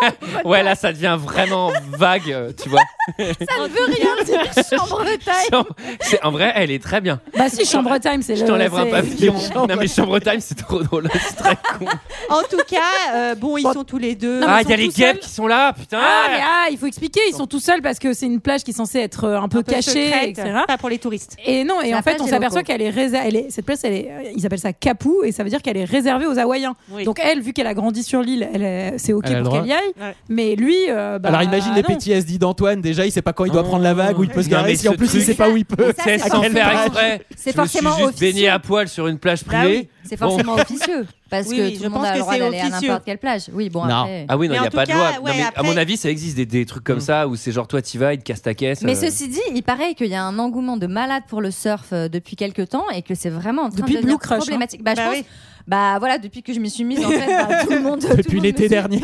Speaker 10: bah,
Speaker 1: Ouais, là, ça devient vraiment vague, euh, tu
Speaker 10: [LAUGHS]
Speaker 1: vois.
Speaker 5: Ça ne veut rien dire chambre time.
Speaker 1: C'est- En vrai, elle est très bien.
Speaker 10: Bah si, Chambre Time, c'est
Speaker 1: Je
Speaker 10: le-
Speaker 1: t'enlève un
Speaker 10: c'est-
Speaker 1: papillon. Non, mais chambre time, c'est trop drôle. C'est très con.
Speaker 9: En tout cas, euh, bon, ils sont tous les deux.
Speaker 10: Non, mais
Speaker 1: Ah,
Speaker 10: ils
Speaker 1: il y a
Speaker 10: sont
Speaker 1: les
Speaker 10: tout
Speaker 1: guêpes
Speaker 10: seuls.
Speaker 1: qui sont là, putain.
Speaker 10: Ah, mais ah, il faut expliquer, ils sont tout seuls parce que c'est une plage qui est censée être euh, un peu,
Speaker 9: Un peu
Speaker 10: cachée,
Speaker 9: secrète,
Speaker 10: etc.
Speaker 9: Pas pour les touristes.
Speaker 10: Et non, et
Speaker 5: La
Speaker 10: en fait,
Speaker 5: plage
Speaker 10: on
Speaker 5: est
Speaker 10: s'aperçoit
Speaker 5: locaux.
Speaker 10: qu'elle est réservée. Elle est, cette place, elle est, euh, ils appellent ça Capou, et ça veut dire qu'elle est réservée aux Hawaïens.
Speaker 9: Oui.
Speaker 10: Donc elle, vu qu'elle a grandi sur l'île, elle est- c'est ok
Speaker 6: Elle a le
Speaker 10: pour
Speaker 6: droit.
Speaker 10: qu'elle y aille.
Speaker 9: Ouais.
Speaker 10: Mais lui, euh, bah,
Speaker 6: Alors imagine les
Speaker 10: non.
Speaker 6: PTSD d'antoine, déjà il sait pas quand il doit
Speaker 1: Oh.
Speaker 6: prendre la vague, où il peut se
Speaker 1: Non, mais
Speaker 6: garer, si en
Speaker 1: ce
Speaker 6: plus il
Speaker 1: truc-
Speaker 6: sait pas où il peut.
Speaker 5: Ça,
Speaker 1: C'est
Speaker 5: c'est
Speaker 1: sans
Speaker 6: à quel
Speaker 1: faire
Speaker 6: âge
Speaker 1: exprès.
Speaker 5: C'est
Speaker 1: Je me suis
Speaker 5: forcément
Speaker 1: juste baigné
Speaker 5: officieux.
Speaker 1: à poil sur une plage
Speaker 9: Bah
Speaker 1: privée.
Speaker 5: C'est
Speaker 1: Bon.
Speaker 5: forcément officieux parce
Speaker 9: Oui,
Speaker 5: que
Speaker 9: oui,
Speaker 5: tout
Speaker 9: je
Speaker 5: le monde
Speaker 9: pense
Speaker 5: a
Speaker 9: que
Speaker 5: le droit
Speaker 9: c'est
Speaker 5: d'aller à
Speaker 9: officieux.
Speaker 5: n'importe quelle plage. Oui, bon
Speaker 6: Non.
Speaker 5: après.
Speaker 1: Ah oui, non,
Speaker 9: Mais
Speaker 1: il n'y
Speaker 9: en
Speaker 1: a pas
Speaker 9: tout
Speaker 1: de loi.
Speaker 9: cas,
Speaker 1: Non,
Speaker 9: ouais,
Speaker 1: mais à
Speaker 9: après-
Speaker 1: mon avis, ça existe des, des trucs comme ça où c'est genre toi, t'y vas, ils te cassent ta caisse.
Speaker 5: Mais
Speaker 1: euh.
Speaker 5: ceci dit, il paraît qu'il y a un engouement de malade pour le surf euh, depuis quelques temps et que c'est vraiment en train
Speaker 10: Depuis
Speaker 5: de devenir
Speaker 10: Blue Crush, hein.
Speaker 5: problématique. Bah, je
Speaker 9: Bah
Speaker 5: pense-
Speaker 9: oui.
Speaker 5: bah, voilà, depuis que je m'y suis mise, en fait, bah, tout le monde. tout le
Speaker 6: Depuis
Speaker 5: monde
Speaker 6: l'été
Speaker 5: me suit.
Speaker 6: dernier.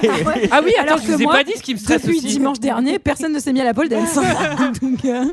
Speaker 1: Ah oui, alors
Speaker 10: Alors
Speaker 1: je
Speaker 10: que
Speaker 1: vous ai
Speaker 10: moi,
Speaker 1: pas dit ce qui me stresse
Speaker 10: Depuis
Speaker 1: aussi.
Speaker 10: dimanche dernier, personne ne s'est mis à la pole [LAUGHS] dance. Donc, euh,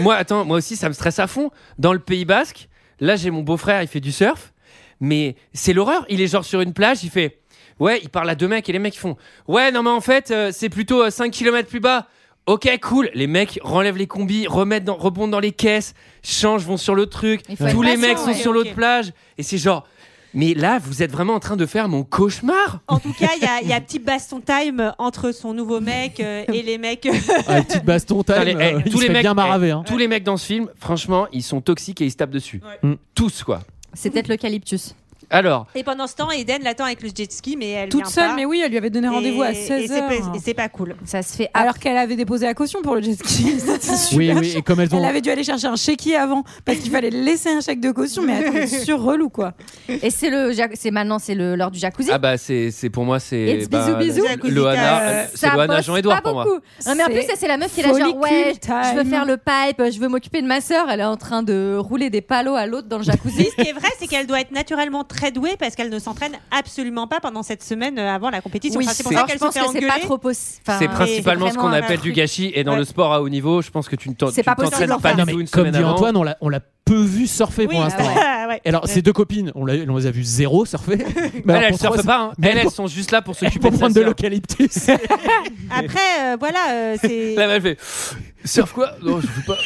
Speaker 1: Moi, attends, moi aussi, ça me stresse à fond. Dans le Pays Basque, là, j'ai mon beau-frère, il fait du surf, mais c'est l'horreur. Il est genre sur une plage, il fait. Ouais, il parle à deux mecs et les mecs ils font. Ouais, non, mais en fait, euh, c'est plutôt 5 km plus bas. Ok, cool. Les mecs renlèvent les combis, remettent dans, rebondent dans les caisses, changent, vont sur l'autre truc.
Speaker 5: Il faut être
Speaker 1: Tous les
Speaker 5: patient,
Speaker 1: mecs sont
Speaker 5: ouais.
Speaker 1: sur l'autre plage. Et c'est genre. Mais là, vous êtes vraiment en train de faire mon cauchemar.
Speaker 9: En tout cas, il y a- il y a un petit baston time entre son nouveau mec euh, et les mecs.
Speaker 6: Ah, une petite baston time,
Speaker 1: Putain, les- eh,
Speaker 6: euh, il se fait bien
Speaker 1: eh,
Speaker 6: maraver. hein.
Speaker 1: tous les mecs dans ce film, franchement, ils sont toxiques et ils se tapent dessus.
Speaker 6: Ouais.
Speaker 1: Mm. Tous, quoi.
Speaker 5: [LAUGHS] C'est peut-être l'eucalyptus.
Speaker 1: Alors,
Speaker 9: Et pendant ce temps, Eden l'attend avec le jet ski, mais elle
Speaker 10: toute
Speaker 9: vient
Speaker 10: seule,
Speaker 9: pas.
Speaker 10: mais oui, elle lui avait donné
Speaker 9: Et-
Speaker 10: rendez-vous à
Speaker 9: et c'est
Speaker 10: 16h.
Speaker 9: pas- Et c'est pas cool.
Speaker 5: Ça se fait. après.
Speaker 10: Alors qu'elle avait déposé la caution pour le jet
Speaker 9: [LAUGHS]
Speaker 10: ski. C'était super
Speaker 6: Oui, oui, et comme elles
Speaker 10: Elle
Speaker 6: ont.
Speaker 10: avait dû aller chercher un chéquier avant parce qu'il fallait laisser un chèque de caution, mais [LAUGHS] attends, sur relou quoi.
Speaker 5: Et c'est le, jac- c'est maintenant, c'est le l'heure du jacuzzi.
Speaker 1: ah bah c'est c'est- pour moi c'est bah,
Speaker 5: It's bisous,
Speaker 1: la-
Speaker 9: bisous.
Speaker 1: Loana,
Speaker 9: Euh,
Speaker 1: euh, c'est Loana Jean Edouard pour moi.
Speaker 5: Non, mais en plus, ça, c'est la meuf qui est là, genre,
Speaker 10: Follicule Ah,
Speaker 5: ouais, je veux
Speaker 10: time.
Speaker 5: faire le pipe, je veux m'occuper de ma sœur. Elle est en train de rouler des palos à l'autre dans le jacuzzi.
Speaker 9: Mais ce qui est vrai, c'est qu'elle doit être naturellement très douée parce qu'elle ne s'entraîne absolument pas pendant cette semaine euh, avant la compétition. Enfin, c'est pour ça
Speaker 5: Alors, je
Speaker 9: qu'elle se
Speaker 5: pense
Speaker 9: fait
Speaker 5: que c'est pas
Speaker 9: engueuler.
Speaker 5: trop possible.
Speaker 1: C'est principalement ce qu'on
Speaker 9: vraiment un
Speaker 1: appelle du
Speaker 9: truc.
Speaker 1: gâchis et dans
Speaker 9: Ouais.
Speaker 1: le sport à haut niveau, je pense que tu ne t'en-
Speaker 5: C'est
Speaker 1: tu
Speaker 5: pas possible
Speaker 1: t'entraînes
Speaker 5: d'en
Speaker 1: pas
Speaker 5: faire.
Speaker 1: du
Speaker 6: Non,
Speaker 1: tout
Speaker 6: mais
Speaker 1: une
Speaker 6: comme
Speaker 1: semaine
Speaker 6: dit
Speaker 1: avant.
Speaker 6: Antoine, on l'a- on l'a peu vu surfer
Speaker 9: Oui,
Speaker 6: pour l'instant.
Speaker 5: ouais.
Speaker 9: ah ouais.
Speaker 6: Alors, ses deux copines, on, l'a- on les a vues zéro surfer. Mais alors,
Speaker 1: Elles, elles
Speaker 6: ben, pour trois,
Speaker 1: surfent pas, hein.
Speaker 6: mais
Speaker 1: elles, elles
Speaker 6: pour-
Speaker 1: sont juste là pour s'occuper
Speaker 6: [LAUGHS] Pour
Speaker 1: de
Speaker 6: prendre
Speaker 1: sa
Speaker 6: de
Speaker 1: sœur.
Speaker 9: [LAUGHS]
Speaker 6: l'eucalyptus.
Speaker 9: Après, euh, voilà, euh, c'est.
Speaker 1: La meuf fait surf quoi Non, je veux pas.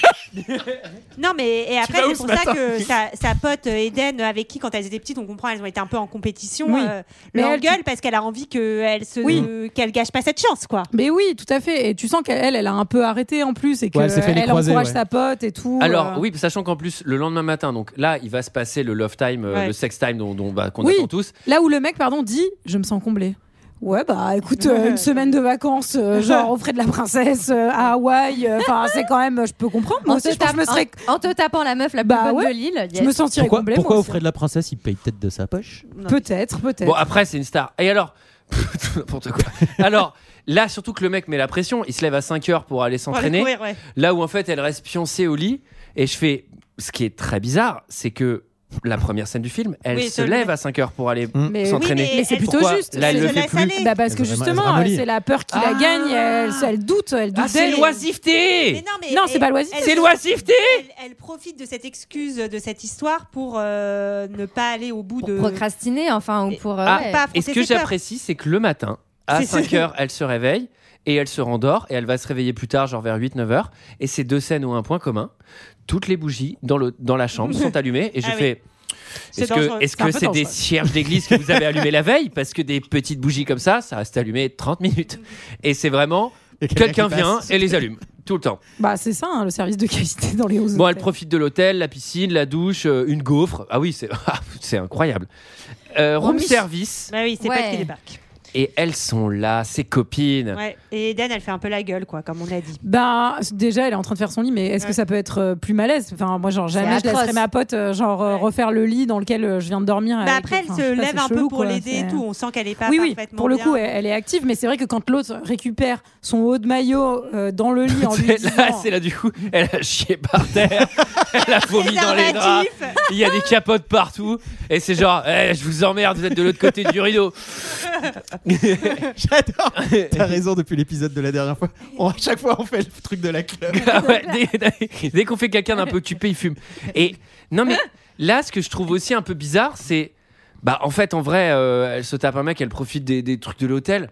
Speaker 9: Non, mais et après,
Speaker 6: vas où
Speaker 9: c'est
Speaker 6: ce
Speaker 9: pour ça
Speaker 6: matin
Speaker 9: que sa, sa pote euh, Eden, avec qui, quand elles étaient petites, on comprend, elles ont été un peu en compétition,
Speaker 10: Oui.
Speaker 9: euh,
Speaker 10: Mais
Speaker 9: leur
Speaker 10: elle-
Speaker 9: gueule parce qu'elle a envie qu'elle se,
Speaker 10: Oui.
Speaker 9: euh, qu'elle gâche pas cette chance, quoi.
Speaker 10: Mais oui, tout à fait. Et tu sens qu'elle, elle, elle a un peu arrêté en plus et qu'elle
Speaker 6: Ouais, elle s'est fait les croisés,
Speaker 10: encourage
Speaker 6: ouais.
Speaker 10: sa pote et tout.
Speaker 1: Alors
Speaker 6: hein.
Speaker 10: euh.
Speaker 1: oui, sachant qu'en plus le lendemain matin, donc là il va se passer le love time, euh,
Speaker 9: Ouais.
Speaker 1: le sex time dont, dont, bah, qu'on
Speaker 10: Oui.
Speaker 1: attend tous.
Speaker 10: Là où le mec, pardon, dit, je me sens comblé. Ouais, bah écoute, euh, une semaine de vacances, [LAUGHS] euh, genre au frais de la princesse euh, à Hawaï, euh, [LAUGHS] enfin c'est quand même, je peux comprendre. Moi
Speaker 5: En
Speaker 10: aussi,
Speaker 5: te,
Speaker 10: je pense que je me
Speaker 5: tapant-
Speaker 10: serais.
Speaker 5: en, en te tapant la meuf la plus
Speaker 10: Bah
Speaker 5: bonne
Speaker 10: ouais.
Speaker 5: de l'île,
Speaker 10: Je me sentirais
Speaker 6: Pourquoi,
Speaker 10: comblé.
Speaker 6: pourquoi
Speaker 10: moi
Speaker 6: au
Speaker 10: aussi.
Speaker 6: frais de la princesse, il paye peut-être de sa poche
Speaker 10: Peut-être, peut-être.
Speaker 1: Bon ah, après c'est une star. Et alors [LAUGHS] Tout n'importe quoi. Alors là surtout que le mec met la pression, il se lève à 5 heures pour aller
Speaker 9: Pour aller
Speaker 1: s'entraîner.
Speaker 9: courir, ouais.
Speaker 1: Là où en fait elle reste pioncée au lit et je fais ce qui est très bizarre, c'est que la première scène du film, elle
Speaker 9: Oui,
Speaker 1: se
Speaker 9: je le-
Speaker 1: lève à 5 heures pour aller
Speaker 6: Mm.
Speaker 10: Mais
Speaker 1: s'entraîner.
Speaker 9: oui,
Speaker 10: mais c'est
Speaker 9: elle-
Speaker 10: plutôt
Speaker 1: Pourquoi
Speaker 10: juste.
Speaker 1: Là, elle
Speaker 9: C'est
Speaker 1: le
Speaker 9: de
Speaker 1: fait
Speaker 9: la
Speaker 1: plus.
Speaker 9: salée.
Speaker 10: Bah parce que
Speaker 6: Elle se ram-
Speaker 10: justement,
Speaker 6: ramollit.
Speaker 10: c'est la peur qui la
Speaker 1: Ah.
Speaker 10: gagne, elle, elle doute, elle doute.
Speaker 1: Ah, c'est
Speaker 10: d'elle.
Speaker 9: Mais
Speaker 1: l'oisiveté
Speaker 9: non, mais
Speaker 10: Non,
Speaker 9: elle-
Speaker 10: c'est pas l'oisiveté.
Speaker 9: elle-
Speaker 1: C'est l'oisiveté
Speaker 9: elle, elle profite de cette excuse, de cette histoire pour euh, ne pas aller au bout
Speaker 5: pour
Speaker 9: de.
Speaker 5: procrastiner, enfin, ou
Speaker 9: Et-
Speaker 5: pour. euh,
Speaker 1: Ah,
Speaker 5: ouais.
Speaker 9: pas
Speaker 1: Et ce que
Speaker 9: affronter ses peurs.
Speaker 1: j'apprécie, c'est que le matin, à
Speaker 9: C'est
Speaker 1: 5
Speaker 9: ça.
Speaker 1: heures, elle se réveille et elle se rendort et elle va se réveiller plus tard, genre vers 8-9 heures. Et ces deux scènes ont un point commun. Toutes les bougies dans, le, dans la chambre sont allumées et je
Speaker 9: Ah oui.
Speaker 1: fais.
Speaker 9: C'est
Speaker 1: Est-ce
Speaker 9: dangereux.
Speaker 1: que est-ce
Speaker 10: C'est un
Speaker 1: que
Speaker 10: peu
Speaker 1: c'est des
Speaker 10: dangereux.
Speaker 1: cierges d'église que vous avez allumées la veille Parce que des petites bougies comme ça, ça reste allumé 30 minutes. Et c'est vraiment
Speaker 6: Et
Speaker 1: Quelqu'un
Speaker 6: quelqu'un qui
Speaker 1: vient
Speaker 6: passe.
Speaker 1: et les allume tout le temps.
Speaker 10: Bah, c'est ça, hein, le service de qualité dans les hausses.
Speaker 1: Bon, elle profite de l'hôtel, la piscine, la douche, euh, une gaufre. Ah oui, c'est [LAUGHS] c'est incroyable. Euh, room
Speaker 9: Roomie.
Speaker 1: service
Speaker 9: Bah oui, c'est
Speaker 5: Ouais.
Speaker 9: pas qui débarque.
Speaker 1: et elles sont là, ses copines.
Speaker 9: Ouais. Et Eden, elle fait un peu la gueule, quoi, comme on a dit.
Speaker 10: Bah, déjà, elle est en train de faire son lit, mais est-ce
Speaker 9: Ouais.
Speaker 10: que ça peut être euh, plus malaise Enfin, moi, genre, jamais je
Speaker 5: atroce.
Speaker 10: laisserai ma pote, euh, genre, euh,
Speaker 9: Ouais.
Speaker 10: refaire le lit dans lequel euh, je viens de dormir.
Speaker 9: Bah
Speaker 10: avec-
Speaker 9: après, elle
Speaker 10: enfin, je
Speaker 9: se
Speaker 10: sais pas,
Speaker 9: lève
Speaker 10: c'est
Speaker 9: un peu
Speaker 10: chelou,
Speaker 9: pour
Speaker 10: quoi,
Speaker 9: l'aider et
Speaker 10: c'est-
Speaker 9: tout. On sent qu'elle est pas
Speaker 10: oui, oui,
Speaker 9: parfaitement
Speaker 10: pour le
Speaker 9: bien.
Speaker 10: coup, elle, elle est active, mais c'est vrai que quand l'autre récupère son haut de maillot euh, dans le lit
Speaker 9: [LAUGHS]
Speaker 10: en lui
Speaker 1: C'est- Là,
Speaker 10: disant-
Speaker 1: [LAUGHS] c'est là du coup, elle a chié par
Speaker 10: [LAUGHS]
Speaker 1: terre, elle a vomi dans les draps,
Speaker 9: Préservatif.
Speaker 1: il y a des capotes partout, et c'est genre, Eh, je vous emmerde, vous êtes de l'autre côté du
Speaker 10: [LAUGHS]
Speaker 1: rideau.
Speaker 6: [LAUGHS]
Speaker 1: [LAUGHS]
Speaker 6: J'adore. T'as raison depuis l'épisode de la dernière fois. On- à chaque fois, on fait le truc de la club.
Speaker 1: Ah ouais, dès dès- dès qu'on fait quelqu'un d'un peu occupé, il fume. Et non, mais là, ce que je trouve aussi un peu bizarre, c'est. Bah, en fait, en vrai, euh, elle se tape un mec, elle profite des, des trucs de l'hôtel.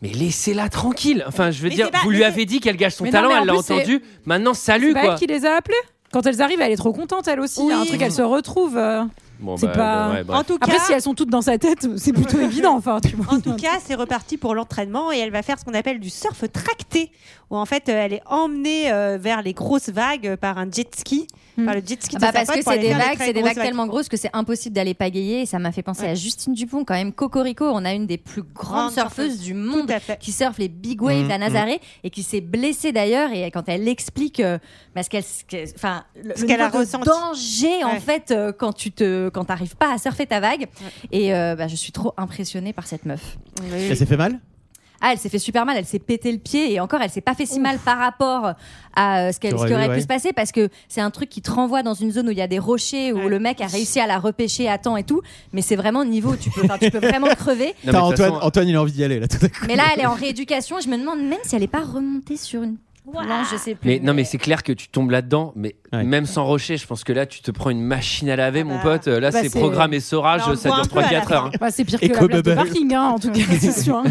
Speaker 1: Mais laissez-la tranquille. Enfin, je veux
Speaker 9: Mais
Speaker 1: dire,
Speaker 9: c'est pas-
Speaker 1: vous
Speaker 9: mais
Speaker 1: lui
Speaker 9: c'est-
Speaker 1: avez dit qu'elle gage son
Speaker 10: Mais non,
Speaker 1: talent,
Speaker 10: mais en
Speaker 1: elle l'a
Speaker 10: plus, c'est-
Speaker 1: entendu. Maintenant,
Speaker 10: C'est
Speaker 1: salut,
Speaker 10: pas
Speaker 1: quoi.
Speaker 10: elle qui les a appelés Quand elles arrivent, elle est trop contente, elle aussi. Il y a un
Speaker 5: Oui.
Speaker 10: truc, elle se retrouve. euh.
Speaker 1: Bon, bah,
Speaker 10: c'est pas-
Speaker 1: ouais, bref.
Speaker 9: En tout
Speaker 10: Après,
Speaker 9: cas,
Speaker 10: si elles sont toutes dans sa tête, c'est
Speaker 9: [LAUGHS]
Speaker 10: plutôt évident. Enfin, tu vois.
Speaker 9: En tout cas, c'est reparti pour l'entraînement et elle va faire ce qu'on appelle du surf tracté, où en fait euh, elle est emmenée euh, vers les grosses vagues euh, par un jet ski,
Speaker 10: Hmm.
Speaker 9: par le jet ski.
Speaker 5: Ah
Speaker 9: de
Speaker 5: bah
Speaker 9: sa
Speaker 5: parce
Speaker 9: pote
Speaker 5: que
Speaker 9: pour
Speaker 5: c'est
Speaker 9: aller
Speaker 5: des
Speaker 9: faire
Speaker 5: vagues,
Speaker 9: très
Speaker 5: c'est des
Speaker 9: grosses
Speaker 5: vagues tellement grosses que c'est impossible d'aller pagayer. Et ça m'a fait penser
Speaker 9: Ouais.
Speaker 5: à Justine Dupont quand même. Cocorico, on a une des plus
Speaker 9: Grande
Speaker 5: grandes surfeuses
Speaker 9: surfeuse.
Speaker 5: du
Speaker 9: Tout
Speaker 5: monde
Speaker 9: à fait.
Speaker 5: qui surfe les big waves
Speaker 6: Mhm,
Speaker 5: à Nazaré et qui s'est blessée d'ailleurs. Et quand elle explique, euh, parce qu'elle, ce qu'elle- enfin, le,
Speaker 9: Ce
Speaker 5: le
Speaker 9: qu'elle a
Speaker 5: niveau de
Speaker 9: ressenti.
Speaker 5: danger en
Speaker 9: Ouais.
Speaker 5: fait euh, quand tu te, quand t'arrives pas à surfer ta vague. Et euh, bah, je suis trop impressionnée par cette meuf.
Speaker 9: Oui.
Speaker 6: Elle s'est fait mal
Speaker 5: Ah, elle s'est fait super mal, elle s'est pété le pied et encore, elle s'est pas fait si mal par rapport à euh, ce, qu'elle-
Speaker 6: T'aurais
Speaker 5: ce qui aurait
Speaker 6: vu,
Speaker 5: pu
Speaker 6: ouais.
Speaker 5: se passer parce que c'est un truc qui te renvoie dans une zone où il y a des rochers, où
Speaker 9: Ouais.
Speaker 5: le mec a réussi à la repêcher à temps et tout, mais c'est vraiment niveau, où tu peux, enfin, tu peux
Speaker 9: [LAUGHS]
Speaker 5: vraiment crever.
Speaker 1: Non, mais de
Speaker 6: T'as
Speaker 1: toute
Speaker 6: Antoine,
Speaker 1: façon,
Speaker 6: Antoine, il a envie d'y aller là tout à coup.
Speaker 5: Mais là, elle est en rééducation, je me demande même si elle est pas remontée sur une planche, je sais plus.
Speaker 1: Mais non, mais c'est clair que tu tombes là-dedans, mais
Speaker 6: Ouais.
Speaker 1: même sans rocher, je pense que là, tu te prends une machine à laver,
Speaker 9: Ah
Speaker 1: mon
Speaker 9: bah.
Speaker 1: pote. Là,
Speaker 10: Bah,
Speaker 1: c'est
Speaker 10: c'est-
Speaker 1: programmé sorage,
Speaker 9: Bah, on le
Speaker 1: ça
Speaker 9: voit
Speaker 1: dure
Speaker 9: un peu à la
Speaker 1: 3-4
Speaker 9: fin.
Speaker 1: heures. hein.
Speaker 10: Bah, c'est pire que
Speaker 6: Et
Speaker 10: la
Speaker 6: quoi,
Speaker 10: blague de
Speaker 6: Bubble
Speaker 10: parking, hein, en
Speaker 1: [LAUGHS]
Speaker 10: tout cas, c'est sûr. hein.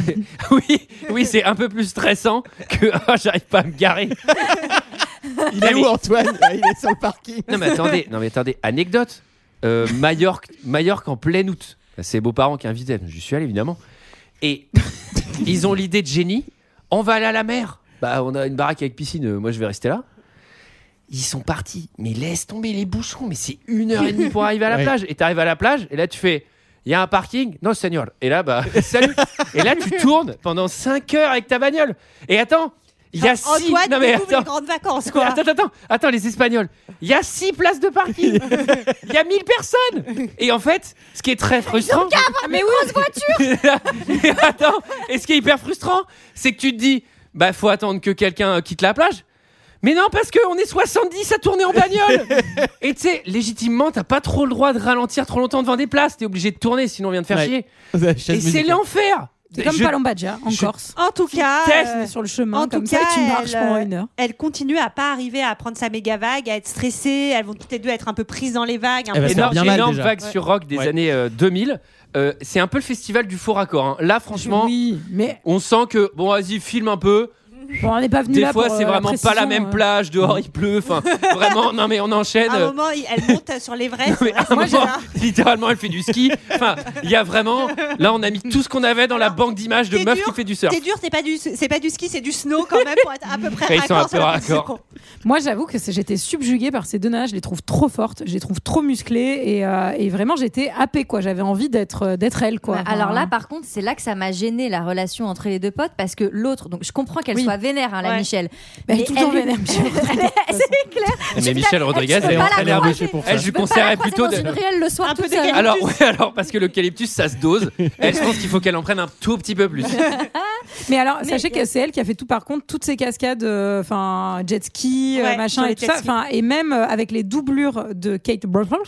Speaker 1: Oui, oui, c'est un peu plus stressant que [LAUGHS] Ah, j'arrive pas à me garer.
Speaker 6: Il est
Speaker 1: [LAUGHS]
Speaker 6: où Antoine Ah, Il est sur le parking.
Speaker 1: Non mais attendez, non mais attendez, anecdote. Euh, Majorque, Majorque en plein août. C'est beaux-parents qui invitaient. J'y suis allé évidemment. Et ils ont l'idée de génie. On va aller à la mer. Bah on a une baraque avec piscine. euh, Moi je vais rester là. Ils sont partis. Mais laisse tomber les bouchons. Mais c'est une heure et demie pour arriver à la
Speaker 6: Ouais.
Speaker 1: plage. Et t'arrives à la plage et là tu fais. Il y a un parking Non, seigneur. Et là, bah, [LAUGHS] salut. Et là, tu tournes pendant 5 heures avec ta bagnole. Et attends, il y a
Speaker 9: Enfin,
Speaker 1: six.
Speaker 9: Antoine
Speaker 1: non, mais
Speaker 9: découvre les
Speaker 1: attends,
Speaker 9: grandes vacances, quoi.
Speaker 1: Attends, attends, attends, les Espagnols. Il y a 6 places de parking. Il y a 1000 personnes. Et en fait, ce qui est très frustrant.
Speaker 10: Ah, mais oui,
Speaker 1: Et [LAUGHS] attends, et ce qui est hyper frustrant, c'est que tu te dis, bah, faut attendre que quelqu'un euh, quitte la plage. Mais non, parce qu'on est 70 à tourner en bagnole. Et tu sais, légitimement, t'as pas trop le droit de ralentir trop longtemps devant des places. T'es obligé de tourner, sinon on vient de faire
Speaker 6: Ouais.
Speaker 1: chier.
Speaker 6: La
Speaker 1: Et
Speaker 6: chaise
Speaker 1: c'est
Speaker 6: musicale.
Speaker 1: l'enfer.
Speaker 10: c'est comme
Speaker 1: Je-
Speaker 10: Palombadia, en
Speaker 1: je-
Speaker 10: Corse.
Speaker 9: En tout cas,
Speaker 1: déteste,
Speaker 9: euh,
Speaker 10: sur le chemin,
Speaker 9: en
Speaker 10: comme
Speaker 9: tout
Speaker 10: ça,
Speaker 9: cas,
Speaker 10: et tu marches
Speaker 9: elle,
Speaker 10: pendant
Speaker 9: euh,
Speaker 10: une heure.
Speaker 9: elle continue à pas arriver à prendre sa méga vague, à être stressée. Elles vont toutes les deux être un peu prises dans les vagues. un peu-
Speaker 6: Elle va se faire
Speaker 1: énorme,
Speaker 6: bien mal,
Speaker 1: énorme
Speaker 6: déjà.
Speaker 1: vague sur rock des
Speaker 6: Ouais.
Speaker 1: années euh, 2000. Euh, c'est un peu le festival du faux raccord. hein. Là, franchement,
Speaker 10: Oui, mais
Speaker 1: on sent que bon, vas-y, filme un peu.
Speaker 10: bon, on n'est pas venu
Speaker 1: Des
Speaker 10: là
Speaker 1: fois,
Speaker 10: pour,
Speaker 1: c'est
Speaker 10: euh,
Speaker 1: vraiment pas la
Speaker 10: précision,
Speaker 1: même
Speaker 10: euh.
Speaker 1: plage. Dehors, il pleut. Enfin, vraiment, non, mais on enchaîne. [LAUGHS]
Speaker 9: À un moment, il- elle monte sur l'Everest.
Speaker 1: Mais à un
Speaker 9: Ah, Moi, j'ai-
Speaker 1: moment, littéralement, elle fait du ski. Enfin, il y a vraiment. Là, on a mis tout ce qu'on avait dans la banque d'images de
Speaker 9: c'est
Speaker 1: meufs
Speaker 9: dur,
Speaker 1: qui fait du surf.
Speaker 9: C'est dur, c'est pas du, c'est pas du ski, c'est du snow quand même pour être à peu près
Speaker 1: Ouais, ils sont
Speaker 9: raccord
Speaker 1: un peu
Speaker 9: sur la
Speaker 1: raccord.
Speaker 9: position.
Speaker 10: Moi, j'avoue que c'est- j'étais subjuguée par ces deux nanas. Je les trouve trop fortes, je les trouve trop musclées et, euh, et vraiment, j'étais happée, quoi. J'avais envie d'être euh, d'être elle, quoi.
Speaker 5: Bah,
Speaker 10: Enfin,
Speaker 5: alors
Speaker 9: hein.
Speaker 5: là, par contre, c'est là que ça m'a gêné la relation entre les deux potes parce que l'autre, donc je comprends qu'elle
Speaker 10: Oui.
Speaker 5: soit vénère, hein, la
Speaker 9: Ouais.
Speaker 5: Michelle.
Speaker 10: bah, elle est tout le temps
Speaker 5: elle-
Speaker 9: [LAUGHS]
Speaker 10: vénère. Michel Rodriguez.
Speaker 5: c'est clair.
Speaker 1: Mais Michel Rodriguez,
Speaker 5: peux
Speaker 1: elle est
Speaker 5: pas la
Speaker 1: entraînée à
Speaker 5: croiser.
Speaker 6: boucher pour
Speaker 1: Elle,
Speaker 6: ça.
Speaker 1: je lui
Speaker 5: peux pas
Speaker 1: conseillerais
Speaker 5: la croiser
Speaker 1: plutôt
Speaker 5: dans
Speaker 1: de.
Speaker 5: une ruelle le soir
Speaker 9: Un peu
Speaker 5: toute seule.
Speaker 1: Alors, ouais, alors, parce que le l'eucalyptus, ça se dose. Elle, je pense qu'il faut qu'elle en prenne un tout petit peu plus.
Speaker 10: Mais alors,
Speaker 9: Mais-
Speaker 10: sachez que c'est elle qui a fait tout, par contre, toutes ces cascades, euh, enfin, jet ski, euh,
Speaker 9: Ouais,
Speaker 10: machin
Speaker 9: sur
Speaker 10: et
Speaker 9: les
Speaker 10: tout
Speaker 9: jet
Speaker 10: ça.
Speaker 9: skis.
Speaker 10: Enfin, et même euh, avec les doublures de Kate Brothers,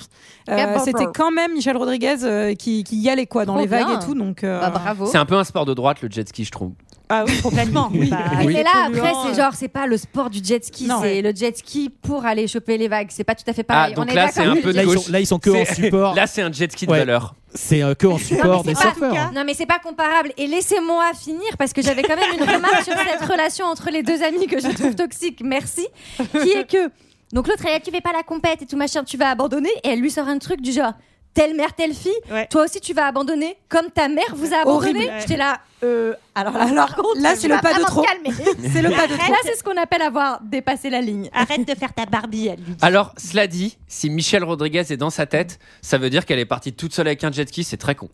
Speaker 5: Kate Butler.
Speaker 10: c'était quand même Michel Rodriguez euh, qui, qui y allait, quoi, dans
Speaker 5: Trop
Speaker 10: les vagues
Speaker 5: bien.
Speaker 10: et tout. Donc, euh,
Speaker 5: Bah, bravo.
Speaker 1: C'est un peu un sport de droite, le jet ski, je trouve.
Speaker 9: Ah oui,
Speaker 1: [LAUGHS]
Speaker 9: complètement. Bah,
Speaker 5: Mais
Speaker 9: il est
Speaker 5: là, après,
Speaker 9: polluant,
Speaker 5: Ah, c'est genre, c'est pas le sport du jet ski,
Speaker 10: Non.
Speaker 5: c'est le jet ski pour aller choper les vagues. C'est pas tout à fait
Speaker 1: Ah,
Speaker 5: pareil.
Speaker 1: donc
Speaker 5: On est
Speaker 1: là,
Speaker 5: d'accord
Speaker 1: c'est un
Speaker 5: que
Speaker 1: peu
Speaker 5: le
Speaker 6: Là,
Speaker 5: jet-
Speaker 1: de
Speaker 6: ils
Speaker 1: gauche.
Speaker 6: sont, là, ils sont que en
Speaker 1: C'est-
Speaker 6: support.
Speaker 1: Là, c'est un jet ski de
Speaker 6: Ouais.
Speaker 1: valeur.
Speaker 6: C'est euh, que en
Speaker 5: Non,
Speaker 6: support
Speaker 5: mais
Speaker 6: des
Speaker 5: c'est pas-
Speaker 6: surfeurs.
Speaker 5: Non, mais c'est pas comparable. Et laissez-moi finir parce que j'avais quand même une remarque sur cette relation entre les deux amis que je trouve toxique. Merci. Qui est que donc l'autre elle dit, tu fais pas la compète et tout machin, tu vas abandonner. Et elle lui sort un truc du genre. telle mère, telle fille, toi aussi tu vas abandonner comme ta mère vous a abandonné.
Speaker 9: Horrible.
Speaker 5: J'étais là, euh, alors là, par contre,
Speaker 9: là, c'est
Speaker 5: tu
Speaker 9: le
Speaker 5: vas
Speaker 9: pas de
Speaker 5: vraiment
Speaker 9: trop.
Speaker 5: te calmer.
Speaker 10: [LAUGHS]
Speaker 9: C'est le pas de trop.
Speaker 5: Là, c'est ce qu'on appelle avoir dépassé la ligne.
Speaker 10: Ah.
Speaker 9: Arrête de faire ta Barbie, elle lui.
Speaker 1: Alors, cela dit, si Michelle Rodriguez est dans sa tête, ça veut dire qu'elle est partie toute seule avec un jet ski, c'est très con.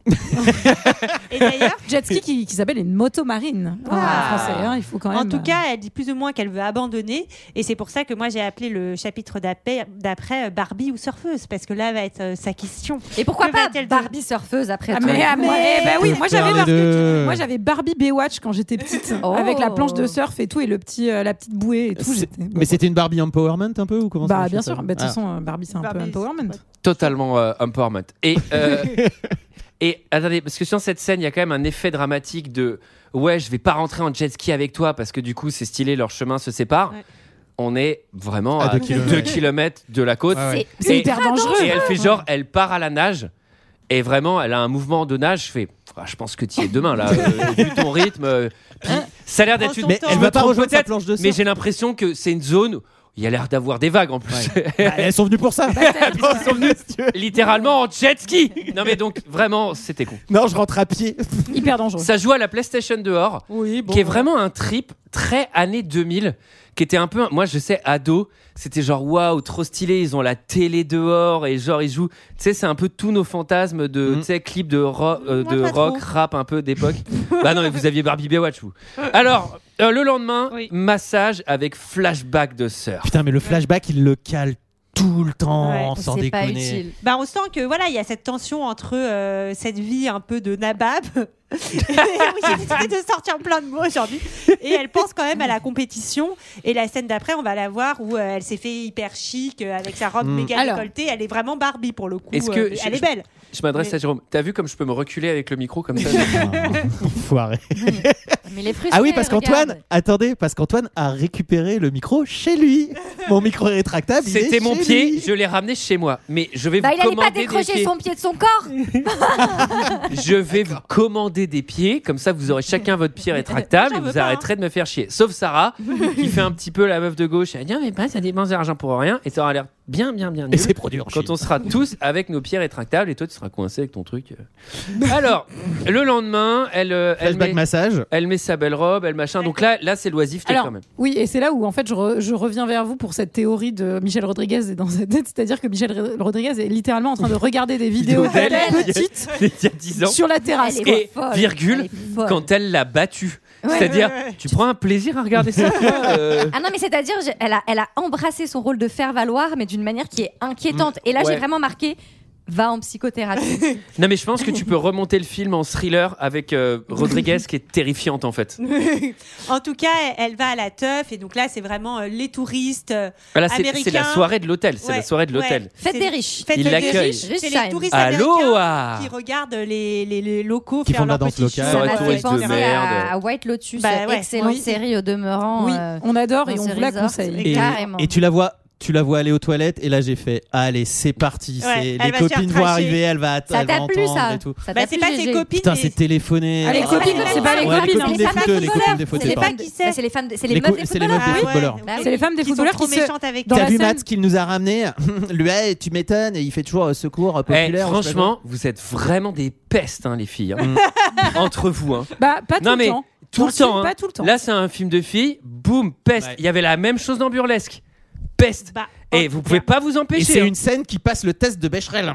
Speaker 9: Et d'ailleurs,
Speaker 10: Jet ski qui, qui s'appelle une moto marine en français. hein, il faut quand même.
Speaker 9: Ah. En tout cas, elle dit plus ou moins qu'elle veut abandonner. Et c'est pour ça que moi, j'ai appelé le chapitre d'après d'après, euh, Barbie ou surfeuse. Parce que là va être euh, sa question.
Speaker 5: Et pourquoi
Speaker 9: Que
Speaker 5: pas
Speaker 9: va-t-elle devenir
Speaker 5: Barbie surfeuse après
Speaker 10: Ah,
Speaker 5: tout
Speaker 10: mais, ah, mais- eh ben oui,
Speaker 6: Faut
Speaker 10: moi
Speaker 6: faire
Speaker 10: j'avais
Speaker 6: les
Speaker 10: Barbie,
Speaker 6: deux.
Speaker 10: moi j'avais Barbie Baywatch quand j'étais
Speaker 9: [LAUGHS]
Speaker 10: petite,
Speaker 5: Oh.
Speaker 10: avec la planche de surf et tout et le petit, euh, la petite bouée et tout.
Speaker 6: C'est-
Speaker 10: j'étais-
Speaker 6: Mais c'était une Barbie Empowerment un peu ou comment ça
Speaker 10: bah
Speaker 6: marchait,
Speaker 10: bien
Speaker 6: ça
Speaker 10: sûr, Bah, de toute
Speaker 6: Ah.
Speaker 10: façon euh, Barbie c'est un
Speaker 9: Barbie,
Speaker 10: peu empowerment.
Speaker 1: Totalement euh, empowerment. Et,
Speaker 6: [LAUGHS]
Speaker 1: euh, et attendez, parce que sur cette scène, il y a quand même un effet dramatique de ouais, je vais pas rentrer en jet ski avec toi parce que du coup, c'est stylé, leurs chemins se séparent.
Speaker 9: Ouais.
Speaker 1: On est vraiment
Speaker 6: À
Speaker 1: à
Speaker 6: deux
Speaker 1: 2
Speaker 6: kilomètres.
Speaker 1: km
Speaker 6: Ah
Speaker 1: de la côte.
Speaker 6: Ouais, ouais.
Speaker 5: C'est
Speaker 10: C'est
Speaker 1: Et-
Speaker 10: hyper dangereux.
Speaker 1: Et elle fait genre, elle part à la nage. Et vraiment, elle a un mouvement de nage. Je fais, Ah, je pense que tu es demain là. euh,
Speaker 6: [LAUGHS]
Speaker 1: vu ton rythme, euh, puis
Speaker 6: Hein
Speaker 1: ça a l'air d'être
Speaker 9: Prends
Speaker 1: une.
Speaker 9: ton
Speaker 6: Mais
Speaker 9: temps.
Speaker 6: elle
Speaker 9: Je
Speaker 6: va
Speaker 9: me
Speaker 6: pas
Speaker 1: trompe
Speaker 6: rejoindre sa
Speaker 1: peut-être,
Speaker 6: planche de surf.
Speaker 1: Mais j'ai l'impression que c'est une zone où il y a l'air d'avoir des vagues en plus.
Speaker 6: Bah, elles sont venues pour ça.
Speaker 1: Ils sont venus [LAUGHS] littéralement en jet ski. Non mais donc vraiment, c'était con.
Speaker 6: Non, je rentre à pied.
Speaker 10: hyper dangereux.
Speaker 1: Ça joue à la PlayStation dehors,
Speaker 10: Oui, bon.
Speaker 1: qui est vraiment un trip très années 2000, qui était un peu, un- moi je sais, ado. C'était genre waouh, trop stylé. Ils ont la télé dehors et genre ils jouent. Tu sais, c'est un peu tous nos fantasmes de,
Speaker 6: Mhm.
Speaker 1: tu sais, clips de, ro- euh,
Speaker 9: Moi,
Speaker 1: de
Speaker 9: pas trop.
Speaker 1: rock, rap un peu d'époque. bah non, mais vous aviez Barbie Baywatch vous. Alors euh, le lendemain,
Speaker 9: Oui.
Speaker 1: massage avec flashback de sœur.
Speaker 6: Putain, mais le flashback, il le cale tout le temps,
Speaker 9: Ouais.
Speaker 6: sans
Speaker 5: C'est pas
Speaker 6: déconner.
Speaker 5: utile.
Speaker 9: Bah, on sent que voilà, il y a cette tension entre euh, cette vie un peu de nabab. [LAUGHS] Oui, J'ai décidé de sortir plein de mots aujourd'hui. Et elle pense quand même à la compétition. Et la scène d'après, on va la voir où euh, elle s'est fait hyper chic euh, avec sa robe
Speaker 6: Mm.
Speaker 9: méga
Speaker 10: Alors.
Speaker 9: décolletée. Elle est vraiment Barbie pour le coup.
Speaker 1: Est-ce que-
Speaker 9: euh,
Speaker 1: je-
Speaker 9: elle est
Speaker 1: je-
Speaker 5: [LAUGHS]
Speaker 9: belle.
Speaker 1: Je m'adresse
Speaker 9: Mais-
Speaker 1: à Jérôme. T'as vu comme je peux me reculer avec le micro comme ça
Speaker 6: Ah, Enfoiré.
Speaker 5: Mais les frustrés,
Speaker 6: Ah oui, parce
Speaker 5: regarde.
Speaker 6: qu'Antoine, attendez, parce qu'Antoine a récupéré le micro chez lui. Mon micro rétractable. il est
Speaker 1: C'était mon
Speaker 6: chez
Speaker 1: pied,
Speaker 6: lui.
Speaker 1: je l'ai ramené chez moi. Mais je vais
Speaker 5: Bah,
Speaker 1: vous
Speaker 5: il allait pas
Speaker 1: commander des
Speaker 5: décrocher
Speaker 1: pieds.
Speaker 5: son pied de son corps.
Speaker 1: Je vais vous commander des pieds, comme ça vous aurez chacun votre pied rétractable
Speaker 9: J'en
Speaker 1: et
Speaker 9: veux
Speaker 1: vous
Speaker 9: pas,
Speaker 1: arrêterez de me faire chier. Sauf Sarah, qui fait un petit peu la meuf de gauche. Elle dit, Ah, mais pas, ça dépense de l'argent pour rien. Et ça aura l'air bien, bien, bien
Speaker 6: Et
Speaker 1: nul.
Speaker 6: c'est produit en Chine.
Speaker 1: Quand on sera tous avec nos pieds rétractables et toi tu seras coincé avec ton truc. Alors, le lendemain, elle, euh, elle,
Speaker 6: Flashback
Speaker 1: met,
Speaker 6: massage.
Speaker 1: elle met sa belle robe, elle machin. Donc là, là c'est l'oisiveté
Speaker 10: Alors,
Speaker 1: quand même. [LAUGHS]
Speaker 10: oui, et c'est là où en fait je, re- je reviens vers vous pour cette théorie de Michel Rodriguez est dans sa tête, c'est-à-dire que Michel Re- Rodriguez est littéralement en train de regarder des vidéos
Speaker 1: Vidéo
Speaker 10: d'elle
Speaker 1: d'elle.
Speaker 10: petite
Speaker 1: Il y a 10 ans.
Speaker 10: sur la terrasse.
Speaker 5: Elle
Speaker 10: quoi.
Speaker 5: est
Speaker 1: Et
Speaker 5: folle.
Speaker 1: virgule,
Speaker 5: Elle est folle.
Speaker 1: quand elle l'a battu.
Speaker 5: Ouais.
Speaker 1: C'est-à-dire, tu prends un plaisir à regarder ça toi, euh,
Speaker 5: Ah non, mais c'est-à-dire, j'ai- elle a, elle a embrassé son rôle de faire valoir, mais d'une manière qui est inquiétante. Et là,
Speaker 1: Mm. Ouais.
Speaker 5: j'ai vraiment marqué va en
Speaker 1: [LAUGHS]
Speaker 5: psychothérapie.
Speaker 1: Non, mais je pense que tu peux remonter le film en thriller avec euh, Rodriguez qui est terrifiante en fait.
Speaker 9: En tout cas, elle- elle va à la teuf et donc là, c'est vraiment euh, les touristes. euh,
Speaker 1: Voilà, Ah, c'est
Speaker 9: Américain.
Speaker 1: c'est la soirée de l'hôtel. C'est
Speaker 9: ouais,
Speaker 1: la soirée de l'hôtel.
Speaker 9: ouais,
Speaker 5: Faites
Speaker 9: c'est-
Speaker 5: des riches.
Speaker 9: Faites
Speaker 1: Il
Speaker 9: des
Speaker 1: l'accueille.
Speaker 9: riches, c'est les touristes américains
Speaker 1: Aloha
Speaker 9: qui regardent les, les, les locaux
Speaker 6: Qui
Speaker 9: faire
Speaker 6: font de la
Speaker 9: leur
Speaker 6: danse
Speaker 9: petit
Speaker 6: locale.
Speaker 9: show,
Speaker 1: Sur les
Speaker 9: ouais,
Speaker 1: touristes de
Speaker 9: etc.
Speaker 1: mer. merde.
Speaker 5: à, à White Lotus,
Speaker 9: Bah ouais.
Speaker 5: excellente
Speaker 10: Oui.
Speaker 5: série au demeurant.
Speaker 10: Oui,
Speaker 5: euh,
Speaker 10: on adore et
Speaker 5: dans
Speaker 10: on
Speaker 5: ce
Speaker 10: vous la
Speaker 5: resort.
Speaker 10: conseille.
Speaker 9: Et-
Speaker 5: Carrément.
Speaker 6: Et tu la vois. Tu la vois aller aux toilettes et là j'ai fait allez c'est parti
Speaker 9: Ouais,
Speaker 6: c'est-
Speaker 9: elle
Speaker 6: les
Speaker 9: va se faire
Speaker 6: copines vont
Speaker 9: tracher.
Speaker 6: arriver elle va att-
Speaker 5: ça
Speaker 6: elle va
Speaker 5: t'a plu
Speaker 6: entendre
Speaker 5: ça
Speaker 6: et tout
Speaker 5: Ça
Speaker 9: Bah,
Speaker 5: t'a
Speaker 9: c'est
Speaker 5: plu,
Speaker 9: pas
Speaker 5: Gégé
Speaker 9: ses copines.
Speaker 6: putain
Speaker 9: mais-
Speaker 6: c'est téléphoné
Speaker 10: Ah, les
Speaker 6: Oh,
Speaker 10: copines,
Speaker 6: ouais,
Speaker 10: c'est pas les copines,
Speaker 6: les
Speaker 10: hein,
Speaker 6: copines
Speaker 10: c'est
Speaker 6: des
Speaker 10: pas
Speaker 6: footeux les copines des footeux
Speaker 5: C'est les
Speaker 6: pardon.
Speaker 5: femmes de- bah, c'est les femmes, de- c'est les
Speaker 6: Les
Speaker 5: meufs
Speaker 6: cou-
Speaker 5: des
Speaker 6: c'est les
Speaker 5: footballeurs.
Speaker 6: meufs des
Speaker 9: Ah ouais.
Speaker 6: footballeurs.
Speaker 9: Bah
Speaker 10: C'est les femmes des
Speaker 9: Qui sont
Speaker 10: footballeurs
Speaker 9: trop
Speaker 10: qui se
Speaker 9: méchantes avec
Speaker 10: dans
Speaker 6: T'as
Speaker 10: la
Speaker 6: vu
Speaker 10: scène-
Speaker 6: Matt qu'il nous a ramené [LAUGHS] Lui, hey, tu m'étonnes, et il fait toujours euh, secours euh,
Speaker 1: Eh,
Speaker 6: populaire.
Speaker 1: franchement, vous êtes vraiment des pestes, hein, les filles. hein. [LAUGHS]
Speaker 6: Mm.
Speaker 1: Entre vous. hein.
Speaker 10: Bah, pas tout
Speaker 1: Non,
Speaker 10: le
Speaker 1: mais
Speaker 10: temps.
Speaker 1: Tout
Speaker 10: Dans
Speaker 1: le
Speaker 10: film,
Speaker 1: temps. hein.
Speaker 10: Pas tout le temps.
Speaker 1: Là, c'est un film de filles. Boum, peste.
Speaker 6: Ouais.
Speaker 1: Il y avait la même chose dans Burlesque. Peste.
Speaker 9: Bah,
Speaker 1: Et vous pouvez pas vous
Speaker 6: Et
Speaker 1: empêcher.
Speaker 6: c'est
Speaker 1: hein.
Speaker 6: une scène qui passe le test de Becherel.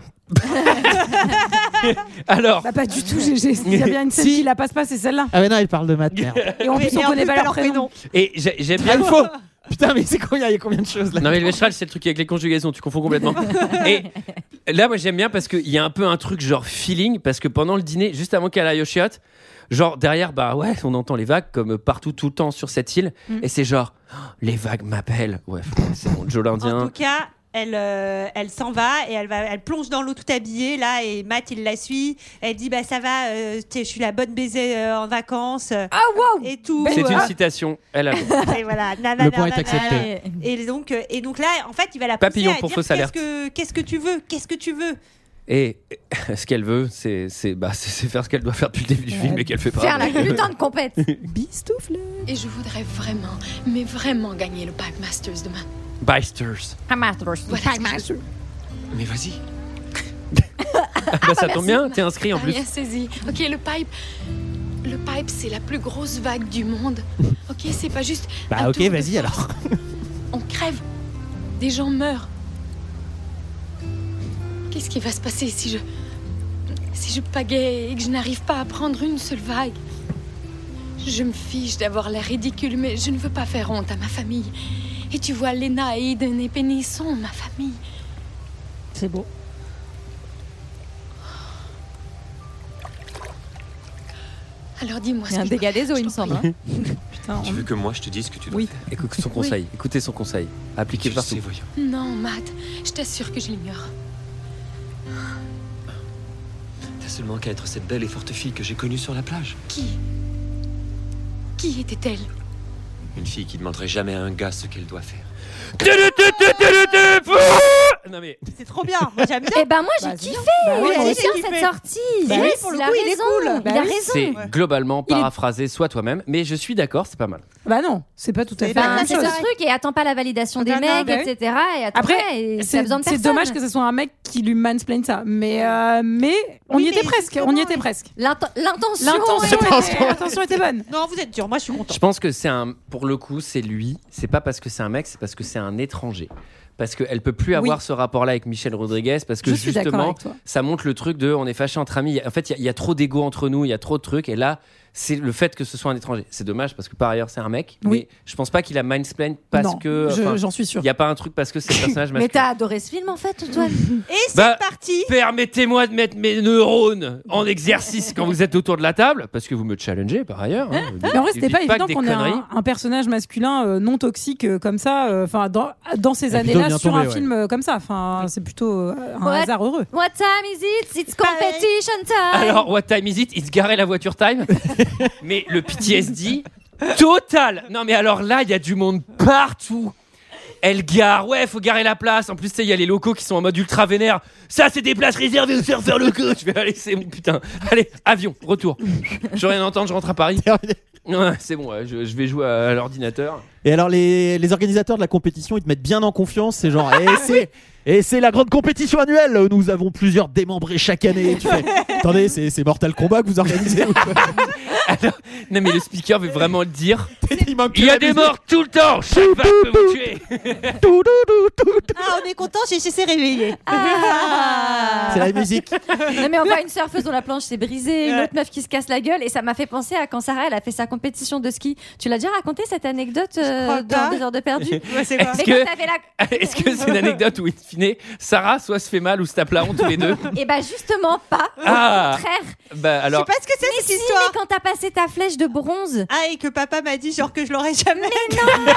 Speaker 1: Alors,
Speaker 10: Bah, pas du tout, GG. Il y a bien une scène
Speaker 6: Si.
Speaker 10: qui la passe pas, c'est celle-là.
Speaker 6: Ah mais non, il parle de Matt, merde.
Speaker 10: Et en
Speaker 9: Mais-
Speaker 10: plus,
Speaker 9: mais
Speaker 10: on
Speaker 9: en
Speaker 10: connaît
Speaker 9: plus,
Speaker 10: pas leur prénom.
Speaker 1: et j'ai- j'aime bien.
Speaker 6: Il faut Putain, mais c'est combien Il y a combien de choses là
Speaker 1: Non mais le Vestral c'est le truc avec les conjugaisons, tu confonds complètement. Et là moi j'aime bien parce qu'il y a un peu un truc genre feeling, parce que pendant le dîner, juste avant qu'elle aille au chiottes, genre derrière, bah ouais, on entend les vagues comme partout tout le temps sur cette île, et c'est genre, Oh, les vagues m'appellent. Ouais, c'est bon, Joe
Speaker 9: En
Speaker 1: l'Indien.
Speaker 9: tout cas, elle, euh, elle s'en va et elle, va, elle plonge dans l'eau tout habillée là et Matt il la suit. Elle dit bah ça va, euh, t'es- je suis la bonne baiser euh, en vacances euh,
Speaker 5: Ah wow
Speaker 9: et tout.
Speaker 1: C'est une
Speaker 9: [LAUGHS] Euh,
Speaker 1: citation, elle a le
Speaker 9: et voilà, nanana,
Speaker 6: point est
Speaker 9: nanana.
Speaker 6: accepté.
Speaker 5: Allez.
Speaker 9: Et donc, euh, et donc là, en fait, il va la pousser
Speaker 1: Papillon
Speaker 9: à
Speaker 1: pour
Speaker 9: dire
Speaker 1: fausse
Speaker 9: qu'est-ce
Speaker 1: alerte.
Speaker 9: que qu'est-ce que tu veux, qu'est-ce que tu veux.
Speaker 1: Et ce qu'elle veut, c'est c'est- bah, c'est- c'est faire ce qu'elle doit faire depuis le début du film et qu'elle fait pas. Euh,
Speaker 5: Faire la putain de compète.
Speaker 10: Bistoufle.
Speaker 11: Et je voudrais vraiment, mais vraiment gagner le Pipe Masters demain.
Speaker 1: Bysters.
Speaker 5: Ah, mince, je suis pas mal.
Speaker 3: Mais vas-y.
Speaker 1: [LAUGHS] bah, ça tombe bien, t'es inscrit
Speaker 7: Ah,
Speaker 1: en
Speaker 11: T'as
Speaker 1: plus.
Speaker 11: Rien saisi. Ok, le pipe. Le pipe, c'est la plus grosse vague du monde. Ok, c'est pas juste.
Speaker 6: Bah
Speaker 11: un
Speaker 6: ok,
Speaker 11: tour de force.
Speaker 6: vas-y [LAUGHS] alors.
Speaker 11: On crève. Des gens meurent. Qu'est-ce qui va se passer si je. Si je pagaie et que je n'arrive pas à prendre une seule vague Je me fiche d'avoir l'air ridicule, mais je ne veux pas faire honte à ma famille. Et tu vois, Lena, Aiden et Penny sont ma famille.
Speaker 9: C'est beau.
Speaker 11: Alors dis-moi
Speaker 5: Il y a un
Speaker 11: ce que je
Speaker 5: dégât des eaux, hein, il me semble. hein.
Speaker 10: Putain,
Speaker 3: Tu veux que moi je te dise ce que tu dois faire
Speaker 1: Écoute son conseil, écoutez son conseil. Appliquez
Speaker 3: Tu
Speaker 1: partout.
Speaker 3: sais, voyons.
Speaker 11: Non, Matt, je t'assure que je l'ignore.
Speaker 3: T'as seulement qu'à être cette belle et forte fille que j'ai connue sur la plage.
Speaker 11: Qui Qui était-elle
Speaker 3: Une fille qui demanderait jamais à un gars ce qu'elle doit faire.
Speaker 1: Non mais
Speaker 9: C'est trop bien. Moi,
Speaker 5: [LAUGHS]
Speaker 9: j'aime bien.
Speaker 5: Eh ben moi j'ai
Speaker 9: Bah, c'est
Speaker 5: kiffé,
Speaker 10: Ah
Speaker 9: Bah oui,
Speaker 5: j'aime
Speaker 9: moi
Speaker 5: bien
Speaker 9: aussi, j'ai
Speaker 5: cette
Speaker 9: kiffé.
Speaker 5: sortie.
Speaker 9: Bah oui,
Speaker 5: Yes,
Speaker 9: pour le
Speaker 5: il a
Speaker 9: coup, il est
Speaker 5: raison.
Speaker 9: cool. Bah
Speaker 5: Il a
Speaker 9: oui.
Speaker 5: raison.
Speaker 1: c'est globalement
Speaker 10: Il est-
Speaker 1: paraphraser soit toi-même, mais je suis d'accord, c'est pas mal.
Speaker 10: Bah non, c'est pas tout à
Speaker 9: C'est
Speaker 10: fait
Speaker 9: pas
Speaker 10: la
Speaker 5: Enfin,
Speaker 10: même
Speaker 5: c'est
Speaker 10: chose.
Speaker 5: ce truc et attends pas la validation des
Speaker 9: Non, non,
Speaker 5: mecs,
Speaker 9: bah oui.
Speaker 5: etc. Et attends
Speaker 10: Après,
Speaker 5: pas, et t'as
Speaker 10: C'est
Speaker 5: besoin de
Speaker 10: c'est
Speaker 5: personne.
Speaker 10: dommage que ce soit un mec qui lui mansplaine ça, mais euh, mais on
Speaker 9: Oui,
Speaker 10: y était
Speaker 9: mais
Speaker 10: presque, on y
Speaker 9: justement,
Speaker 10: était
Speaker 9: oui.
Speaker 10: presque.
Speaker 5: L'inten- L'intention.
Speaker 10: L'intention
Speaker 5: est-
Speaker 10: était, l'intention était bonne.
Speaker 9: Non, vous êtes dur. Moi, je suis content.
Speaker 1: Je pense que c'est un, pour le coup, c'est lui. C'est pas parce que c'est un mec, c'est parce que c'est un étranger. Parce qu'elle peut plus avoir ce rapport-là avec Michel Rodriguez, parce que
Speaker 10: Je suis d'accord
Speaker 1: justement,
Speaker 10: avec toi.
Speaker 1: ça montre le truc de on est fâché entre amis. Il y a- En fait, il y a- il y, a trop d'ego entre nous, il y a trop de trucs. Et là, c'est le fait que ce soit un étranger. C'est dommage parce que par ailleurs, c'est un mec.
Speaker 10: Oui.
Speaker 1: Mais je pense pas qu'il a mindsplain parce
Speaker 10: Non,
Speaker 1: que.
Speaker 10: je-
Speaker 1: enfin,
Speaker 10: j'en suis sûr.
Speaker 1: Il n'y a pas un truc parce que c'est
Speaker 10: [LAUGHS]
Speaker 1: le personnage
Speaker 5: Mais
Speaker 1: masculin.
Speaker 5: t'as adoré ce film en fait, toi.
Speaker 9: Et c'est
Speaker 1: Bah-
Speaker 9: parti.
Speaker 1: Permettez-moi de mettre mes neurones en exercice quand vous êtes autour de la table, parce que vous me challengez par ailleurs.
Speaker 10: [LAUGHS]
Speaker 1: hein. Vous
Speaker 10: Mais en vrai,
Speaker 1: dites-
Speaker 10: c'était pas
Speaker 1: dites que
Speaker 10: évident
Speaker 1: des
Speaker 10: qu'on ait
Speaker 1: conneries.
Speaker 10: un, un personnage masculin euh, non toxique euh, comme ça, euh, enfin dans, dans ces
Speaker 6: Ah, plutôt
Speaker 10: années-là
Speaker 6: bien
Speaker 10: sur
Speaker 6: tombé,
Speaker 10: un
Speaker 6: ouais.
Speaker 10: film euh, comme ça. Enfin, c'est plutôt euh, un
Speaker 5: Ouais.
Speaker 10: hasard heureux.
Speaker 5: [LAUGHS] What time is it? It's competition time.
Speaker 1: Alors, what time is it Il se garait la voiture time. mais le PTSD, total Non, mais alors là, il y a du monde partout elle gare, ouais, faut garer la place. En plus, tu sais, il y a les locaux qui sont en mode ultra vénère. Ça, c'est des places réservées aux surfeurs locaux. Je vais aller, c'est bon, putain. Allez, avion, retour. Je veux rien entendre, je rentre à Paris. Ouais, c'est bon, ouais, je, je vais jouer à, à l'ordinateur.
Speaker 6: Et alors les, les organisateurs de la compétition, ils te mettent bien en confiance, c'est genre et c'est et c'est la grande compétition annuelle, nous avons plusieurs démembrés chaque année. Tu fais, Attendez, c'est c'est Mortal Kombat que vous organisez ou quoi
Speaker 1: Non, mais le speaker veut vraiment le dire.
Speaker 6: [LAUGHS] Il manque que
Speaker 1: Il y a
Speaker 6: la
Speaker 1: des
Speaker 6: musique.
Speaker 1: morts tout le temps Chaque vague peut vous tuer
Speaker 6: Tout, tout, tout, tout, tout.
Speaker 9: Ah, on est content. J'ai cessé réveillé. [LAUGHS]
Speaker 5: Ah.
Speaker 6: C'est la [LAUGHS] musique.
Speaker 5: Non mais on voit une surfeuse dont la planche s'est brisée, une
Speaker 9: Ouais.
Speaker 5: autre meuf qui se casse la gueule et ça m'a fait penser à quand Sarah elle a fait sa compétition de ski. Tu l'as déjà raconté cette anecdote euh,
Speaker 9: crois
Speaker 5: dans
Speaker 9: pas.
Speaker 5: deux heures de perdu
Speaker 9: Ouais, c'est quoi
Speaker 5: Mais
Speaker 1: que-
Speaker 5: quand t'avais la
Speaker 1: [LAUGHS] Est-ce que c'est une anecdote où, in fine, Sarah soit se fait mal ou se tape la honte tous les
Speaker 5: [LAUGHS]
Speaker 1: deux
Speaker 5: Et bah justement pas. Au
Speaker 1: Ah
Speaker 5: contraire.
Speaker 1: Bah alors,
Speaker 9: Je sais pas ce que c'est cette
Speaker 5: Si
Speaker 9: histoire.
Speaker 5: mais quand t'as passé ta flèche de bronze.
Speaker 9: Ah, et que papa m'a dit genre que je l'aurais jamais.
Speaker 5: Non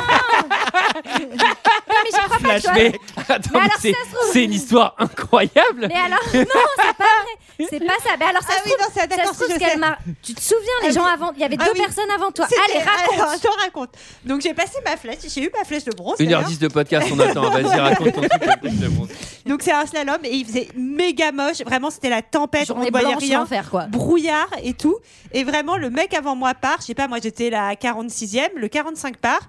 Speaker 5: mais j'y crois pas. tu vois.
Speaker 1: mais, [LAUGHS] attends, mais
Speaker 5: alors,
Speaker 1: c'est,
Speaker 5: ça se trouve-
Speaker 1: c'est une histoire incroyable
Speaker 5: Mais alors non, c'est pas vrai. C'est pas ça. Mais alors ça
Speaker 9: Ah
Speaker 5: se
Speaker 9: oui,
Speaker 5: trouve.
Speaker 9: non, c'est
Speaker 5: ça se
Speaker 9: d'accord,
Speaker 5: trouve
Speaker 9: si je
Speaker 5: qu'elle
Speaker 9: sais.
Speaker 5: m'a- Tu te souviens, les
Speaker 9: Ah
Speaker 5: gens
Speaker 9: oui.
Speaker 5: avant, il y avait
Speaker 9: Ah
Speaker 5: deux
Speaker 9: oui.
Speaker 5: personnes avant toi.
Speaker 9: C'était-
Speaker 5: Allez, raconte.
Speaker 9: Alors, je te raconte. Donc j'ai passé ma flèche, j'ai eu ma flèche de bronze. d'ailleurs.
Speaker 1: 1h10 de podcast, on attend,
Speaker 5: [LAUGHS]
Speaker 1: vas-y, raconte ton truc.
Speaker 9: Donc c'est un slalom et il faisait méga moche. Vraiment, c'était la tempête, on
Speaker 5: Journée
Speaker 9: ne voyait
Speaker 5: blanche,
Speaker 9: rien.
Speaker 5: l'enfer quoi.
Speaker 9: Brouillard et tout. Et vraiment, le mec avant moi part. Je sais pas, moi j'étais la 46e, le 45 part.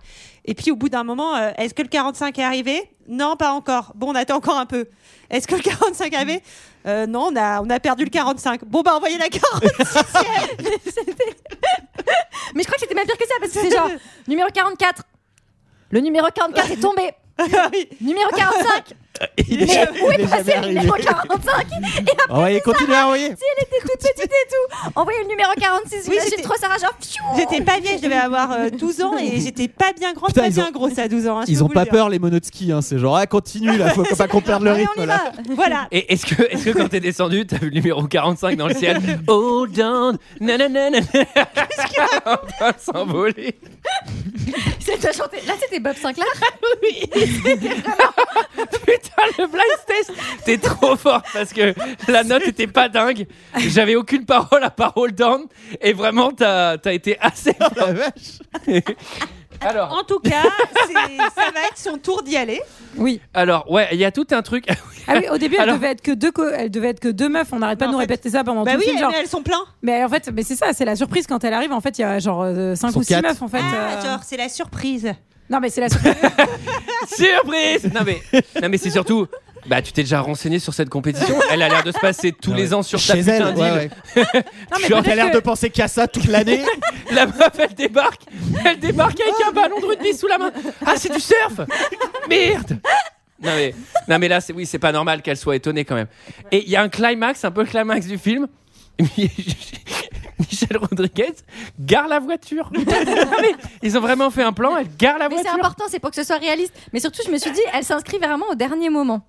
Speaker 9: Et puis au bout d'un moment, euh, est-ce que le 45 est arrivé Non, pas encore. Bon, on attend encore un peu. Est-ce que le 45 est arrivé Euh, Non, on a, on a perdu le 45. Bon, bah envoyez la [LAUGHS] 40.
Speaker 5: Mais je crois que c'était même pire que ça [LAUGHS] parce que c'est genre numéro 44. Le numéro 44 est tombé.
Speaker 9: Ah
Speaker 5: Numéro 45.
Speaker 6: Il est
Speaker 5: Mais
Speaker 6: jamais,
Speaker 5: où
Speaker 6: [LAUGHS] il
Speaker 5: est
Speaker 6: est
Speaker 5: passé
Speaker 6: jamais
Speaker 5: le numéro
Speaker 6: arrivé.
Speaker 5: 45
Speaker 6: Envoyez, continuez à envoyer.
Speaker 5: T'es toute petite et tout. Envoyez le numéro 46.
Speaker 9: Oui,
Speaker 5: J'imagine
Speaker 9: j'étais-
Speaker 5: trop Sarah genre pfiou.
Speaker 9: J'étais
Speaker 5: [LAUGHS]
Speaker 9: pas vieille, je devais avoir euh, 12 ans et j'étais pas bien grande,
Speaker 6: Putain,
Speaker 9: pas
Speaker 6: ils
Speaker 9: bien
Speaker 6: ont-
Speaker 9: grosse à 12 ans. hein, je
Speaker 6: Ils
Speaker 9: peux
Speaker 6: ont
Speaker 9: vous
Speaker 6: pas
Speaker 9: le dire.
Speaker 6: peur les monoski, hein, c'est genre ah continue là, faut pas qu'on perde le
Speaker 5: Allez, on
Speaker 6: rythme
Speaker 5: y
Speaker 6: là.
Speaker 5: va.
Speaker 6: [LAUGHS]
Speaker 9: Voilà.
Speaker 1: Et est-ce que, est-ce que quand t'es descendu, t'as vu le numéro 45 dans le ciel
Speaker 5: [LAUGHS]
Speaker 1: Hold on Nananana En [LAUGHS] train de s'envoler
Speaker 5: C'était chanté. Là, c'était Bob Sinclair.
Speaker 1: Putain, le blind test, t'es trop fort parce que la note était pas dingue. J'avais aucune parole à part hold down et vraiment t'as as été assez.
Speaker 6: Oh [LAUGHS] la vache.
Speaker 1: Alors,
Speaker 9: En tout cas, c'est- ça va être son tour d'y aller.
Speaker 10: Oui.
Speaker 1: alors ouais, il y a tout un truc. [LAUGHS]
Speaker 10: Ah oui, au début,
Speaker 1: Alors-
Speaker 10: elle devait être que deux, co- elle devait être que deux meufs. On n'arrête pas
Speaker 9: Mais
Speaker 10: de
Speaker 9: en
Speaker 10: nous
Speaker 9: fait-
Speaker 10: répéter ça pendant
Speaker 9: Bah
Speaker 10: tout
Speaker 9: oui,
Speaker 10: le film. Genre,
Speaker 9: mais elles sont plein.
Speaker 10: mais en fait, mais c'est ça, c'est la surprise quand elle arrive. En fait, il y a genre 5
Speaker 6: Sont
Speaker 10: ou 6
Speaker 6: quatre.
Speaker 10: meufs en fait.
Speaker 9: Ah,
Speaker 10: euh,
Speaker 9: genre, c'est la surprise.
Speaker 10: Non, mais c'est la surprise.
Speaker 1: Surprise Non mais, non mais c'est surtout. Bah, tu t'es déjà renseigné sur cette compétition Elle a l'air de se passer tous
Speaker 6: Ah
Speaker 1: les
Speaker 6: ouais.
Speaker 1: ans sur ta
Speaker 6: Chez
Speaker 1: putain
Speaker 6: elle,
Speaker 1: d'île.
Speaker 6: ouais, ouais.
Speaker 10: Non, mais
Speaker 1: Tu as
Speaker 10: peut-être
Speaker 1: l'air
Speaker 10: que-
Speaker 6: De penser qu'à ça toute l'année.
Speaker 1: La meuf, elle débarque, elle débarque avec un ballon de rugby sous la main. Ah, c'est du surf Merde Non mais, non mais là, c'est oui, c'est pas normal qu'elle soit étonnée quand même. Et il y a un climax, un peu le climax du film. [LAUGHS] Michel Rodriguez gare la voiture. [LAUGHS] Non, mais ils ont vraiment fait un plan, elle gare la
Speaker 5: Mais c'est
Speaker 1: voiture.
Speaker 5: important, c'est pour que ce soit réaliste. Mais surtout, je me suis dit, elle s'inscrit vraiment au dernier moment.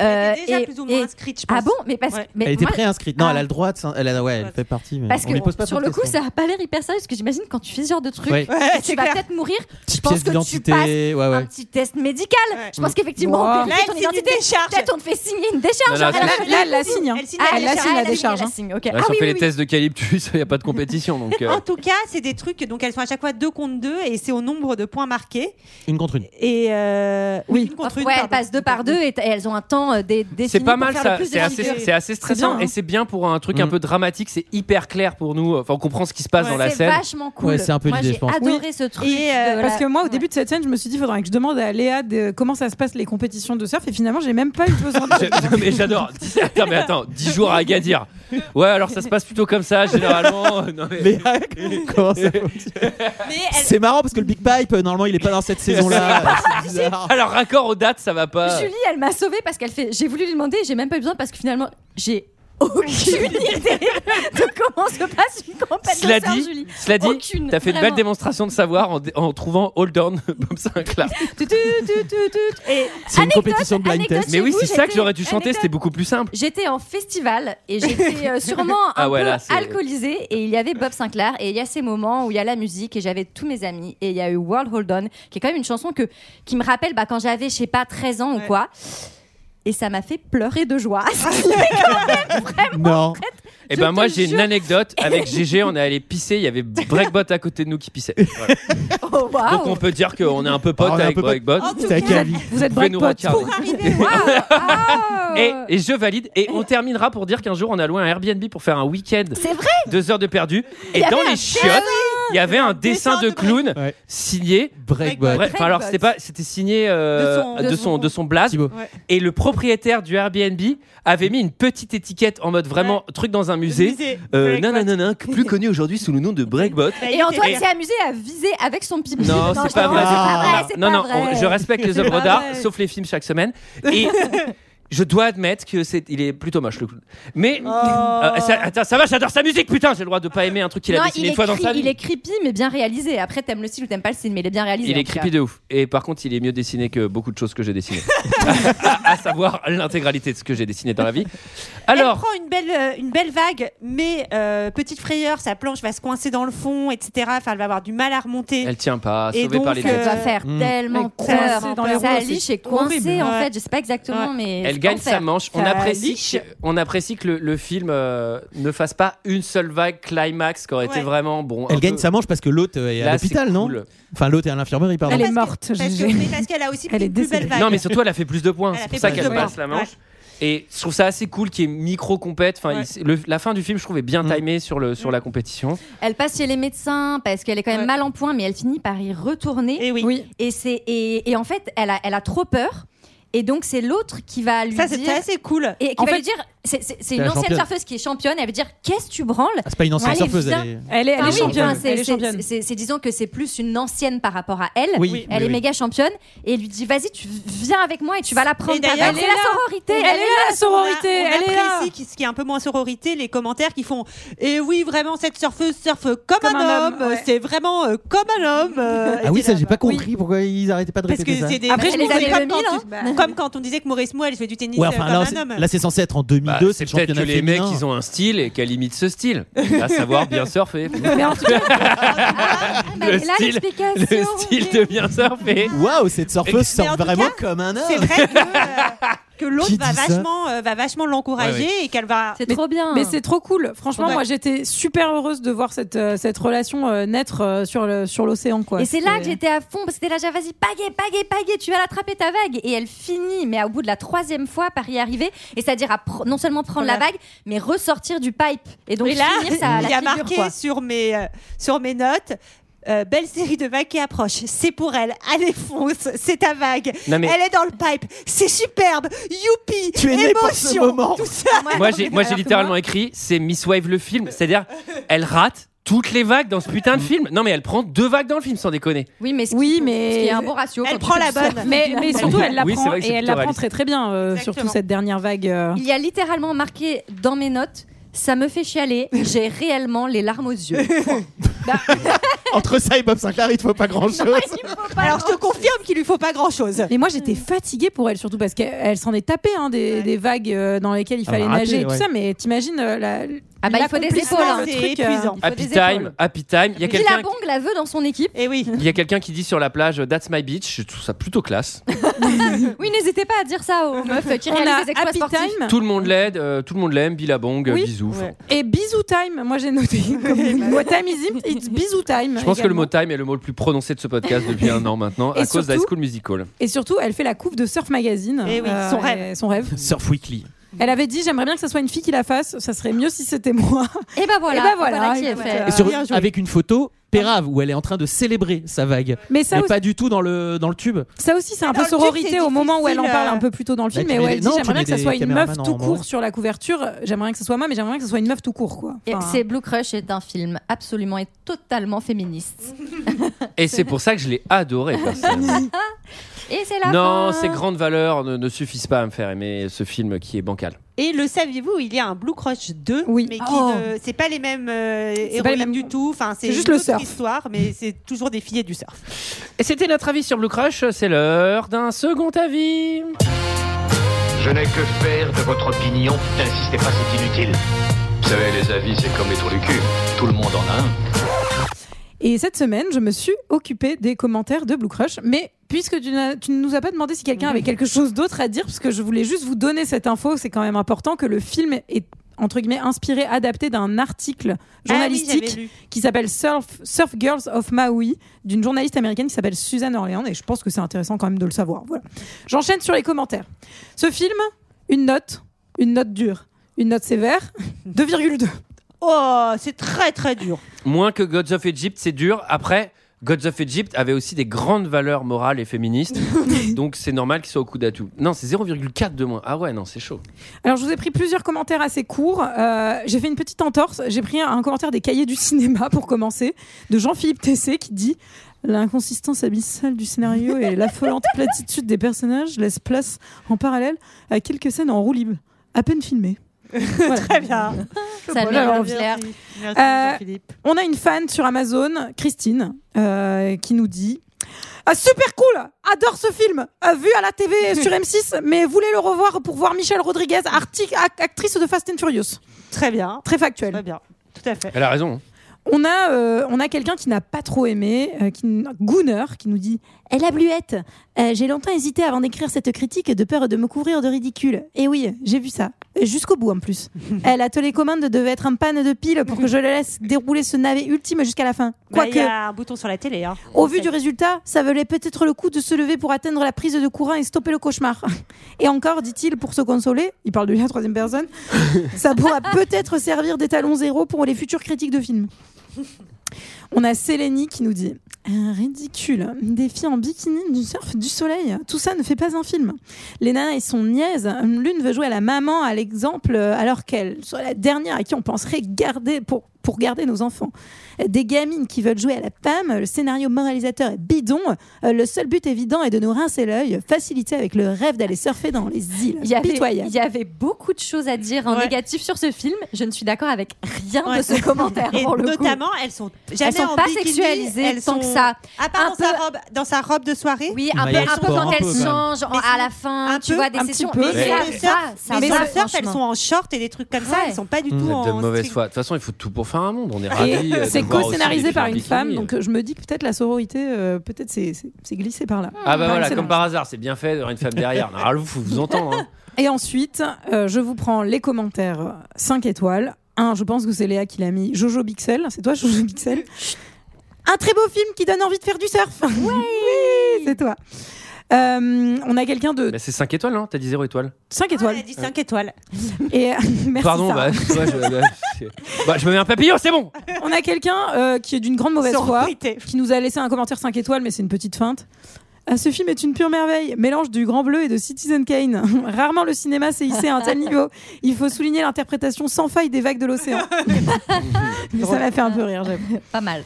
Speaker 5: Euh,
Speaker 9: Elle était déjà
Speaker 5: et-
Speaker 9: plus ou moins
Speaker 5: et-
Speaker 9: inscrite, je pense.
Speaker 5: Ah bon Mais parce que.
Speaker 9: Ouais.
Speaker 5: mais
Speaker 6: elle était
Speaker 5: moi-
Speaker 6: préinscrite. Non,
Speaker 5: Ah.
Speaker 6: elle a le droit de. s'in- Elle a... Ouais, elle fait partie. Mais
Speaker 5: Parce
Speaker 6: on lui pose
Speaker 5: que
Speaker 6: pas
Speaker 5: sur
Speaker 6: trop
Speaker 5: le
Speaker 6: de
Speaker 5: coup,
Speaker 6: questions.
Speaker 5: ça a pas l'air hyper sérieux, parce que j'imagine quand tu fais ce genre de truc,
Speaker 6: Ouais.
Speaker 9: Ouais,
Speaker 5: tu
Speaker 9: c'est
Speaker 5: vas
Speaker 9: clair.
Speaker 5: peut-être mourir. Je
Speaker 6: Petite
Speaker 5: pense
Speaker 6: pièce
Speaker 5: que tu
Speaker 6: d'identité.
Speaker 5: passes
Speaker 6: Ouais,
Speaker 5: un
Speaker 6: ouais.
Speaker 5: petit test médical. Je pense
Speaker 10: Wow.
Speaker 5: qu'effectivement, on vérifie
Speaker 9: Là,
Speaker 5: ton
Speaker 9: elle signe une
Speaker 5: identité.
Speaker 9: décharge.
Speaker 5: Peut-être on te fait signer une décharge.
Speaker 1: Non, non,
Speaker 5: genre, elle
Speaker 1: c'est-
Speaker 5: a-
Speaker 10: Là, elle la signe. hein.
Speaker 9: Elle signe
Speaker 5: Ah,
Speaker 10: elle la signe,
Speaker 5: ah,
Speaker 10: la
Speaker 5: elle
Speaker 10: décharge,
Speaker 5: elle
Speaker 10: hein.
Speaker 5: signe, ok.
Speaker 1: Ouais,
Speaker 5: Ah
Speaker 1: si on
Speaker 5: oui,
Speaker 1: fait
Speaker 5: oui,
Speaker 1: les
Speaker 5: oui. Ah,
Speaker 1: tests de calyptus, [LAUGHS] il n'y a pas de compétition. Donc, euh,
Speaker 9: En tout cas, c'est des trucs, donc elles sont à chaque fois deux contre deux et c'est au nombre de points marqués.
Speaker 6: Une contre une.
Speaker 9: Et euh, oui, une contre une.
Speaker 5: Ouais, elles
Speaker 9: pardon.
Speaker 5: passent deux par deux et, et elles ont un temps euh, dé- défini.
Speaker 1: c'est pas
Speaker 5: pour
Speaker 1: mal
Speaker 5: faire
Speaker 1: ça,
Speaker 5: le plus de
Speaker 1: c'est assez,
Speaker 5: vidéos.
Speaker 1: c'est assez stressant
Speaker 10: bien, hein.
Speaker 1: et c'est bien pour un truc
Speaker 6: Mm.
Speaker 1: un peu dramatique, c'est hyper clair pour nous, enfin on comprend ce qui se passe
Speaker 9: Ouais.
Speaker 1: dans la
Speaker 5: C'est
Speaker 1: scène.
Speaker 5: vachement cool.
Speaker 6: Ouais, c'est un peu
Speaker 5: Moi,
Speaker 6: l'idée,
Speaker 5: j'ai
Speaker 6: je pense.
Speaker 5: adoré ce truc.
Speaker 9: Et, euh,
Speaker 5: de la-
Speaker 10: Parce que moi, au
Speaker 5: Ouais.
Speaker 10: début de cette scène, je me suis dit, faudrait que je demande à Léa de- comment ça se passe les compétitions de surf. Et finalement, j'ai même pas eu besoin
Speaker 9: [LAUGHS]
Speaker 10: de.
Speaker 1: [LAUGHS] Je- mais j'adore. [LAUGHS] Attends, mais attends, 10 jours à Agadir. Ouais, alors ça se passe plutôt comme ça,
Speaker 5: [LAUGHS]
Speaker 1: généralement. Non, [LAUGHS] mais-
Speaker 6: Léa, [LAUGHS] comment ça
Speaker 9: Mais
Speaker 6: C'est marrant parce que le Big Pipe, euh, normalement, il est pas
Speaker 1: [LAUGHS]
Speaker 6: dans cette saison-là. Bah, C'est bizarre.
Speaker 1: Alors, raccord aux dates, ça va pas.
Speaker 5: Julie, elle m'a sauvée parce qu'elle fait. J'ai voulu lui demander, j'ai même pas eu besoin parce que finalement, j'ai
Speaker 1: [LAUGHS]
Speaker 5: aucune idée de comment se passe une campagne
Speaker 1: Cela
Speaker 5: de sœurs,
Speaker 1: dit,
Speaker 5: Julie.
Speaker 1: cela dit,
Speaker 5: Aucune,
Speaker 1: t'as fait une belle
Speaker 5: vraiment.
Speaker 1: démonstration de savoir en, dé- en trouvant Hold On [LAUGHS] comme ça un clap.
Speaker 5: Tu, tu, tu, tu, tu. Et
Speaker 6: C'est une compétition de blind
Speaker 5: anecdote,
Speaker 6: test.
Speaker 1: Mais oui,
Speaker 5: vous,
Speaker 1: c'est ça que
Speaker 5: j'étais-
Speaker 1: j'aurais dû chanter,
Speaker 5: anecdote.
Speaker 1: c'était beaucoup plus simple.
Speaker 5: J'étais en festival et j'étais euh, sûrement un
Speaker 1: [LAUGHS] Ah ouais,
Speaker 5: peu
Speaker 1: là, c'est-
Speaker 5: alcoolisée et il y avait Bob Sinclair et il y a ces moments où il y a la musique et j'avais tous mes amis et il y a eu World Hold On qui est quand même une chanson que, qui me rappelle bah, quand j'avais je sais pas 13 ans
Speaker 9: Ouais.
Speaker 5: ou quoi et ça m'a fait pleurer de joie. [LAUGHS]
Speaker 6: Non.
Speaker 1: Et
Speaker 5: Je
Speaker 1: ben
Speaker 5: te
Speaker 1: moi, j'ai
Speaker 5: jure.
Speaker 1: une anecdote. Avec GG, on est allé pisser, il y avait Breakbot à côté de nous qui pissait. Voilà.
Speaker 5: oh, waouh.
Speaker 1: Donc, on peut dire qu'on est un peu potes
Speaker 6: Ah, on est un
Speaker 1: avec
Speaker 6: peu potes.
Speaker 1: Breakbot.
Speaker 9: En tout
Speaker 6: T'as
Speaker 9: cas,
Speaker 6: qu'à vivre.
Speaker 10: Vous êtes
Speaker 1: Vous pouvez nous
Speaker 10: breakpots.
Speaker 1: regarder.
Speaker 9: pour arriver
Speaker 6: [LAUGHS]
Speaker 9: au-
Speaker 5: Waouh. Ah.
Speaker 1: Et, et je valide. Et on terminera pour dire qu'un jour, on a loué un Airbnb pour faire un week-end.
Speaker 5: C'est vrai
Speaker 1: Deux heures de perdu. Et
Speaker 5: y avait
Speaker 1: dans
Speaker 5: un
Speaker 1: les chiottes, il y avait un dessin de clown
Speaker 6: Ouais.
Speaker 1: signé.
Speaker 6: Breakbot.
Speaker 1: Bref, enfin, alors c'était pas, c'était signé euh,
Speaker 9: De son-
Speaker 1: de,
Speaker 9: de
Speaker 1: son,
Speaker 9: son-
Speaker 1: de son blaze.
Speaker 6: Thibaut.
Speaker 9: Ouais.
Speaker 1: Et le propriétaire du Airbnb avait mis une petite étiquette en mode vraiment truc dans un musée.
Speaker 9: Musée.
Speaker 1: Euh,
Speaker 9: Breakbot.
Speaker 1: non, non, non, non, plus connu aujourd'hui sous le nom de Breakbot.
Speaker 9: Bah, il
Speaker 5: Et Antoine
Speaker 9: était-
Speaker 5: s'est amusé à viser avec son pipi.
Speaker 1: Non,
Speaker 5: je
Speaker 1: c'est pas vrai. c'est
Speaker 5: te jure, c'est
Speaker 1: pas-
Speaker 5: pas vrai, Ah, c'est
Speaker 1: non,
Speaker 5: pas
Speaker 1: non,
Speaker 5: vrai.
Speaker 1: on- je respecte les
Speaker 10: C'est
Speaker 1: œuvres
Speaker 10: pas
Speaker 1: d'art,
Speaker 10: vrai.
Speaker 1: sauf les films chaque semaine. Et je dois admettre que c'est, il est plutôt moche le clown. Mais euh, ça, attends, ça va, j'adore sa musique, putain, j'ai le droit de pas aimer un truc qu'il a
Speaker 5: Non,
Speaker 1: dessiné
Speaker 5: il
Speaker 1: une
Speaker 5: est
Speaker 1: fois dans
Speaker 5: cre-
Speaker 1: sa vie.
Speaker 5: Il est creepy, mais bien réalisé. Après, t'aimes le style ou t'aimes pas le style, mais il est bien réalisé.
Speaker 1: Il
Speaker 5: en
Speaker 1: est
Speaker 5: tout cas.
Speaker 1: creepy de ouf. Et par contre, il est mieux dessiné que beaucoup de choses que j'ai dessinées. [LAUGHS] à, à savoir l'intégralité de ce que j'ai dessiné dans la vie.
Speaker 9: Elle
Speaker 1: Alors,
Speaker 9: prend une belle, euh, une belle vague, mais euh, petite frayeur, sa planche va se coincer dans le fond, etc. Enfin, elle va avoir du mal à remonter.
Speaker 1: elle tient pas,
Speaker 9: Et
Speaker 1: sauvée
Speaker 9: donc,
Speaker 1: par les
Speaker 9: euh,
Speaker 5: Ça
Speaker 1: dettes.
Speaker 5: doit faire
Speaker 6: Mm.
Speaker 5: tellement
Speaker 10: Elle est
Speaker 5: peur.
Speaker 10: coincée
Speaker 5: en
Speaker 10: dans
Speaker 5: fait.
Speaker 10: les
Speaker 5: Ça
Speaker 10: roues,
Speaker 5: liche
Speaker 10: c'est
Speaker 5: et coincée
Speaker 10: horrible.
Speaker 5: en
Speaker 9: Ouais.
Speaker 5: fait. Je sais pas exactement, mais.
Speaker 1: Elle
Speaker 5: euh, c'est
Speaker 1: gagne
Speaker 5: l'enfer.
Speaker 1: sa manche. On
Speaker 9: Ça
Speaker 1: apprécie,
Speaker 9: liche.
Speaker 1: que, on apprécie que le, le film euh, ne fasse pas une seule vague climax qui aurait été
Speaker 9: Ouais.
Speaker 1: vraiment bon. un
Speaker 6: Elle gagne
Speaker 1: peu-
Speaker 6: sa manche parce que l'autre euh, est à
Speaker 1: Là, c'est
Speaker 6: l'hôpital, non
Speaker 1: cool.
Speaker 6: Enfin, l'autre est à l'infirmerie, pardon.
Speaker 10: Elle est
Speaker 9: Parce que-
Speaker 10: morte,
Speaker 9: Parce que-
Speaker 10: GG.
Speaker 9: mais parce qu'elle a aussi
Speaker 10: Elle
Speaker 9: pris
Speaker 10: est
Speaker 9: une plus
Speaker 10: décédée.
Speaker 9: belle vague.
Speaker 1: Non, mais surtout, elle a fait plus de points.
Speaker 9: Elle
Speaker 1: C'est
Speaker 9: a fait
Speaker 1: pour ça
Speaker 9: plus
Speaker 1: qu'elle
Speaker 9: de
Speaker 1: passe
Speaker 9: points.
Speaker 1: la manche. Et je trouve ça assez cool qu'il y ait micro-compète. Enfin,
Speaker 9: Ouais.
Speaker 1: il- le- la fin du film, je trouvais bien
Speaker 6: Mm. Bah,
Speaker 1: timée sur, le, sur
Speaker 9: Mm.
Speaker 1: la compétition.
Speaker 5: Elle passe chez les médecins parce qu'elle est quand même
Speaker 9: Ouais.
Speaker 5: mal en point, mais elle finit par y retourner.
Speaker 9: Et oui.
Speaker 10: Eh Oui.
Speaker 5: Et, c'est et, et en fait, elle a, elle a trop peur. Et donc, c'est l'autre qui va lui
Speaker 9: Ça,
Speaker 5: dire.
Speaker 9: c'était assez cool.
Speaker 5: Et qui
Speaker 10: En
Speaker 5: va
Speaker 10: fait-
Speaker 5: lui dire, c'est- c'est c'est
Speaker 6: La
Speaker 5: une ancienne
Speaker 6: championne.
Speaker 5: surfeuse qui est championne, elle va dire Qu'est-ce que tu branles
Speaker 6: Ah, c'est pas une ancienne
Speaker 5: Allez,
Speaker 6: surfeuse.
Speaker 5: viens.
Speaker 6: Elle est...
Speaker 10: Elle est, elle
Speaker 5: Enfin,
Speaker 10: est
Speaker 5: Ah oui,
Speaker 10: championne.
Speaker 5: enfin, c'est-
Speaker 10: elle est
Speaker 5: c'est-
Speaker 10: championne.
Speaker 5: c'est- c'est- c'est- disons que c'est plus une ancienne par rapport à elle.
Speaker 6: Oui,
Speaker 9: Oui.
Speaker 5: Elle
Speaker 6: oui,
Speaker 5: est
Speaker 6: oui.
Speaker 5: méga championne et elle lui dit Vas-y, tu viens avec moi et tu vas la prendre.
Speaker 9: Et
Speaker 5: ta
Speaker 9: d'ailleurs,
Speaker 5: balle. C'est
Speaker 10: elle est
Speaker 5: la
Speaker 10: là.
Speaker 5: sororité.
Speaker 10: Elle est là, la sororité.
Speaker 9: on
Speaker 10: Elle est là.
Speaker 9: apprécie qui- ce qui est un peu moins sororité, les commentaires qui font Et oui, vraiment, cette surfeuse surfe comme,
Speaker 10: Comme
Speaker 9: un,
Speaker 10: un
Speaker 9: homme,
Speaker 10: homme, ouais.
Speaker 9: c'est vraiment euh, comme un homme. euh, et
Speaker 6: Ah oui,
Speaker 9: t'es
Speaker 6: ça,
Speaker 9: là,
Speaker 6: j'ai pas
Speaker 9: bah, oui.
Speaker 6: compris pourquoi ils arrêtaient pas de
Speaker 9: Parce que
Speaker 6: répéter ça.
Speaker 9: c'est des.
Speaker 10: Après,
Speaker 9: parce
Speaker 10: je Bah.
Speaker 9: que
Speaker 10: les avais
Speaker 9: c'est comme,
Speaker 5: le mille,
Speaker 9: quand
Speaker 5: hein.
Speaker 9: tu- comme quand on disait que Maurice Moore, elle fait du tennis
Speaker 6: Ouais,
Speaker 9: euh,
Speaker 6: enfin,
Speaker 9: comme
Speaker 6: là,
Speaker 9: un
Speaker 6: c'est-
Speaker 9: homme.
Speaker 6: là, c'est censé être en 2002,
Speaker 1: Bah,
Speaker 6: c'est
Speaker 1: c'est
Speaker 6: le
Speaker 1: peut-être que
Speaker 6: championnat
Speaker 1: les mecs,
Speaker 6: féminin.
Speaker 1: ils ont un style et qu'à limite ce
Speaker 9: [LAUGHS]
Speaker 1: style, à savoir bien surfer.
Speaker 10: Mais en
Speaker 1: [LAUGHS]
Speaker 10: tout cas,
Speaker 9: ah,
Speaker 1: Le
Speaker 5: Le là,
Speaker 1: style-
Speaker 5: l'explication.
Speaker 1: Le style de bien surfer.
Speaker 9: Mm.
Speaker 6: Waouh, cette surfeuse
Speaker 9: Mais en
Speaker 6: sort
Speaker 9: tout
Speaker 6: vraiment
Speaker 9: cas,
Speaker 6: comme un
Speaker 9: C'est
Speaker 6: homme.
Speaker 9: vrai que, euh,
Speaker 6: [LAUGHS]
Speaker 9: que l'autre
Speaker 6: Qui
Speaker 9: va
Speaker 6: dit ça
Speaker 9: vachement, euh, va vachement l'encourager et qu'elle va.
Speaker 5: C'est trop bien.
Speaker 10: mais c'est trop cool. Franchement,
Speaker 9: Ouais.
Speaker 10: moi, j'étais super heureuse de voir cette, euh, cette relation euh, naître euh, sur le- sur l'océan. quoi.
Speaker 5: et c'est là que j'étais à fond, parce que c'était là, j'avais dit pagaie, pagaie, pagaie, tu vas l'attraper ta vague. Et elle finit, mais au bout de la troisième fois par y arriver, et c'est-à-dire à pr- non seulement prendre la
Speaker 9: Voilà.
Speaker 5: vague, mais ressortir du pipe. Et donc
Speaker 9: et là,
Speaker 5: finir ça à la
Speaker 9: il y a
Speaker 5: figure,
Speaker 9: marqué
Speaker 5: quoi.
Speaker 9: sur mes, euh, sur mes notes euh, belle série de vagues qui approche. C'est pour elle. Allez, fonce. C'est ta vague.
Speaker 1: Non, mais-
Speaker 9: Elle est dans le pipe. C'est superbe. Youpi.
Speaker 6: Tu es né pour ce
Speaker 9: Émotion.
Speaker 6: moment.
Speaker 9: Tout ça.
Speaker 5: [LAUGHS]
Speaker 1: Moi, j'ai moi, j'ai littéralement écrit c'est Miss Wave le film. C'est-à-dire, elle rate toutes les vagues dans ce putain
Speaker 6: Mm.
Speaker 1: de film. Non, mais elle prend deux vagues dans le film, sans déconner.
Speaker 5: Oui, mais ce
Speaker 10: Oui,
Speaker 5: qui-
Speaker 10: mais-
Speaker 5: ce qui est un bon ratio.
Speaker 9: Elle
Speaker 5: quand tu
Speaker 9: prend
Speaker 5: fais
Speaker 9: la
Speaker 5: du surf.
Speaker 9: bonne.
Speaker 10: Mais, mais
Speaker 1: Oui,
Speaker 10: surtout, elle
Speaker 1: c'est
Speaker 10: l'apprend
Speaker 1: vrai que c'est
Speaker 10: et elle
Speaker 1: plutôt
Speaker 10: l'apprend
Speaker 1: réaliste.
Speaker 10: très très bien, euh, surtout
Speaker 9: Exactement.
Speaker 10: cette dernière vague. euh.
Speaker 5: Il y a littéralement marqué dans mes notes. Ça me fait chialer, j'ai réellement les larmes aux yeux.
Speaker 6: Entre ça et Bob Sinclair, il ne faut pas grand chose.
Speaker 9: Alors, je te confirme qu'il lui faut pas grand chose.
Speaker 10: Mais moi, j'étais fatiguée pour elle, surtout parce qu'elle elle s'en est tapée hein, des, des vagues euh, dans lesquelles il
Speaker 1: Ah,
Speaker 6: Elle
Speaker 10: fallait
Speaker 1: bah,
Speaker 6: a raté,
Speaker 10: nager et tout
Speaker 6: ouais.
Speaker 10: ça. Mais t'imagines euh, la.
Speaker 5: Ah bah, il faut des
Speaker 10: l'accomplissement,
Speaker 5: épaules, hein.
Speaker 10: le
Speaker 9: C'est
Speaker 10: truc, euh,
Speaker 9: épuisant.
Speaker 5: faut
Speaker 1: Happy
Speaker 5: des
Speaker 1: time,
Speaker 5: épaules.
Speaker 1: happy time. Il y a
Speaker 5: Qui la
Speaker 1: quelqu'un qui-
Speaker 5: bongue la veut dans son équipe.
Speaker 9: Et Eh oui.
Speaker 1: il y a quelqu'un qui dit sur la plage euh, That's my beach. Je trouve ça plutôt
Speaker 10: [LAUGHS]
Speaker 1: classe.
Speaker 5: Oui, n'hésitez pas à dire ça aux meufs qui
Speaker 10: On
Speaker 5: réalisent
Speaker 10: a
Speaker 5: des exploits
Speaker 10: Happy
Speaker 5: sportifs.
Speaker 10: Time
Speaker 1: tout le monde l'aide, euh, tout le monde l'aime. Billabong, euh,
Speaker 10: Oui.
Speaker 1: bisous.
Speaker 9: Ouais.
Speaker 1: Enfin,
Speaker 10: et Bisou Time. Moi, j'ai noté. Comme le mot time is in, it's Bisou Time.
Speaker 1: Je pense que le mot
Speaker 10: également.
Speaker 1: time est le mot le plus prononcé de ce podcast depuis un an maintenant,
Speaker 10: Et
Speaker 1: à cause
Speaker 10: surtout-
Speaker 1: d'High School
Speaker 10: [LAUGHS]
Speaker 1: Musical.
Speaker 10: Et surtout, elle fait la couve de Surf Magazine. Euh,
Speaker 9: Eh oui, son rêve.
Speaker 10: et- Son rêve.
Speaker 6: Surf Weekly.
Speaker 10: Elle avait dit J'aimerais bien que ce soit une fille qui la fasse. Ça serait mieux si c'était moi. [LAUGHS]
Speaker 5: Et bah voilà,
Speaker 10: Eh ben voilà,
Speaker 5: qui est
Speaker 10: écoute,
Speaker 5: fait.
Speaker 9: euh,
Speaker 6: Et sur-
Speaker 9: bien joué.
Speaker 6: avec une photo pérave où elle est en train de célébrer sa vague.
Speaker 10: Mais ça
Speaker 6: mais
Speaker 10: aussi,
Speaker 6: pas du tout dans le, dans le tube.
Speaker 10: Ça aussi, c'est un
Speaker 9: Dans
Speaker 10: peu
Speaker 9: le tube, c'est
Speaker 10: sororité au moment où elle en
Speaker 9: difficile,
Speaker 10: parle
Speaker 9: euh,
Speaker 10: un peu plus tôt dans le
Speaker 6: Bah,
Speaker 10: film.
Speaker 6: tu
Speaker 10: Et où
Speaker 6: mets
Speaker 10: elle
Speaker 6: des-
Speaker 10: dit
Speaker 6: non, tu
Speaker 10: J'aimerais bien
Speaker 6: mets
Speaker 10: que ça
Speaker 6: des
Speaker 10: soit une meuf
Speaker 6: caméramans en
Speaker 10: tout
Speaker 6: bas.
Speaker 10: court sur la couverture. J'aimerais bien que ça soit moi, mais j'aimerais bien que ça soit une meuf tout court. Quoi.
Speaker 5: Et
Speaker 10: Enfin,
Speaker 5: C'est Blue Crush est un film absolument et totalement féministe.
Speaker 1: Et c'est pour ça que je l'ai adoré. personnellement.
Speaker 5: Et c'est la
Speaker 1: non,
Speaker 5: fin.
Speaker 1: ces grandes valeurs ne, ne suffisent pas à me faire aimer ce film qui est bancal.
Speaker 9: Et le saviez-vous, il y a un Blue Crush 2,
Speaker 10: Oui.
Speaker 9: mais qui
Speaker 10: Oh.
Speaker 9: ne- c'est pas les mêmes
Speaker 10: pas
Speaker 9: euh,
Speaker 10: les
Speaker 9: héroïnes
Speaker 10: mêmes-
Speaker 9: du tout. Enfin, c'est
Speaker 10: C'est juste
Speaker 9: une
Speaker 10: le
Speaker 9: autre
Speaker 10: surf.
Speaker 9: histoire, mais c'est toujours des filles et du surf.
Speaker 1: Et c'était notre avis sur Blue Crush. C'est l'heure d'un second avis.
Speaker 2: Je n'ai que faire de votre opinion. N'insistez pas, c'est inutile.
Speaker 4: Vous savez, les avis, c'est comme les trous du cul. Tout le monde en a un.
Speaker 10: Et cette semaine, je me suis occupée des commentaires de Blue Crush. Mais puisque tu, n'as- tu ne nous as pas demandé si quelqu'un avait
Speaker 9: Mhm.
Speaker 10: quelque chose d'autre à dire, parce que je voulais juste vous donner cette info, c'est quand même important que le film est entre guillemets inspiré, adapté d'un article journalistique
Speaker 9: Ah oui, j'avais lu.
Speaker 10: qui s'appelle Surf, Surf Girls of Maui d'une journaliste américaine qui s'appelle Suzanne Orléans et je pense que c'est intéressant quand même de le savoir. Voilà. J'enchaîne sur les commentaires. Ce film, une note, une note dure, une note sévère, [LAUGHS] 2,2.
Speaker 9: Oh, c'est très très dur.
Speaker 1: Moins que Gods of Egypt, c'est dur. Après, Gods of Egypt avait aussi des grandes valeurs morales et
Speaker 10: [LAUGHS]
Speaker 1: féministes. donc c'est normal qu'il soit au coup d'atout. Non, c'est 0,4 de moins. Ah ouais, non, c'est chaud.
Speaker 10: Alors je vous ai pris plusieurs commentaires assez courts. Euh, j'ai fait une petite entorse. J'ai pris un, un commentaire des cahiers du cinéma pour commencer, de Jean-Philippe Tessé qui dit L'inconsistance abyssale du scénario et
Speaker 9: [LAUGHS]
Speaker 10: l'affolante platitude des personnages laissent place en parallèle à quelques scènes en roue libre, à peine filmées.
Speaker 9: [LAUGHS]
Speaker 10: Voilà.
Speaker 9: [LAUGHS] Très bien.
Speaker 5: Ça
Speaker 10: Voilà,
Speaker 5: mérite
Speaker 10: on
Speaker 5: un flair.
Speaker 9: Merci,
Speaker 10: Euh,
Speaker 9: Philippe.
Speaker 10: On a une fan sur Amazon, Christine, euh, qui nous dit Ah, Super cool Adore ce film Euh, Vu à la TV sur M6, mais voulez le revoir pour voir Michelle Rodriguez, arti- ac- actrice de Fast and Furious.
Speaker 9: Très bien.
Speaker 10: Très factuel.
Speaker 9: Très bien. Tout à fait.
Speaker 1: Elle a raison. hein.
Speaker 10: On a, euh, on a quelqu'un qui n'a pas trop aimé, euh, qui, n- Gooner, qui nous dit Eh la bluette euh, J'ai longtemps hésité avant d'écrire cette critique de peur de me couvrir de ridicule. Et oui, j'ai vu ça. Et Jusqu'au bout en
Speaker 9: [LAUGHS]
Speaker 10: plus. Eh, la télécommande devait être en panne de pile pour que je le laisse dérouler ce navet ultime jusqu'à la fin.
Speaker 9: Bah, Il
Speaker 10: Quoique,
Speaker 9: y a un bouton sur la télé. hein.
Speaker 10: au vu du résultat, ça valait peut-être le coup de se lever pour atteindre la prise de courant et stopper le cauchemar. Et encore, dit-il, pour se consoler, il parle de lui à la troisième personne, ça pourra peut-être servir d'étalon zéro pour les futures critiques de films. On a Sélénie qui nous dit Un Ridicule, des filles en bikini, du surf, du soleil, tout ça ne fait pas un film. Les nanas, elles sont niaises. L'une veut jouer à la maman, à l'exemple, euh, alors qu'elle soit la dernière à qui on penserait garder pour, pour garder nos enfants. Euh, Des gamines qui veulent jouer à la femme, le scénario moralisateur est bidon. Euh, Le seul but évident est de nous rincer l'œil, facilité avec le rêve d'aller surfer dans les îles.
Speaker 5: Il y, avait,
Speaker 10: Pitoyable.
Speaker 5: il y avait beaucoup de choses à dire en
Speaker 9: Ouais.
Speaker 5: négatif sur ce film. Je ne suis d'accord avec rien
Speaker 9: Ouais.
Speaker 5: de ce commentaire
Speaker 9: Et
Speaker 5: pour le coup.
Speaker 9: notamment, elles sont jamais
Speaker 5: Elles
Speaker 9: en
Speaker 5: sont pas
Speaker 9: bikini,
Speaker 5: sexualisées
Speaker 9: elles
Speaker 5: tant
Speaker 9: sont-
Speaker 5: que ça.
Speaker 9: À
Speaker 5: Un
Speaker 9: part dans, sa robe, dans sa robe de soirée.
Speaker 5: Oui, un peu,
Speaker 6: Mais elles
Speaker 5: un
Speaker 6: sont
Speaker 5: peu
Speaker 6: pas
Speaker 5: quand
Speaker 6: un peu,
Speaker 5: elles
Speaker 6: quand même.
Speaker 5: changent en-
Speaker 9: Mais
Speaker 5: à
Speaker 9: c'est
Speaker 5: la fin,
Speaker 9: un
Speaker 5: tu
Speaker 9: peu,
Speaker 5: vois, des
Speaker 10: un petit
Speaker 5: sessions.
Speaker 10: peu.
Speaker 5: Mais
Speaker 9: Mais
Speaker 5: ça,
Speaker 9: sur le
Speaker 5: ça,
Speaker 9: surf-
Speaker 5: ça
Speaker 9: mais
Speaker 5: va,
Speaker 9: sur le surf, elles
Speaker 5: franchement.
Speaker 9: sont en short et des trucs comme ça.
Speaker 5: Ouais.
Speaker 9: Elles sont pas du
Speaker 1: Vous
Speaker 9: tout
Speaker 1: êtes
Speaker 9: en
Speaker 1: Mmh, de mauvaise
Speaker 9: string.
Speaker 1: foi. De toute façon, il faut tout pour faire un monde. On est ravis.
Speaker 10: Et
Speaker 1: euh,
Speaker 10: c'est
Speaker 1: de voir aussi
Speaker 10: co-scénarisé
Speaker 1: des
Speaker 10: par
Speaker 1: filles en
Speaker 10: une femme,
Speaker 1: bikini.
Speaker 10: donc euh, je me dis que peut-être la sororité, euh, peut-être c'est c'est- c'est glissé par là.
Speaker 1: Ah bah
Speaker 10: Par
Speaker 1: voilà,
Speaker 10: excellence.
Speaker 1: comme par hasard, c'est bien fait d'avoir une femme derrière. Non, alors, faut vous entendre. hein.
Speaker 10: Et ensuite, euh, je vous prends les commentaires 5 étoiles. Un, je pense que c'est Léa qui l'a mis. Jojo Bixel, c'est toi Jojo Bixel Un très beau film qui donne envie de faire du surf. [LAUGHS] Oui, c'est toi. Euh, on a quelqu'un de
Speaker 1: Bah, c'est 5 étoiles, non T'as dit 0 étoiles.
Speaker 10: 5 étoiles.
Speaker 9: Elle Ah, a dit 5 étoiles.
Speaker 10: Et [LAUGHS] merci
Speaker 1: Pardon,
Speaker 10: Sarah.
Speaker 1: bah, [LAUGHS] ouais, je, bah, je- bah, je me mets un papillon, c'est
Speaker 10: [LAUGHS]
Speaker 1: bon
Speaker 10: On a quelqu'un euh, qui est d'une grande mauvaise foi,
Speaker 9: Sororité.
Speaker 10: qui nous a laissé un commentaire 5 étoiles, mais c'est une petite feinte. Ah, ce film est une pure merveille, mélange du Grand Bleu et de Citizen Kane. [LAUGHS] Rarement le cinéma s'est hissé à un tel niveau. Il faut souligner l'interprétation sans faille des vagues de l'océan. Mais ça m'a fait un peu rire, j'avoue.
Speaker 5: Pas mal.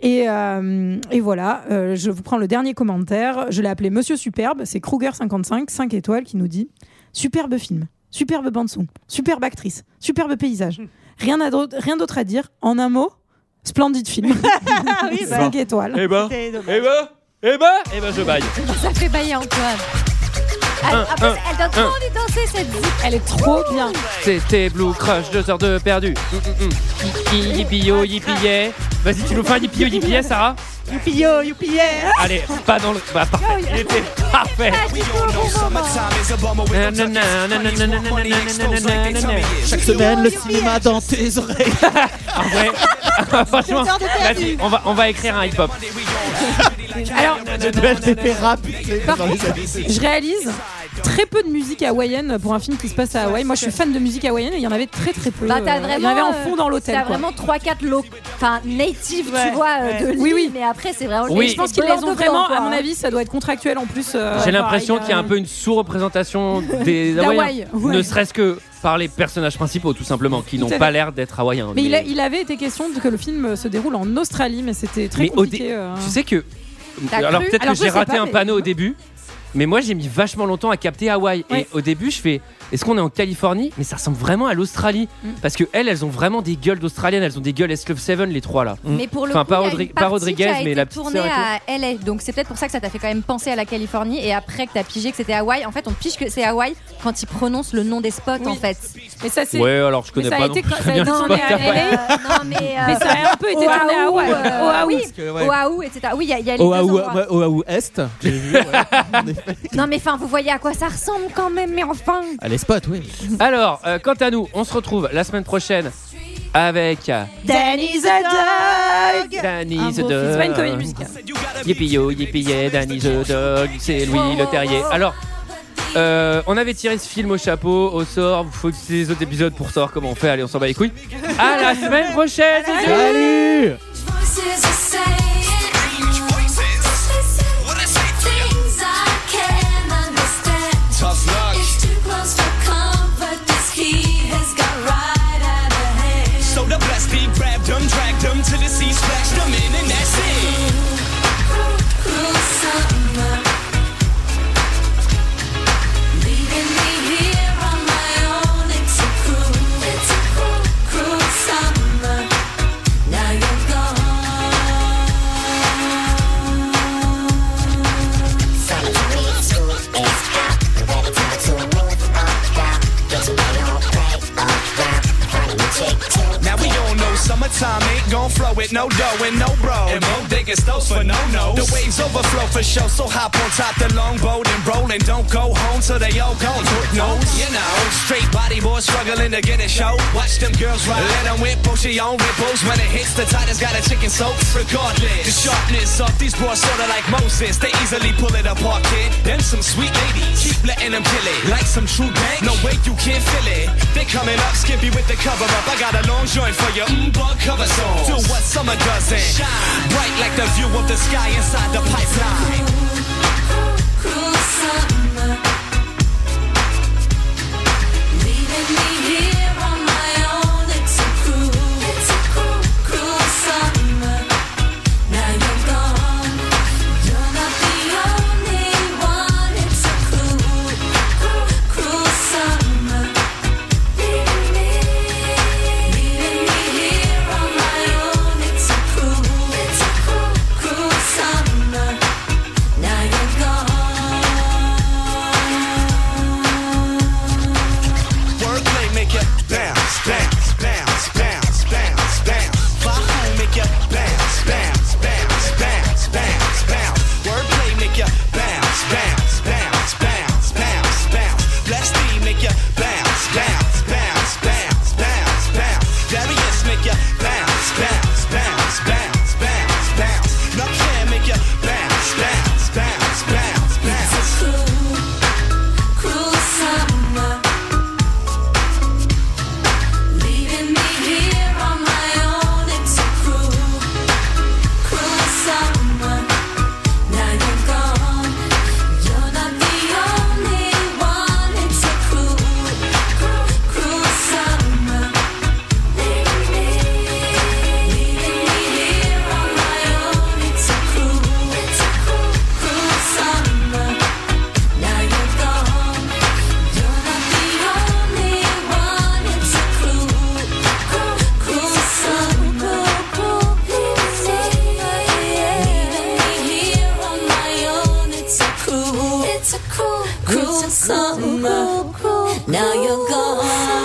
Speaker 10: Et, euh, et voilà, euh, je vous prends le dernier commentaire. Je l'ai appelé Monsieur Superbe, c'est Kruger55, 5 étoiles, qui nous dit Superbe film, superbe bande-son, superbe actrice, superbe paysage. Rien à d'autre rien d'autre à dire. En un mot, splendide film.
Speaker 9: Ah oui,
Speaker 1: [LAUGHS]
Speaker 9: bah,
Speaker 10: 5 étoiles.
Speaker 1: Eh ben,
Speaker 9: c'était dommage.
Speaker 1: eh ben, eh ben, eh ben, je baille.
Speaker 5: Ça fait bailler Antoine. Elle,
Speaker 1: Un,
Speaker 5: après,
Speaker 1: un,
Speaker 5: elle donne trop envie de danser cette zip. Elle est
Speaker 10: Trop bien.
Speaker 1: C'était Blue Crush, 2 heures de perdu. Hum, hum, hum. Yippee-yo, yippee-yay. Vas-y, tu nous fais un yippee-yo, yippee-yay, Sarah
Speaker 9: Youpi-yo, youpi-yeah.
Speaker 1: Allez, pas dans le. Bah, parfait. Il était parfait. Nanana, nanana, nanana, nanana.
Speaker 6: Chaque semaine, le cinéma dans tes [LAUGHS] oreilles.
Speaker 1: En vrai, Ah, franchement,
Speaker 9: Deux heures de perdu.
Speaker 1: vas-y, on va, on va écrire un hip-hop.
Speaker 10: Alors,
Speaker 6: dans les habits.
Speaker 10: je réalise très peu de musique hawaïenne pour un film qui se passe à Hawaï. Moi, je suis fan de musique hawaïenne et il y en avait très très peu.
Speaker 5: Bah, t'as
Speaker 10: Euh,
Speaker 5: vraiment,
Speaker 10: il y en avait en
Speaker 5: euh,
Speaker 10: fond dans l'hôtel.
Speaker 5: T'as
Speaker 10: quoi.
Speaker 5: vraiment 3-4 locaux, enfin native,
Speaker 9: Ouais,
Speaker 5: tu vois, euh,
Speaker 9: ouais.
Speaker 5: de l'île.
Speaker 10: Oui, oui.
Speaker 5: Mais après, c'est vraiment.
Speaker 1: Oui.
Speaker 5: Et
Speaker 10: Je pense qu'ils les
Speaker 5: blanc de
Speaker 10: ont vraiment,
Speaker 5: blanc, quoi,
Speaker 10: à mon
Speaker 5: hein.
Speaker 10: avis, ça doit être contractuel en plus. euh,
Speaker 1: J'ai l'impression
Speaker 10: pareil,
Speaker 1: qu'il y a
Speaker 10: euh,
Speaker 1: un peu une sous-représentation des
Speaker 10: d'Hawaï,
Speaker 1: Hawaïens.
Speaker 10: ouais.
Speaker 1: Ne serait-ce que par les personnages principaux, tout simplement, qui n'ont
Speaker 10: à
Speaker 1: pas
Speaker 10: fait.
Speaker 1: l'air d'être Hawaïens.
Speaker 10: Mais il, a- il avait été question de que le film se déroule en Australie, mais c'était très
Speaker 1: Mais au dé-
Speaker 10: compliqué. euh.
Speaker 1: Tu sais que.
Speaker 5: T'as
Speaker 1: Alors
Speaker 5: cru
Speaker 1: peut-être
Speaker 10: Alors,
Speaker 1: que
Speaker 10: je
Speaker 1: j'ai
Speaker 10: sais
Speaker 1: raté
Speaker 10: pas,
Speaker 1: un
Speaker 10: mais-
Speaker 1: panneau au début, mais moi j'ai mis vachement longtemps à capter Hawaï.
Speaker 10: Ouais.
Speaker 1: Et au début je fais, est-ce qu'on est en Californie Mais ça ressemble vraiment à l'Australie.
Speaker 10: Mm.
Speaker 1: Parce que elles, elles ont vraiment des gueules d'Australiennes, elles ont des gueules Esclave Seven, les trois
Speaker 10: Mm.
Speaker 1: là.
Speaker 5: Mais pour le
Speaker 1: Enfin,
Speaker 5: coup,
Speaker 1: pas
Speaker 5: il y a
Speaker 1: Rodri-
Speaker 5: une
Speaker 1: pas
Speaker 5: partie
Speaker 1: Rodriguez,
Speaker 5: qui a
Speaker 1: mais
Speaker 5: été
Speaker 1: la petite
Speaker 5: tournée
Speaker 1: sœur
Speaker 5: à LA. Donc c'est peut-être pour ça que ça t'a fait quand même penser à la Californie. Et après que t'as pigé que c'était Hawaï. En fait, on pige que c'est Hawaï quand ils prononcent le nom des spots,
Speaker 10: Oui.
Speaker 5: en fait.
Speaker 10: Mais ça, c'est.
Speaker 1: Ouais, alors je
Speaker 10: mais
Speaker 1: connais
Speaker 10: ça
Speaker 1: pas
Speaker 10: a
Speaker 1: non
Speaker 10: été
Speaker 1: plus
Speaker 10: ça
Speaker 1: très
Speaker 10: a
Speaker 1: [LAUGHS] bien
Speaker 10: été
Speaker 1: le
Speaker 5: Non,
Speaker 10: tourné
Speaker 1: spot
Speaker 10: à
Speaker 1: Hawaï.
Speaker 10: LA,
Speaker 5: euh, non, mais. euh,
Speaker 10: mais ça a un peu été
Speaker 5: Oahu,
Speaker 10: tourné à Hawaï.
Speaker 5: euh,
Speaker 10: Oahu.
Speaker 5: oui.
Speaker 6: Parce que, ouais.
Speaker 5: Oahu, euh, bah. etc. Oui, il y, a- il y a les deux
Speaker 6: Oahu,
Speaker 5: endroits.
Speaker 6: Oahu Est. j'ai vu, ouais. En effet.
Speaker 5: Non, mais enfin, vous voyez à quoi ça ressemble quand même, mais enfin.
Speaker 6: Ah, les spots, oui.
Speaker 1: Alors, euh, quant à nous, on se retrouve la semaine prochaine avec euh,
Speaker 9: Danny the Dog.
Speaker 1: Danny
Speaker 10: Un
Speaker 1: the
Speaker 10: beau film. C'est pas une comédie
Speaker 1: Dog.
Speaker 10: musicale.
Speaker 1: Yippee yo, yippee yeah, Danny the Dog, c'est Louis le Terrier. Alors, euh, on avait tiré ce film au chapeau, au sort. Vous faut écouter les autres épisodes pour savoir comment on fait. Allez, on s'en bat les couilles. À la semaine prochaine!
Speaker 6: Salut
Speaker 3: So the blessed be grabbed them, dragged them to the sea, splashed them in, and that's it. Now we all know summertime ain't gon' flow with no dough and no bro. And won't dig a stove for no no. The waves overflow for show, so hop on top the longboat and roll and don't go home till they all gone. Hook nose, you know. Straight body boys struggling to get a show. Watch them girls ride. Let them whip ocean ripples. When it hits the tide, it's got a chicken soak. Regardless, the sharpness of these boys sorta like Moses. They easily pull it apart, kid. Them some sweet ladies. Keep letting them kill it. Like some true bank. No way you can't feel it. They coming up skimpy with the cover up. I got a long joint for your mm, bug cover song. Do what summer doesn't. Shine bright like the view of the sky inside the pipeline.
Speaker 12: It's a cruel, cruel summer. It's a cruel, cruel summer. Now you're gone.